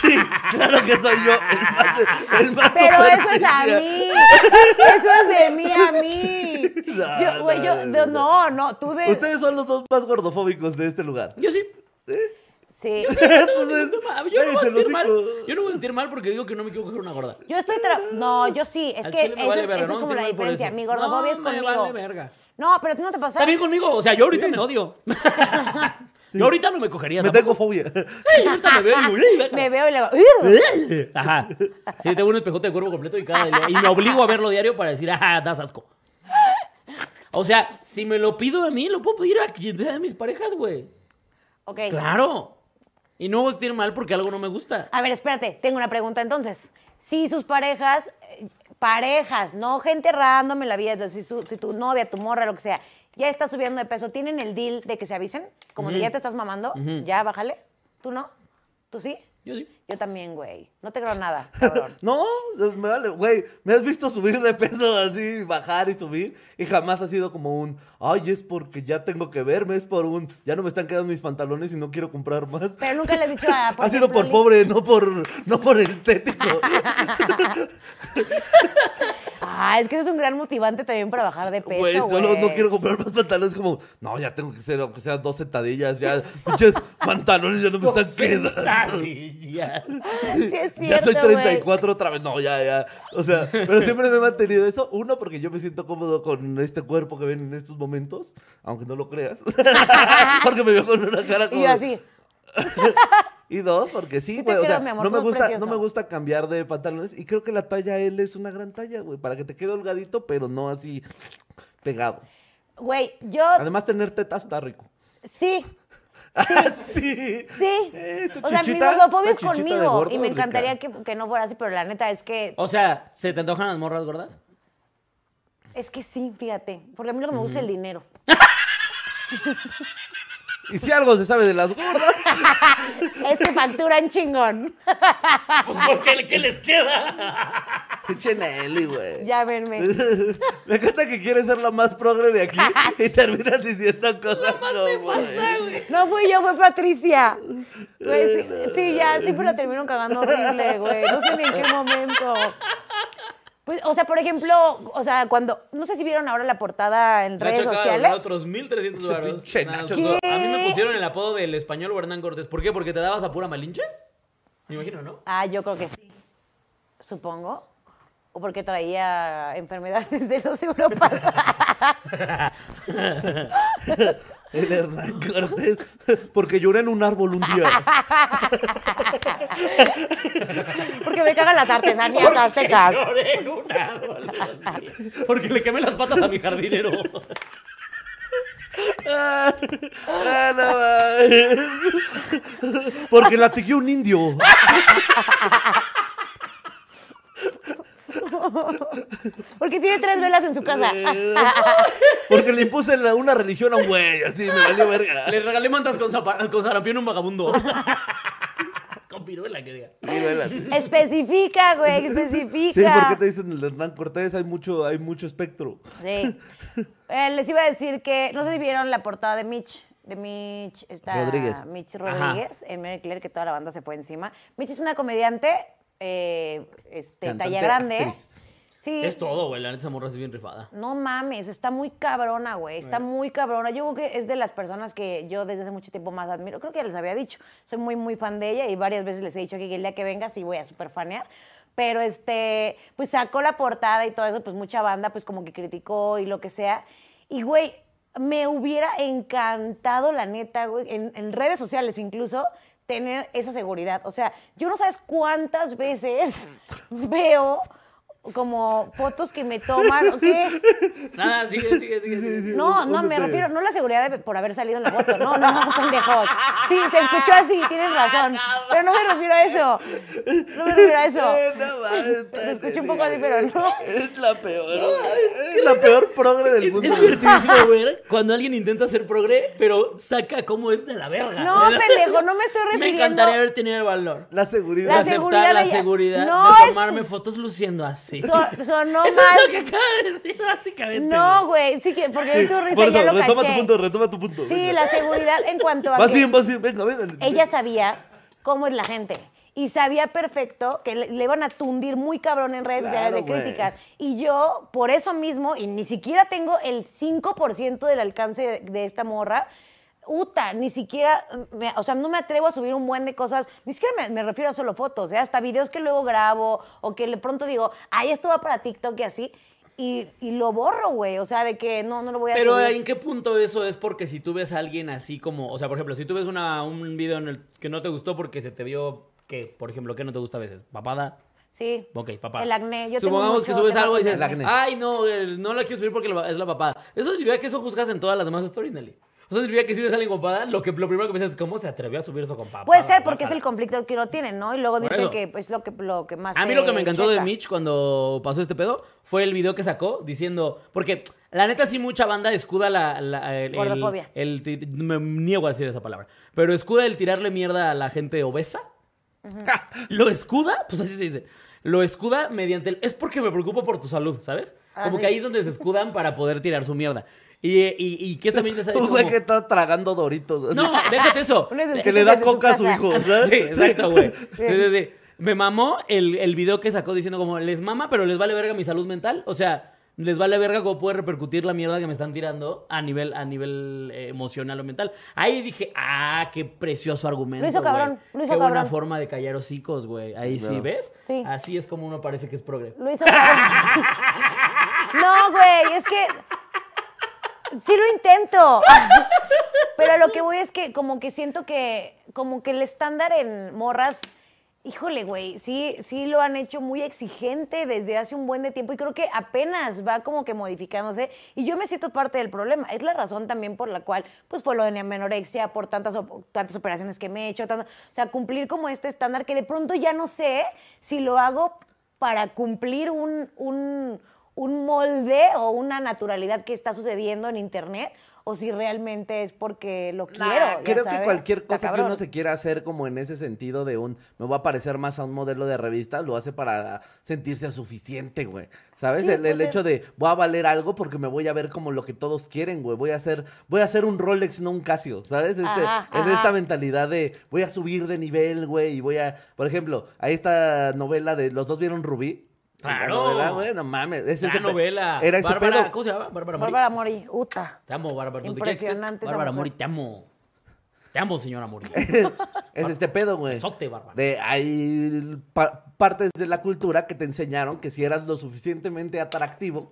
[SPEAKER 3] Sí, claro que soy yo. El más, el más
[SPEAKER 1] Pero eso es a
[SPEAKER 3] superficial.
[SPEAKER 1] mí. Eso es de mí a mí.
[SPEAKER 3] No,
[SPEAKER 1] Yo, güey, yo-
[SPEAKER 3] no, no,
[SPEAKER 1] no, no, tú de.
[SPEAKER 3] Ustedes son los dos más gordofóbicos de este lugar.
[SPEAKER 2] Yo sí.
[SPEAKER 1] Sí.
[SPEAKER 3] Entonces,
[SPEAKER 2] No, ma- yo no voy a
[SPEAKER 3] cállate el
[SPEAKER 2] sentir mal.
[SPEAKER 3] hocico.
[SPEAKER 2] Yo no voy a sentir mal porque digo que no me quiero coger una gorda.
[SPEAKER 1] Yo estoy tra- No, yo sí. Es
[SPEAKER 2] Al
[SPEAKER 1] que
[SPEAKER 2] chile me
[SPEAKER 1] eso,
[SPEAKER 2] vale
[SPEAKER 1] eso
[SPEAKER 2] verga,
[SPEAKER 1] es
[SPEAKER 2] no me
[SPEAKER 1] como la
[SPEAKER 2] entiendo por
[SPEAKER 1] diferencia.
[SPEAKER 2] eso.
[SPEAKER 1] Mi gordofobia es
[SPEAKER 2] No, me
[SPEAKER 1] conmigo.
[SPEAKER 2] vale verga.
[SPEAKER 1] No, pero tú no te pasa.
[SPEAKER 2] Está bien conmigo, o sea, yo ahorita me odio. Yo ahorita no me cogería.
[SPEAKER 3] Me
[SPEAKER 2] tampoco.
[SPEAKER 3] tengo fobia.
[SPEAKER 2] Sí, yo ahorita me veo y digo, "Ey, verga".
[SPEAKER 1] Me veo y le hago. "Ugh".
[SPEAKER 2] Ajá. Sí, tengo un espejote de cuerpo completo y cada día. Y me obligo a verlo diario para decir, ajá, das asco. O sea, si me lo pido a mí, lo puedo pedir a quien sea de mis parejas, güey.
[SPEAKER 1] Ok.
[SPEAKER 2] Claro. Y no voy a sentir mal porque algo no me gusta.
[SPEAKER 1] A ver, espérate, tengo una pregunta entonces. Si sus parejas, eh, parejas, no gente random en la vida, si, su- si tu novia, tu morra, lo que sea, ya está subiendo de peso, ¿tienen el deal de que se avisen? Como de ya te estás mamando, ya bájale. ¿Tú no? ¿Tú sí?
[SPEAKER 2] Yo sí.
[SPEAKER 1] Yo también, güey. No te creo nada, cabrón.
[SPEAKER 3] No, me vale, güey, me has visto subir de peso así, bajar y subir, y jamás ha sido como un, ay, es porque ya tengo que verme, es por un, ya no me están quedando mis pantalones y no quiero comprar más.
[SPEAKER 1] Pero nunca le he dicho a.
[SPEAKER 3] ha sido por
[SPEAKER 1] ejemplo,
[SPEAKER 3] pobre, no por, no por estético.
[SPEAKER 1] Liz- Ah, es que eso es un gran motivante también para bajar de peso.
[SPEAKER 3] Güey, solo no
[SPEAKER 1] güey.
[SPEAKER 3] quiero comprar más pantalones, como, no, ya tengo que hacer, aunque sean dos sentadillas, ya, pinches pantalones ya no me están quedando.
[SPEAKER 1] Sí, es
[SPEAKER 3] ya soy
[SPEAKER 1] cierto, güey.
[SPEAKER 3] 34 otra vez. No, ya, ya. O sea, pero siempre me he mantenido eso. Uno, porque yo me siento cómodo con este cuerpo que ven en estos momentos, aunque no lo creas. porque me veo con una cara como.
[SPEAKER 1] Y yo
[SPEAKER 3] de-
[SPEAKER 1] así.
[SPEAKER 3] Y dos, porque sí,
[SPEAKER 1] te
[SPEAKER 3] güey. O
[SPEAKER 1] creo,
[SPEAKER 3] sea,
[SPEAKER 1] mi amor,
[SPEAKER 3] no,
[SPEAKER 1] tú
[SPEAKER 3] me
[SPEAKER 1] eres
[SPEAKER 3] gusta, no
[SPEAKER 1] precioso.
[SPEAKER 3] me gusta cambiar de pantalones. Y creo que la talla L es una gran talla, güey. Para que te quede holgadito, pero no así pegado.
[SPEAKER 1] Güey, yo.
[SPEAKER 3] Además, tener tetas está rico.
[SPEAKER 1] Sí,
[SPEAKER 3] sí.
[SPEAKER 1] Sí.
[SPEAKER 3] Eh, tu
[SPEAKER 1] o sea, mi
[SPEAKER 3] chichita,
[SPEAKER 1] gordofobia
[SPEAKER 3] una
[SPEAKER 1] es
[SPEAKER 3] chichita de
[SPEAKER 1] conmigo.
[SPEAKER 3] gordo
[SPEAKER 1] y me
[SPEAKER 3] es rica.
[SPEAKER 1] encantaría que, que no fuera así, pero la neta es que.
[SPEAKER 2] O sea, ¿se te antojan las morras gordas?
[SPEAKER 1] Es que sí, fíjate. Porque a mí lo que me gusta es el
[SPEAKER 3] Mm.
[SPEAKER 1] dinero.
[SPEAKER 3] Y si algo se sabe de las gordas.
[SPEAKER 1] Es que facturan chingón.
[SPEAKER 2] Pues porque ¿qué les queda?
[SPEAKER 3] Pinche Nelly, güey.
[SPEAKER 1] Ya verme.
[SPEAKER 3] Me encanta que quieres ser la más progre de aquí y terminas diciendo cosas como,
[SPEAKER 1] No fui yo, fue Patricia. Güey, sí, sí, ya, siempre la termino cagando horrible, güey. No sé ni en qué momento. Pues, o sea, por ejemplo, o sea, cuando. No sé si vieron ahora la portada en redes
[SPEAKER 2] Nacho acaba de
[SPEAKER 1] sociales.
[SPEAKER 2] ganar otros 1.300
[SPEAKER 3] Ese
[SPEAKER 2] dólares.
[SPEAKER 3] pinche Nacho.
[SPEAKER 2] A mí me
[SPEAKER 1] ¿Qué?
[SPEAKER 2] te pusieron el apodo del español o Hernán Cortés? ¿Por qué? ¿Porque te dabas a pura malinche? Me imagino, ¿no?
[SPEAKER 1] Ah, yo creo que sí. Supongo. O porque traía enfermedades de los europas.
[SPEAKER 3] El Hernán Cortés. Porque lloré en un árbol un día.
[SPEAKER 1] porque me cagan las artesanías aztecas.
[SPEAKER 2] Lloré en un árbol. Porque le quemé las patas a mi jardinero.
[SPEAKER 3] Ah, no mames. Porque latigué un indio.
[SPEAKER 1] Porque tiene tres velas en su casa.
[SPEAKER 3] Porque le impuse la- una religión a un güey. Así me valió verga.
[SPEAKER 2] Le regalé mantas con, zapa- con sarampión a un vagabundo. con piruela, que diga.
[SPEAKER 3] Sí, bailate.
[SPEAKER 1] especifica, güey,
[SPEAKER 3] Sí,
[SPEAKER 1] especifica.
[SPEAKER 3] porque te dicen el Hernán Cortés, hay mucho, hay mucho espectro.
[SPEAKER 1] Sí. Eh, les iba a decir que, no sé si vieron la portada de Mitch, de Mitch, está
[SPEAKER 3] Rodríguez.
[SPEAKER 1] Mitch
[SPEAKER 2] Ajá.
[SPEAKER 1] Rodríguez, en Mary Claire, que toda la banda se fue encima. Mitch es una comediante, eh, este,
[SPEAKER 3] Cantante,
[SPEAKER 1] talla grande.
[SPEAKER 3] actriz.
[SPEAKER 1] Sí.
[SPEAKER 2] Es todo, güey. La neta, esa morra es bien rifada.
[SPEAKER 1] No mames, está muy cabrona, güey. Está muy cabrona. Yo creo que es de las personas que yo desde hace mucho tiempo más admiro. Creo que ya les había dicho. Soy muy, muy fan de ella y varias veces les he dicho que el día que venga sí voy a superfanear. Pero este, pues sacó la portada y todo eso, pues mucha banda, pues como que criticó y lo que sea. Y güey, me hubiera encantado, la neta, güey, en, en redes sociales incluso, tener esa seguridad. O sea, yo no sabes cuántas veces veo como fotos que me toman, ¿ok?
[SPEAKER 2] Nada, sigue, sigue, sigue. sigue.
[SPEAKER 1] No, no, me
[SPEAKER 3] Únete.
[SPEAKER 1] refiero, no la seguridad de- por haber salido en la foto, no, no, no, pendejos. Sí, se escuchó así, tienes razón, pero no me refiero a eso, no me refiero a
[SPEAKER 3] Eh,
[SPEAKER 1] eso.
[SPEAKER 3] no mames, eh.
[SPEAKER 1] Se escucha un poco así, pero no.
[SPEAKER 3] Es la peor. es la peor progre del
[SPEAKER 2] Es,
[SPEAKER 3] mundo.
[SPEAKER 2] es divertidísimo ver cuando alguien intenta hacer progre, pero saca cómo es de la verga.
[SPEAKER 1] No, pendejo, no me estoy
[SPEAKER 2] Me
[SPEAKER 1] refiriendo-
[SPEAKER 2] encantaría haber tenido el valor.
[SPEAKER 3] La
[SPEAKER 1] La
[SPEAKER 3] seguridad.
[SPEAKER 2] de
[SPEAKER 1] seguridad
[SPEAKER 2] aceptar la
[SPEAKER 1] de-
[SPEAKER 2] seguridad
[SPEAKER 1] No,
[SPEAKER 2] de
[SPEAKER 1] es-
[SPEAKER 2] tomarme fotos luciendo así.
[SPEAKER 1] So- sonó
[SPEAKER 2] Eso
[SPEAKER 1] mal.
[SPEAKER 2] es lo que acaba de decir, básicamente.
[SPEAKER 1] No, güey, sí que, porque tu risa
[SPEAKER 3] Por eso,
[SPEAKER 1] ya lo
[SPEAKER 3] retoma
[SPEAKER 1] caché.
[SPEAKER 3] tu punto, retoma tu punto.
[SPEAKER 1] Sí,
[SPEAKER 3] venga.
[SPEAKER 1] la seguridad en cuanto a
[SPEAKER 3] Vas
[SPEAKER 1] que-
[SPEAKER 3] bien, vas bien, venga, venga.
[SPEAKER 1] ella sabía cómo es la gente. Y sabía perfecto que le, le iban a tundir muy cabrón en redes sociales de
[SPEAKER 3] Claro, güey.
[SPEAKER 1] críticas. Y yo, por eso mismo, y ni siquiera tengo el 5% del alcance de, de esta morra, Uta, ni siquiera, me- o sea, no me atrevo a subir un buen de cosas, ni siquiera me, me refiero a solo fotos, ¿eh? hasta videos que luego grabo o que de pronto digo, ay, esto va para TikTok y así, y, y lo borro, güey, o sea, de que no, no lo voy a
[SPEAKER 2] Pero
[SPEAKER 1] subir.
[SPEAKER 2] ¿en qué punto eso es? Porque si tú ves a alguien así como, o sea, por ejemplo, si tú ves una, un video en el que no te gustó porque se te vio que, por ejemplo, ¿qué no te gusta a veces? Papada.
[SPEAKER 1] Sí.
[SPEAKER 2] Ok, papada.
[SPEAKER 1] El acné. Yo tengo
[SPEAKER 2] Supongamos que
[SPEAKER 1] mucho-
[SPEAKER 2] subes
[SPEAKER 1] tengo
[SPEAKER 2] algo y
[SPEAKER 1] acné.
[SPEAKER 2] dices,
[SPEAKER 3] El acné.
[SPEAKER 2] ay, no, eh, no la quiero subir porque la- es la papada. Eso significa que eso juzgas en todas las demás stories, Nelly. O sea, significa que si ves a alguien con papada, lo, que, lo primero que piensas es, ¿cómo se atrevió a subir eso con papada?
[SPEAKER 1] Puede ser porque es el
[SPEAKER 2] Guácala.
[SPEAKER 1] conflicto que uno tiene, ¿no? Y luego
[SPEAKER 2] Por
[SPEAKER 1] dicen
[SPEAKER 2] eso.
[SPEAKER 1] que es lo que, lo que más.
[SPEAKER 2] A mí
[SPEAKER 1] te
[SPEAKER 2] lo que me encantó de
[SPEAKER 1] checa.
[SPEAKER 2] Mitch cuando pasó este pedo fue el video que sacó diciendo. Porque la neta, sí, mucha banda escuda la. la- el, el-
[SPEAKER 1] Gordofobia.
[SPEAKER 2] el ti- me niego a decir esa palabra. Pero escuda el tirarle mierda a la gente obesa. Lo escuda, pues así se dice. Lo escuda mediante el. Es porque me preocupo por tu salud, ¿sabes?
[SPEAKER 1] Ah,
[SPEAKER 2] Como
[SPEAKER 1] sí.
[SPEAKER 2] que ahí es donde se escudan para poder tirar su mierda. Y, eh, y, y que también les ha dicho.
[SPEAKER 3] Un güey
[SPEAKER 2] como,
[SPEAKER 3] que está tragando doritos. así,
[SPEAKER 2] No, déjate eso.
[SPEAKER 1] Uno es el
[SPEAKER 3] que le da
[SPEAKER 1] desde su
[SPEAKER 3] coca a su
[SPEAKER 1] casa.
[SPEAKER 3] hijo, ¿sabes?
[SPEAKER 2] Sí, exacto, güey. Sí, sí, sí. Me mamó el, el video que sacó diciendo como, les mama, pero les vale verga mi salud mental. O sea, les vale verga cómo puede repercutir la mierda que me están tirando a nivel, a nivel eh, emocional o mental. Ahí dije, ah, qué precioso argumento.
[SPEAKER 1] Lo hizo
[SPEAKER 2] güey.
[SPEAKER 1] cabrón, lo hizo
[SPEAKER 2] Qué buena
[SPEAKER 1] cabrón.
[SPEAKER 2] forma de callar hocicos, güey. Ahí sí,
[SPEAKER 3] claro.
[SPEAKER 2] ¿ves?
[SPEAKER 1] Sí.
[SPEAKER 2] Así es como uno parece que es progre.
[SPEAKER 1] Lo hizo cabrón. No, güey, es que. Sí lo intento. Pero a lo que voy es que como que siento que. Como que el estándar en morras. Híjole, güey, sí, sí lo han hecho muy exigente desde hace un buen de tiempo y creo que apenas va como que modificándose y yo me siento parte del problema. Es la razón también por la cual, pues, fue lo de mi anorexia, por tantas, op- tantas operaciones que me he hecho, tanto- o sea, cumplir como este estándar que de pronto ya no sé si lo hago para cumplir un, un- un molde o una naturalidad que está sucediendo en internet o si realmente es porque lo
[SPEAKER 3] Nah,
[SPEAKER 1] quiero. ya
[SPEAKER 3] creo que
[SPEAKER 1] sabes.
[SPEAKER 3] cualquier
[SPEAKER 1] Está
[SPEAKER 3] cosa que
[SPEAKER 1] cabrón.
[SPEAKER 3] uno se quiera hacer como en ese sentido de un me va a parecer más a un modelo de revista, lo hace para sentirse suficiente, güey. ¿Sabes?
[SPEAKER 1] Sí,
[SPEAKER 3] el el
[SPEAKER 1] pues,
[SPEAKER 3] hecho de voy a valer algo porque me voy a ver como lo que todos quieren, güey. Voy a hacer, voy a hacer un Rolex, no un Casio. ¿Sabes? Este,
[SPEAKER 1] Ajá,
[SPEAKER 3] es
[SPEAKER 1] ajá.
[SPEAKER 3] esta mentalidad de voy a subir de nivel, güey, y voy a, por ejemplo, ahí esta novela de los dos vieron Rubí.
[SPEAKER 2] Claro.
[SPEAKER 3] La novela, güey, no mames. es
[SPEAKER 2] La
[SPEAKER 3] ese pe-
[SPEAKER 2] novela.
[SPEAKER 3] Era ese
[SPEAKER 2] Bárbara,
[SPEAKER 3] pedo.
[SPEAKER 2] ¿Cómo se llama? Bárbara Mori.
[SPEAKER 1] Bárbara Mori, Uta.
[SPEAKER 2] Te amo, Bárbara. donde quiera que estés,
[SPEAKER 1] Impresionante esa
[SPEAKER 2] Bárbara
[SPEAKER 1] mujer.
[SPEAKER 2] Mori, te amo. Te amo, señora Murillo.
[SPEAKER 3] Es este pedo, güey.
[SPEAKER 2] Besote, Bárbara.
[SPEAKER 3] De hay pa- partes de la cultura que te enseñaron que si eras lo suficientemente atractivo,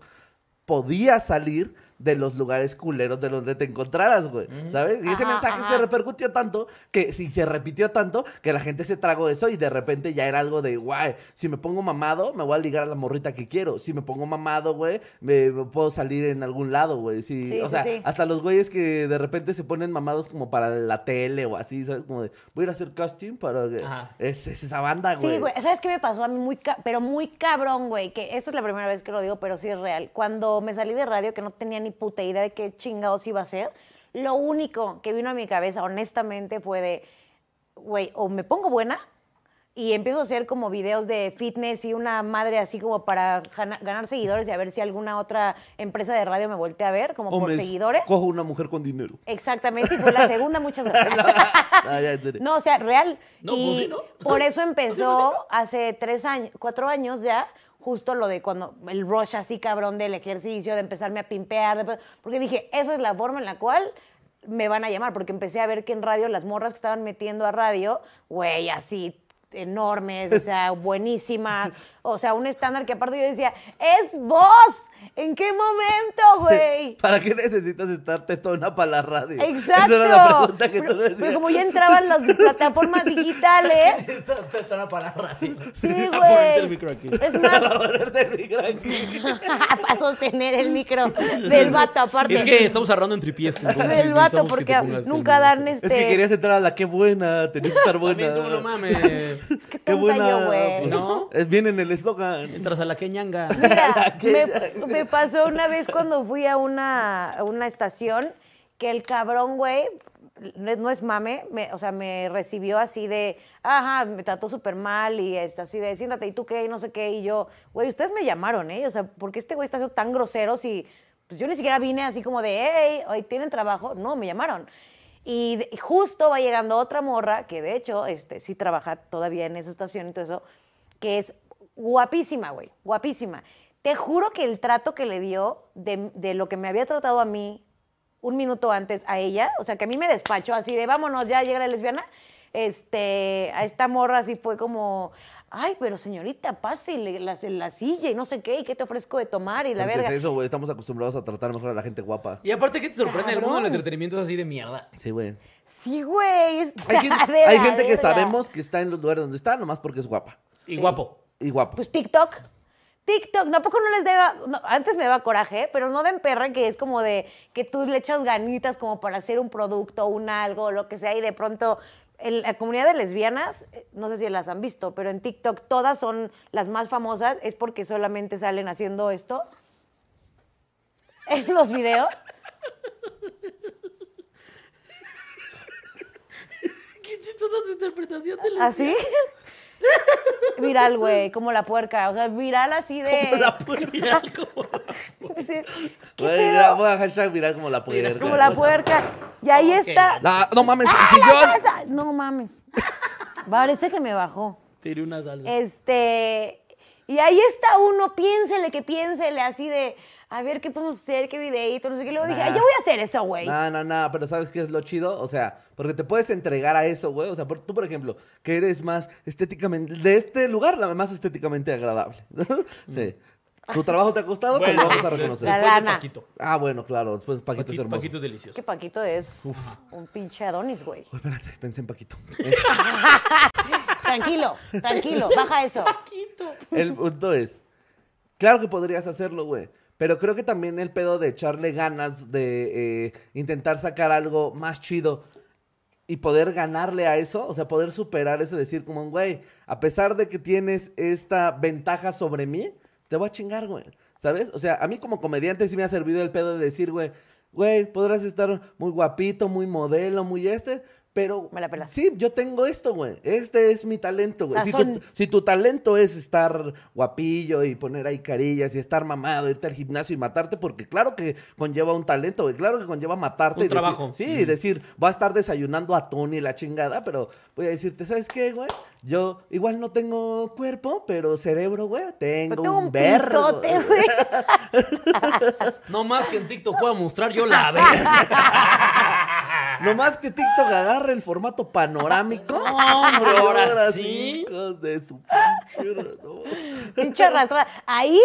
[SPEAKER 3] podías salir de los lugares culeros de donde te encontraras, güey. ¿Sabes? Y ese
[SPEAKER 1] Ajá,
[SPEAKER 3] mensaje
[SPEAKER 1] ajá.
[SPEAKER 3] se repercutió tanto que si se repitió tanto que la gente se tragó eso y de repente ya era algo de, guay, si me pongo mamado, me voy a ligar a la morrita que quiero. Si me pongo mamado, güey, me, me puedo salir en algún lado, güey. Si,
[SPEAKER 1] Sí,
[SPEAKER 3] o
[SPEAKER 1] sí,
[SPEAKER 3] sea,
[SPEAKER 1] sí.
[SPEAKER 3] hasta los güeyes que de repente se ponen mamados como para la tele o así, ¿sabes? Como de, voy a ir a hacer casting para... que-".
[SPEAKER 2] Ajá.
[SPEAKER 3] Es, es esa banda, güey.
[SPEAKER 1] Sí, güey. ¿Sabes qué me pasó a mí? Muy ca- pero muy cabrón, güey. Que esta es la primera vez que lo digo, pero sí es real. Cuando me salí de radio, que no tenía ni puta idea de qué chingados iba a ser, lo único que vino a mi cabeza, honestamente, fue de, güey, o me pongo buena y empiezo a hacer como videos de fitness y una madre así como para gana- ganar seguidores y a ver si alguna otra empresa de radio me voltea a ver, como
[SPEAKER 3] O
[SPEAKER 1] por
[SPEAKER 3] me
[SPEAKER 1] seguidores.
[SPEAKER 3] Cojo una mujer con dinero.
[SPEAKER 1] Exactamente, y por la segunda, muchas gracias.
[SPEAKER 3] Ah, ya entendí.
[SPEAKER 1] No, o sea, real.
[SPEAKER 2] No,
[SPEAKER 1] y
[SPEAKER 2] pues sí, ¿no?
[SPEAKER 1] por eso empezó hace tres años, cuatro años ya, justo lo de cuando el rush así cabrón del ejercicio, de empezarme a pimpear, de- pues, porque dije, eso es la forma en la cual me van a llamar, porque empecé a ver que en radio las morras que estaban metiendo a radio, güey, así enormes, o sea, buenísimas, o sea, un estándar que aparte yo decía, es vos, ¿en qué momento, güey?
[SPEAKER 3] ¿Para qué necesitas estar tetona para la radio?
[SPEAKER 1] Exacto.
[SPEAKER 3] Esa era la pregunta que
[SPEAKER 1] pero,
[SPEAKER 3] tú decías.
[SPEAKER 1] pero como ya entraban las plataformas digitales,
[SPEAKER 2] Esta persona para radio.
[SPEAKER 1] Sí,
[SPEAKER 2] Voy a
[SPEAKER 1] güey.
[SPEAKER 2] ponerte el micro aquí.
[SPEAKER 1] Es más,
[SPEAKER 3] Para ponerte el micro aquí.
[SPEAKER 1] para sostener el micro del vato, aparte.
[SPEAKER 2] Es que estamos cerrando en tripies. entonces
[SPEAKER 1] del vato,
[SPEAKER 2] necesitamos que
[SPEAKER 1] porque
[SPEAKER 2] te pongas el
[SPEAKER 1] nunca dan
[SPEAKER 2] micro.
[SPEAKER 1] este.
[SPEAKER 3] Es que querías entrar a la qué buena, tenías que estar buena.
[SPEAKER 2] También tú no mames.
[SPEAKER 1] Qué
[SPEAKER 3] Qué
[SPEAKER 1] tonta
[SPEAKER 3] buena.
[SPEAKER 1] yo, güey.
[SPEAKER 3] pues,
[SPEAKER 2] ¿No?
[SPEAKER 3] Es bien en el eslogan.
[SPEAKER 2] Entras a la queñanga.
[SPEAKER 1] Mira,
[SPEAKER 3] Aquella.
[SPEAKER 1] me, me pasó una vez cuando fui a una, a una estación que el cabrón, güey, no es, no es mame, me- o sea, me recibió así de, ajá, me trató súper mal y este, así de, siéntate, ¿y tú qué? Y no sé qué. Y yo, güey, ustedes me llamaron, ¿eh? O sea, ¿por qué este güey está siendo tan grosero si, pues yo ni siquiera vine así como de, hey, hoy tienen trabajo? No, me llamaron. Y de- y justo va llegando otra morra, que de hecho, este, sí trabaja todavía en esa estación y todo eso, que es guapísima, güey, guapísima. Te juro que el trato que le dio de, de lo que me había tratado a mí un minuto antes a ella, o sea, que a mí me despachó así de vámonos, ya llega la lesbiana, este, a esta morra así fue como, ay, pero señorita, pase le- la, la silla y no sé qué, y qué te ofrezco de tomar y la
[SPEAKER 3] Es que
[SPEAKER 1] verga.
[SPEAKER 3] Pues, es eso, güey. Estamos acostumbrados a tratar mejor a la gente guapa.
[SPEAKER 2] Y aparte, ¿qué te sorprende? El mundo del
[SPEAKER 1] Cabrón.
[SPEAKER 2] entretenimiento es así de mierda.
[SPEAKER 3] Sí, güey.
[SPEAKER 1] Sí, güey. es-
[SPEAKER 3] Hay, quien-
[SPEAKER 1] de
[SPEAKER 3] hay
[SPEAKER 1] la
[SPEAKER 3] gente que
[SPEAKER 1] verga.
[SPEAKER 3] sabemos que está en los lugares donde está nomás porque es guapa.
[SPEAKER 2] Y guapo.
[SPEAKER 3] Y guapo.
[SPEAKER 1] Pues TikTok. TikTok, tampoco no les deba, no, antes me daba coraje, pero no den perra que es como de que tú le echas ganitas como para hacer un producto, un algo, lo que sea, y de pronto en la comunidad de lesbianas, eh, no sé si las han visto, pero en TikTok todas son las más famosas, es porque solamente salen haciendo esto en los videos.
[SPEAKER 2] Qué chistosa tu interpretación de la
[SPEAKER 1] ¿Así? Viral, güey, como la puerca, o sea, viral así de...
[SPEAKER 3] Como la puerca.
[SPEAKER 1] Sí. ¿Qué
[SPEAKER 3] Güey,
[SPEAKER 1] pedo?
[SPEAKER 3] mira, voy a hashtag mirar como la
[SPEAKER 2] Mira,
[SPEAKER 3] puerca.
[SPEAKER 1] Como la puerca. Y ahí
[SPEAKER 2] Ok.
[SPEAKER 1] está.
[SPEAKER 3] La- no mames,
[SPEAKER 1] ¡Ah,
[SPEAKER 3] si
[SPEAKER 1] la
[SPEAKER 3] yo-
[SPEAKER 1] salsa! No mames. Parece que me bajó.
[SPEAKER 2] Tiré una
[SPEAKER 1] Eh,
[SPEAKER 2] salsa.
[SPEAKER 1] Este. Y ahí está uno, piénsele que piénsele, así de, a ver qué podemos hacer, qué videíto, no sé qué. Luego dije,
[SPEAKER 3] Nah.
[SPEAKER 1] ay, yo voy a hacer eso, güey.
[SPEAKER 3] No, no, no, pero ¿sabes qué es lo chido? O sea, porque te puedes entregar a eso, güey. O sea, por- tú, por ejemplo, que eres más estéticamente, de este lugar, la más estéticamente agradable.
[SPEAKER 1] Mm.
[SPEAKER 3] sí. Tu trabajo te ha costado, te lo vamos a reconocer.
[SPEAKER 1] La
[SPEAKER 2] La
[SPEAKER 1] lana.
[SPEAKER 2] lana. Paquito.
[SPEAKER 3] Ah, bueno, claro, después Paquito, es
[SPEAKER 2] Paquito,
[SPEAKER 3] hermoso.
[SPEAKER 2] Paquito es
[SPEAKER 1] Es
[SPEAKER 2] delicioso.
[SPEAKER 1] que Paquito es un pinche Adonis, güey.
[SPEAKER 3] Uy, Oh, espérate, pensé en Paquito.
[SPEAKER 1] Tranquilo, tranquilo, baja eso.
[SPEAKER 2] Paquito.
[SPEAKER 3] El punto es, claro que podrías hacerlo, güey. Pero creo que también el pedo de echarle ganas, de eh, intentar sacar algo más chido y poder ganarle a eso, o sea, poder superar eso, decir como, güey, a pesar de que tienes esta ventaja sobre mí, te voy a chingar, güey. ¿Sabes? O sea, a mí como comediante sí me ha servido el pedo de decir, güey, güey, podrás estar muy guapito, muy modelo, muy este, pero...
[SPEAKER 1] Me la pelas.
[SPEAKER 3] Sí, yo tengo esto, güey. Este es mi talento, güey. Si
[SPEAKER 1] Sazón.
[SPEAKER 3] tu, si tu talento es estar guapillo y poner ahí carillas y estar mamado, irte al gimnasio y matarte, porque claro que conlleva un talento, güey. Claro que conlleva matarte.
[SPEAKER 2] Un
[SPEAKER 3] y decir-
[SPEAKER 2] trabajo.
[SPEAKER 3] sí, y decir, voy a estar desayunando a Tony la chingada, pero voy a decirte, ¿sabes qué, güey? Yo igual no tengo cuerpo, pero cerebro, güey, tengo
[SPEAKER 1] Pero tengo
[SPEAKER 3] un
[SPEAKER 1] un
[SPEAKER 3] verbo.
[SPEAKER 1] pitote, güey.
[SPEAKER 2] No más que en TikTok pueda mostrar yo la verga.
[SPEAKER 3] Nomás que TikTok agarre el formato panorámico.
[SPEAKER 2] hombre, ahora sí.
[SPEAKER 3] Hijos de su pinche- no.
[SPEAKER 1] Pinche arrastrada. Ahí,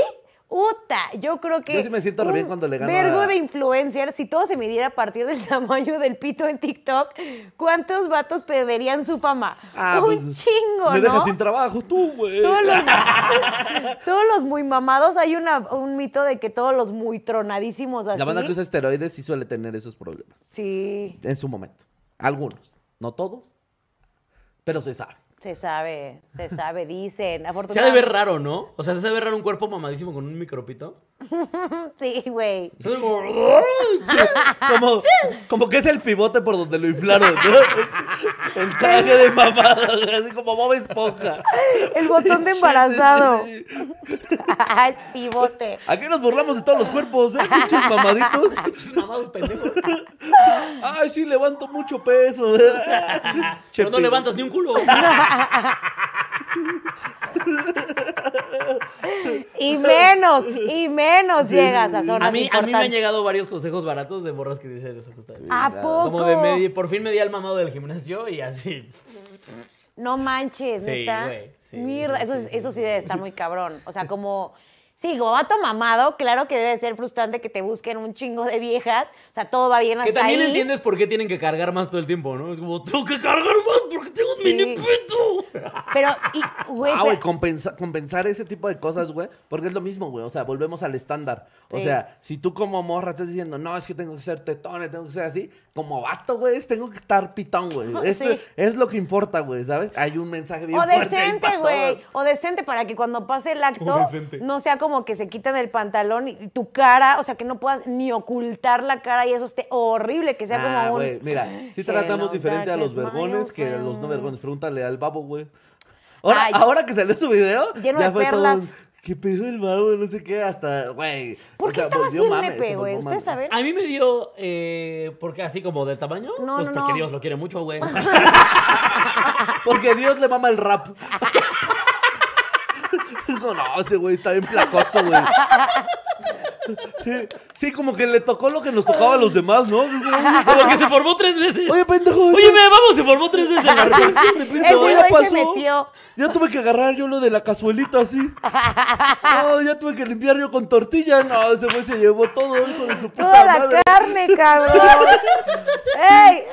[SPEAKER 1] uta, yo creo que.
[SPEAKER 3] Yo sí me siento re
[SPEAKER 1] un
[SPEAKER 3] bien cuando le gano
[SPEAKER 1] Vergo
[SPEAKER 3] a-
[SPEAKER 1] de influencer, si todo se midiera a partir del tamaño del pito en TikTok, ¿cuántos vatos perderían su fama?
[SPEAKER 3] Ah,
[SPEAKER 1] un
[SPEAKER 3] pues,
[SPEAKER 1] chingo,
[SPEAKER 3] Me
[SPEAKER 1] ¿no?
[SPEAKER 3] dejas sin Ah. trabajo tú, güey.
[SPEAKER 1] Todos los, todos los muy mamados, hay una, un mito de que todos los muy tronadísimos así.
[SPEAKER 3] La banda que usa esteroides sí suele tener esos problemas.
[SPEAKER 1] Sí,
[SPEAKER 3] En su momento. Algunos. No todos. Pero se sabe.
[SPEAKER 1] se sabe, se sabe, dicen.
[SPEAKER 2] Se ha de ver
[SPEAKER 1] Afortunadamente.
[SPEAKER 2] raro, ¿no? O sea, se ha de ver raro un cuerpo mamadísimo con un micropito.
[SPEAKER 1] Sí, güey.
[SPEAKER 2] Se ve como-
[SPEAKER 3] Como, como que es el pivote por donde lo inflaron, ¿no? El traje de mamada, así como Bob Esponja.
[SPEAKER 1] El botón de embarazado. Al pivote.
[SPEAKER 3] Aquí nos burlamos de todos los cuerpos, ¿eh? Pinches mamaditos.
[SPEAKER 2] Pinches mamados pendejos.
[SPEAKER 3] Ay, sí, levanto mucho peso.
[SPEAKER 2] Pero no
[SPEAKER 3] Chepi.
[SPEAKER 2] levantas ni un culo.
[SPEAKER 1] Y menos, y menos llegas a zonas
[SPEAKER 2] A mí, a mí me han
[SPEAKER 1] importantes.
[SPEAKER 2] lego varios consejos baratos de borras que dicen eso justamente.
[SPEAKER 1] ¿A
[SPEAKER 3] Como
[SPEAKER 1] poco?
[SPEAKER 2] Como de medir, por fin me di al mamado del gimnasio y así.
[SPEAKER 1] No manches,
[SPEAKER 2] Sí,
[SPEAKER 1] ¿neta?
[SPEAKER 2] güey, sí,
[SPEAKER 1] Mierda,
[SPEAKER 2] sí,
[SPEAKER 1] eso,
[SPEAKER 2] sí,
[SPEAKER 1] es-
[SPEAKER 2] sí,
[SPEAKER 1] eso
[SPEAKER 2] sí.
[SPEAKER 1] sí debe estar muy cabrón. O sea, como... Sí, como vato mamado, claro que debe ser frustrante que te busquen un chingo de viejas. O sea, todo va bien hasta
[SPEAKER 2] Que también
[SPEAKER 1] ahí.
[SPEAKER 2] entiendes por qué tienen que cargar más todo el tiempo, ¿no? Es como, tengo que cargar más porque tengo un
[SPEAKER 1] Sí.
[SPEAKER 2] mini pito.
[SPEAKER 1] Pero, y, güey,
[SPEAKER 3] Ah,
[SPEAKER 1] pero-
[SPEAKER 3] güey, compensa- compensar ese tipo de cosas, güey, porque es lo mismo, güey, o sea, volvemos al estándar. O
[SPEAKER 1] Sí.
[SPEAKER 3] sea, si tú como morra estás diciendo, no, es que tengo que ser tetón, tengo que ser así, como vato, güey, es, tengo que estar pitón, güey. Eso
[SPEAKER 1] Sí.
[SPEAKER 3] es lo que importa, güey, ¿sabes? Hay un mensaje bien
[SPEAKER 1] o
[SPEAKER 3] fuerte ahí
[SPEAKER 1] decente,
[SPEAKER 3] para
[SPEAKER 1] güey.
[SPEAKER 3] todos.
[SPEAKER 1] O decente para que cuando pase el
[SPEAKER 2] O
[SPEAKER 1] acto
[SPEAKER 2] decente.
[SPEAKER 1] no sea como que se quitan el pantalón y tu cara, o sea, que no puedas ni ocultar la cara y eso esté horrible, que sea
[SPEAKER 3] Ah,
[SPEAKER 1] como un...
[SPEAKER 3] güey, mira, sí
[SPEAKER 1] Hello,
[SPEAKER 3] tratamos diferente a los
[SPEAKER 1] darkness, my
[SPEAKER 3] vergones
[SPEAKER 1] old
[SPEAKER 3] que a los no
[SPEAKER 1] friend.
[SPEAKER 3] vergones. Pregúntale al babo, güey. Ahora,
[SPEAKER 1] Ay.
[SPEAKER 3] ahora que salió su video,
[SPEAKER 1] Lleno
[SPEAKER 3] ya
[SPEAKER 1] de
[SPEAKER 3] fue todo.
[SPEAKER 1] perlas.
[SPEAKER 3] un, ¿Qué pedo el babo? No sé qué, hasta, güey.
[SPEAKER 1] ¿Por
[SPEAKER 3] o
[SPEAKER 1] qué
[SPEAKER 3] sea,
[SPEAKER 1] estaba así
[SPEAKER 3] volvió
[SPEAKER 1] el
[SPEAKER 3] mame,
[SPEAKER 1] nepe,
[SPEAKER 3] se
[SPEAKER 1] güey?
[SPEAKER 3] volvió
[SPEAKER 1] ¿Ustedes
[SPEAKER 3] mame. Ah,
[SPEAKER 1] saben?
[SPEAKER 2] A mí me dio, eh, porque así como del tamaño,
[SPEAKER 1] No,
[SPEAKER 2] pues
[SPEAKER 1] no,
[SPEAKER 2] porque
[SPEAKER 1] no.
[SPEAKER 2] Dios lo quiere mucho, güey.
[SPEAKER 3] Porque Dios le mama el rap. Es como, no, ese güey está bien placoso, güey. Sí, sí, como que le tocó lo que nos tocaba a los demás, ¿no? Es como, oye,
[SPEAKER 2] Como que se formó tres veces.
[SPEAKER 3] Oye, pendejo.
[SPEAKER 2] Oye, me vamos, se formó tres veces la
[SPEAKER 3] canción de
[SPEAKER 1] Ese
[SPEAKER 3] pendejo,
[SPEAKER 1] güey
[SPEAKER 3] ya
[SPEAKER 1] se
[SPEAKER 3] pasó.
[SPEAKER 1] metió.
[SPEAKER 3] Ya tuve que agarrar yo lo de la cazuelita así. No, ya tuve que limpiar yo con tortilla. No, ese güey se llevó todo, hijo de su puta
[SPEAKER 1] Toda la
[SPEAKER 3] madre.
[SPEAKER 1] carne, cabrón. ¡Ey!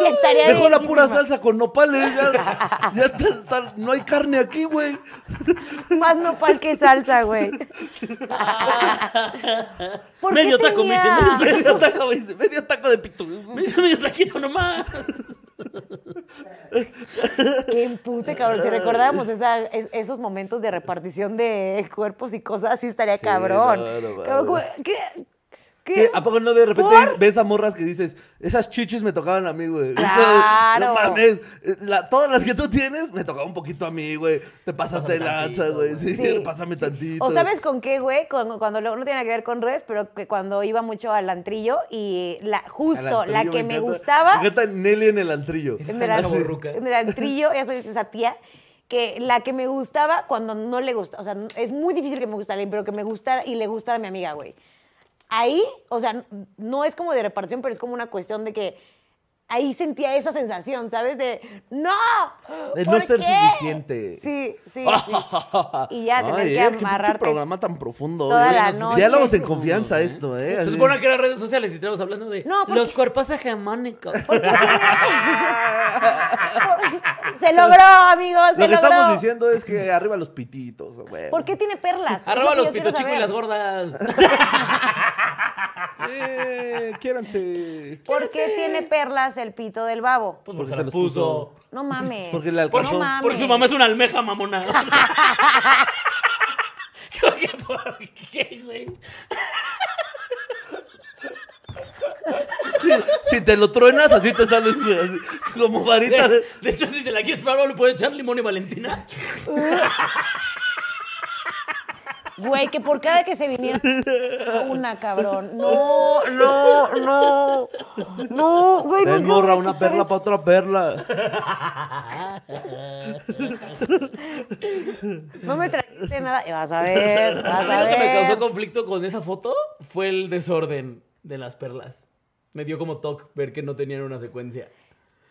[SPEAKER 1] Y estaría
[SPEAKER 3] Dejó la pura
[SPEAKER 1] riquísima.
[SPEAKER 3] salsa con nopales. Ya, ya tal- tal- no hay carne aquí, güey.
[SPEAKER 1] Más nopal que salsa, güey. ¿Por qué
[SPEAKER 2] Medio taco, me
[SPEAKER 1] tenía-
[SPEAKER 2] dice, medio
[SPEAKER 3] Medio taco, me dice, medio taco de pito.
[SPEAKER 2] Me hizo medio taquito nomás.
[SPEAKER 1] Qué empute, cabrón. Si recordáramos esa- es- esos momentos de repartición de cuerpos y cosas, sí estaría cabrón.
[SPEAKER 3] no, no, no.
[SPEAKER 1] Cabrón, como- ¿qué? ¿Qué?
[SPEAKER 3] Sí, ¿A poco no de repente
[SPEAKER 1] ¿Por?
[SPEAKER 3] ves a morras que dices, esas chichis me tocaban a mí, güey?
[SPEAKER 1] Claro.
[SPEAKER 3] No mames, eh, la- todas las que tú tienes me tocaban un poquito a mí, güey. Te pasaste de lanza,
[SPEAKER 2] tantito,
[SPEAKER 3] güey. Sí,
[SPEAKER 1] Sí.
[SPEAKER 3] pásame tantito.
[SPEAKER 1] ¿O sabes con qué, güey? Con- cuando luego no tiene que ver con redes, pero que cuando iba mucho al antrillo y la,
[SPEAKER 3] Al
[SPEAKER 1] justo la
[SPEAKER 3] antrillo,
[SPEAKER 1] que me,
[SPEAKER 3] encanta.
[SPEAKER 1] gustaba.
[SPEAKER 3] Me encanta Nelly en el antrillo.
[SPEAKER 2] Es
[SPEAKER 1] En
[SPEAKER 2] tan
[SPEAKER 1] el, an-
[SPEAKER 2] chavorruca.
[SPEAKER 1] en el antrillo, ya soy esa tía, que la que me gustaba cuando no le gusta, o sea, n- es muy difícil que me gustara, pero que me gustara y le gustara a mi amiga, güey. Ahí, o sea, n- no es como de repartición, pero es como una cuestión de que ahí sentía esa sensación, ¿sabes? De no,
[SPEAKER 3] De
[SPEAKER 1] ¿por
[SPEAKER 3] no ser
[SPEAKER 1] qué?".
[SPEAKER 3] suficiente.
[SPEAKER 1] Sí, sí, sí. Y ya tener
[SPEAKER 3] Ay,
[SPEAKER 1] que
[SPEAKER 3] eh, qué pinche
[SPEAKER 1] amarrarte.
[SPEAKER 3] programa tan profundo.
[SPEAKER 1] toda
[SPEAKER 3] eh.
[SPEAKER 1] la
[SPEAKER 3] Diálogos
[SPEAKER 1] noche.
[SPEAKER 3] en confianza esto, ¿eh?
[SPEAKER 2] Se
[SPEAKER 3] Así.
[SPEAKER 2] supone que eran redes sociales y estamos hablando de
[SPEAKER 1] No, porque-
[SPEAKER 2] los cuerpos hegemónicos.
[SPEAKER 1] Porque tiene- se logró, amigos, se
[SPEAKER 3] Lo que
[SPEAKER 1] logró.
[SPEAKER 3] estamos diciendo es que arriba los pititos, güey.
[SPEAKER 1] ¿Por qué tiene perlas?
[SPEAKER 2] Arroba
[SPEAKER 1] Es lo
[SPEAKER 2] los
[SPEAKER 1] que yo quiero
[SPEAKER 2] pitochicos y
[SPEAKER 1] saber.
[SPEAKER 2] las gordas.
[SPEAKER 3] Eh, quiéranse.
[SPEAKER 1] ¿Por qué tiene perlas el pito del babo?
[SPEAKER 2] Pues
[SPEAKER 3] Porque se
[SPEAKER 2] porque se
[SPEAKER 3] los
[SPEAKER 2] las
[SPEAKER 3] puso.
[SPEAKER 2] puso.
[SPEAKER 1] No mames.
[SPEAKER 3] Porque le
[SPEAKER 2] Por
[SPEAKER 3] alcanzó.
[SPEAKER 2] su-
[SPEAKER 1] No mames.
[SPEAKER 2] Porque su mamá es una almeja mamona. O sea, Creo que por qué, güey.
[SPEAKER 3] Sí, si te lo truenas, así te sales güey, así, como varita
[SPEAKER 2] De,
[SPEAKER 3] de...
[SPEAKER 2] de hecho, si te la quieres probar, le puedes echar limón y valentina.
[SPEAKER 1] Güey, que por cada que se viniera una, cabrón. No, no, no. No, güey. no,
[SPEAKER 3] Ven,
[SPEAKER 1] yo-
[SPEAKER 3] morra, una perla para otra perla.
[SPEAKER 1] No me trajiste nada. Y Vas a ver, vas
[SPEAKER 2] A mí
[SPEAKER 1] a
[SPEAKER 2] lo que me
[SPEAKER 1] ver.
[SPEAKER 2] causó conflicto con esa foto fue el desorden de las perlas. Me dio como toque ver que no tenían una secuencia.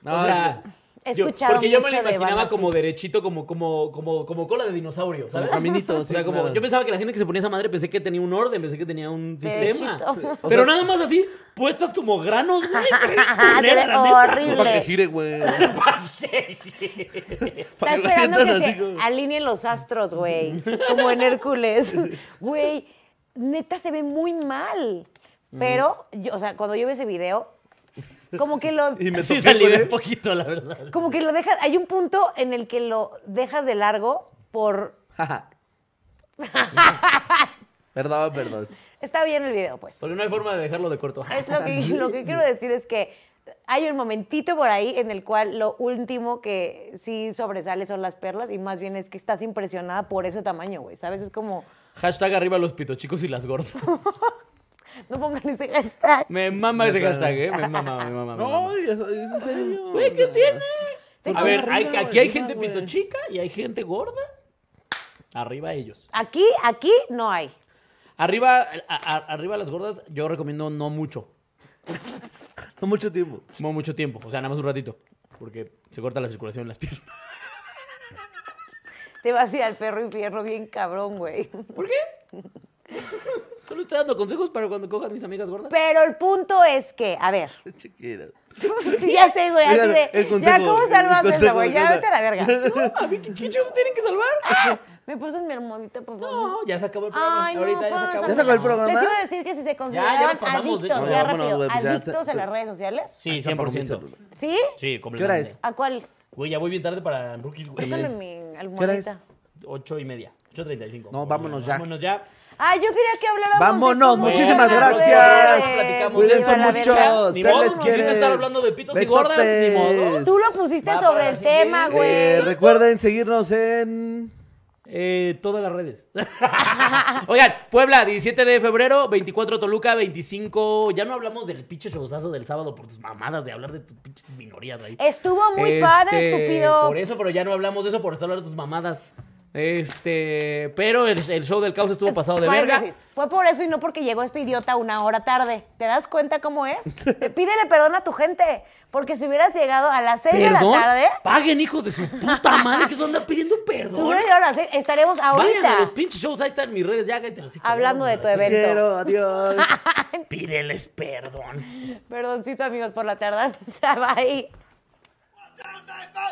[SPEAKER 3] No,
[SPEAKER 2] o sea,
[SPEAKER 1] He
[SPEAKER 2] yo-
[SPEAKER 1] escuchado
[SPEAKER 2] porque yo me lo
[SPEAKER 1] mucho de
[SPEAKER 2] imaginaba
[SPEAKER 1] bandas
[SPEAKER 2] como derechito, como, como, como, como cola de dinosaurio, ¿sabes?
[SPEAKER 3] caminito,
[SPEAKER 2] o sea,
[SPEAKER 3] sí,
[SPEAKER 2] como
[SPEAKER 3] claro.
[SPEAKER 2] yo pensaba que la gente que se ponía esa madre pensé que tenía un orden, pensé que tenía un sistema.
[SPEAKER 1] Derechito.
[SPEAKER 3] O
[SPEAKER 2] Pero
[SPEAKER 3] sea-
[SPEAKER 2] nada más así, puestas como granos, güey. se ve
[SPEAKER 1] Ah, se ve
[SPEAKER 2] culera, la neta.
[SPEAKER 1] horrible.
[SPEAKER 3] Para que gire, güey.
[SPEAKER 1] Está
[SPEAKER 3] Para que la
[SPEAKER 1] esperando que
[SPEAKER 3] sientan así
[SPEAKER 1] se
[SPEAKER 3] como-
[SPEAKER 1] alineen los astros, güey. Como en Hércules. Güey, neta se ve muy mal.
[SPEAKER 3] Mm.
[SPEAKER 1] Pero, yo, o sea, cuando yo veo ese video, como que lo.
[SPEAKER 3] Y me
[SPEAKER 2] Sí,
[SPEAKER 3] topé
[SPEAKER 2] salí
[SPEAKER 3] con
[SPEAKER 2] un
[SPEAKER 3] él.
[SPEAKER 2] poquito, la verdad.
[SPEAKER 1] Como que lo dejas. Hay un punto en el que lo dejas de largo por.
[SPEAKER 3] Perdón, perdón.
[SPEAKER 1] Está bien el video, pues.
[SPEAKER 2] Porque no hay forma de dejarlo de corto.
[SPEAKER 1] Es lo que, lo que quiero decir es que hay un momentito por ahí en el cual lo último que sí sobresale son las perlas y más bien es que estás impresionada por ese tamaño, güey. ¿Sabes? Es como,
[SPEAKER 2] Hashtag arriba los pitochicos y las gordas.
[SPEAKER 1] no pongan ese hashtag.
[SPEAKER 2] Me mama ese
[SPEAKER 3] Neta.
[SPEAKER 2] hashtag, ¿eh? Me mama, me mama. me mama.
[SPEAKER 3] No, es, es en serio.
[SPEAKER 2] Güey, ¿qué tiene?
[SPEAKER 1] Sí,
[SPEAKER 2] A ver,
[SPEAKER 3] arriba,
[SPEAKER 2] hay- aquí hay
[SPEAKER 3] arriba,
[SPEAKER 2] gente
[SPEAKER 3] güey.
[SPEAKER 2] pitochica y hay gente gorda. Arriba ellos.
[SPEAKER 1] Aquí, aquí no hay.
[SPEAKER 2] Arriba, a- a- arriba las gordas, yo recomiendo no mucho.
[SPEAKER 3] No mucho tiempo.
[SPEAKER 2] No mucho tiempo. O sea, nada más un ratito. Porque se corta la circulación en las piernas.
[SPEAKER 1] Te vas a ir al perro infierno bien cabrón, güey.
[SPEAKER 2] ¿Por qué? Solo estoy dando consejos para cuando cojas mis amigas gordas.
[SPEAKER 1] Pero el punto es que, a ver,
[SPEAKER 3] Chiquera.
[SPEAKER 1] ya sé, güey, así
[SPEAKER 3] Mira,
[SPEAKER 1] de,
[SPEAKER 3] el
[SPEAKER 1] ya,
[SPEAKER 3] consejo,
[SPEAKER 1] ¿cómo
[SPEAKER 3] el
[SPEAKER 1] salvas eso,
[SPEAKER 3] consejo,
[SPEAKER 1] güey? Ya,
[SPEAKER 3] mira.
[SPEAKER 1] vete a la verga.
[SPEAKER 2] No, a mí, ¿qué, qué chingados tienen que salvar?
[SPEAKER 1] ¿Me pasas mi hermanita, por favor?
[SPEAKER 2] No, ya se acabó el programa.
[SPEAKER 1] Ay, no,
[SPEAKER 2] Ahorita ya se acabó.
[SPEAKER 1] pásamelo.
[SPEAKER 3] ¿Ya se acabó el programa?
[SPEAKER 1] Les iba a decir que si se
[SPEAKER 2] Ya, ya
[SPEAKER 1] consideraban
[SPEAKER 2] lo pasamos, de
[SPEAKER 1] adictos,
[SPEAKER 2] hecho.
[SPEAKER 1] ya
[SPEAKER 3] No, vámonos,
[SPEAKER 1] rápido,
[SPEAKER 3] güey, pues ya
[SPEAKER 1] adictos
[SPEAKER 3] te-
[SPEAKER 1] a las redes sociales.
[SPEAKER 2] Sí,
[SPEAKER 3] Hasta apagó Ah, mi
[SPEAKER 2] 100%.
[SPEAKER 3] celular.
[SPEAKER 1] ¿Sí?
[SPEAKER 2] Sí, completamente.
[SPEAKER 3] ¿Qué hora es?
[SPEAKER 1] ¿A cuál?
[SPEAKER 2] Güey, ya voy bien tarde para rookies, güey.
[SPEAKER 1] Pásame mi almohadita.
[SPEAKER 2] Ocho y media. 8.35.
[SPEAKER 3] No, vámonos ya.
[SPEAKER 2] Vámonos ya.
[SPEAKER 1] Ah, yo quería que habláramos de
[SPEAKER 3] Vámonos,
[SPEAKER 1] cómo
[SPEAKER 3] muchísimas
[SPEAKER 1] eran las
[SPEAKER 3] gracias.
[SPEAKER 1] redes.
[SPEAKER 2] Platicamos.
[SPEAKER 1] pues, Viva
[SPEAKER 3] Cuídense
[SPEAKER 1] la
[SPEAKER 3] mucho. pues,
[SPEAKER 1] verga.
[SPEAKER 2] Ni
[SPEAKER 3] se
[SPEAKER 2] modo,
[SPEAKER 3] les
[SPEAKER 2] nos
[SPEAKER 3] quiere.
[SPEAKER 2] hiciste estar hablando de pitos y gordas, ni
[SPEAKER 3] Besotes.
[SPEAKER 2] modo.
[SPEAKER 1] Tú lo pusiste
[SPEAKER 2] Va
[SPEAKER 1] sobre
[SPEAKER 2] para
[SPEAKER 1] el
[SPEAKER 2] la
[SPEAKER 1] tema,
[SPEAKER 2] siguiente.
[SPEAKER 1] güey.
[SPEAKER 3] Eh, recuerden seguirnos en.
[SPEAKER 2] Eh, todas las redes. Oigan, Puebla, 17 de febrero, 24 Toluca, 25. Ya no hablamos del pinche showzazo del sábado por tus mamadas de hablar de tus pinches minorías ahí.
[SPEAKER 1] Estuvo muy
[SPEAKER 2] Este,
[SPEAKER 1] padre, estúpido.
[SPEAKER 2] Por eso, pero ya no hablamos de eso por estar hablando de tus mamadas. Este, pero el, el show del caos estuvo pasado de verga.
[SPEAKER 1] Paréntesis, Fue por eso y no porque llegó este idiota una hora tarde. ¿Te das cuenta cómo es? Pídele perdón a tu gente, porque si hubieras llegado a las 6 de la
[SPEAKER 2] ¿Perdón?
[SPEAKER 1] tarde,
[SPEAKER 2] Paguen, hijos de su puta madre, que se van a andar pidiendo
[SPEAKER 1] si
[SPEAKER 2] perdón.
[SPEAKER 1] hubieras llegado a las 6, estaremos
[SPEAKER 2] Vayan a los
[SPEAKER 1] ahorita
[SPEAKER 2] pinches shows, ahí están mis redes, ya cállate los hijos.
[SPEAKER 1] hablando de tu evento.
[SPEAKER 3] Quiero, adiós.
[SPEAKER 2] Pídeles perdón.
[SPEAKER 1] Perdoncito, amigos, por la tardanza. Bye.
[SPEAKER 4] Down, down, down.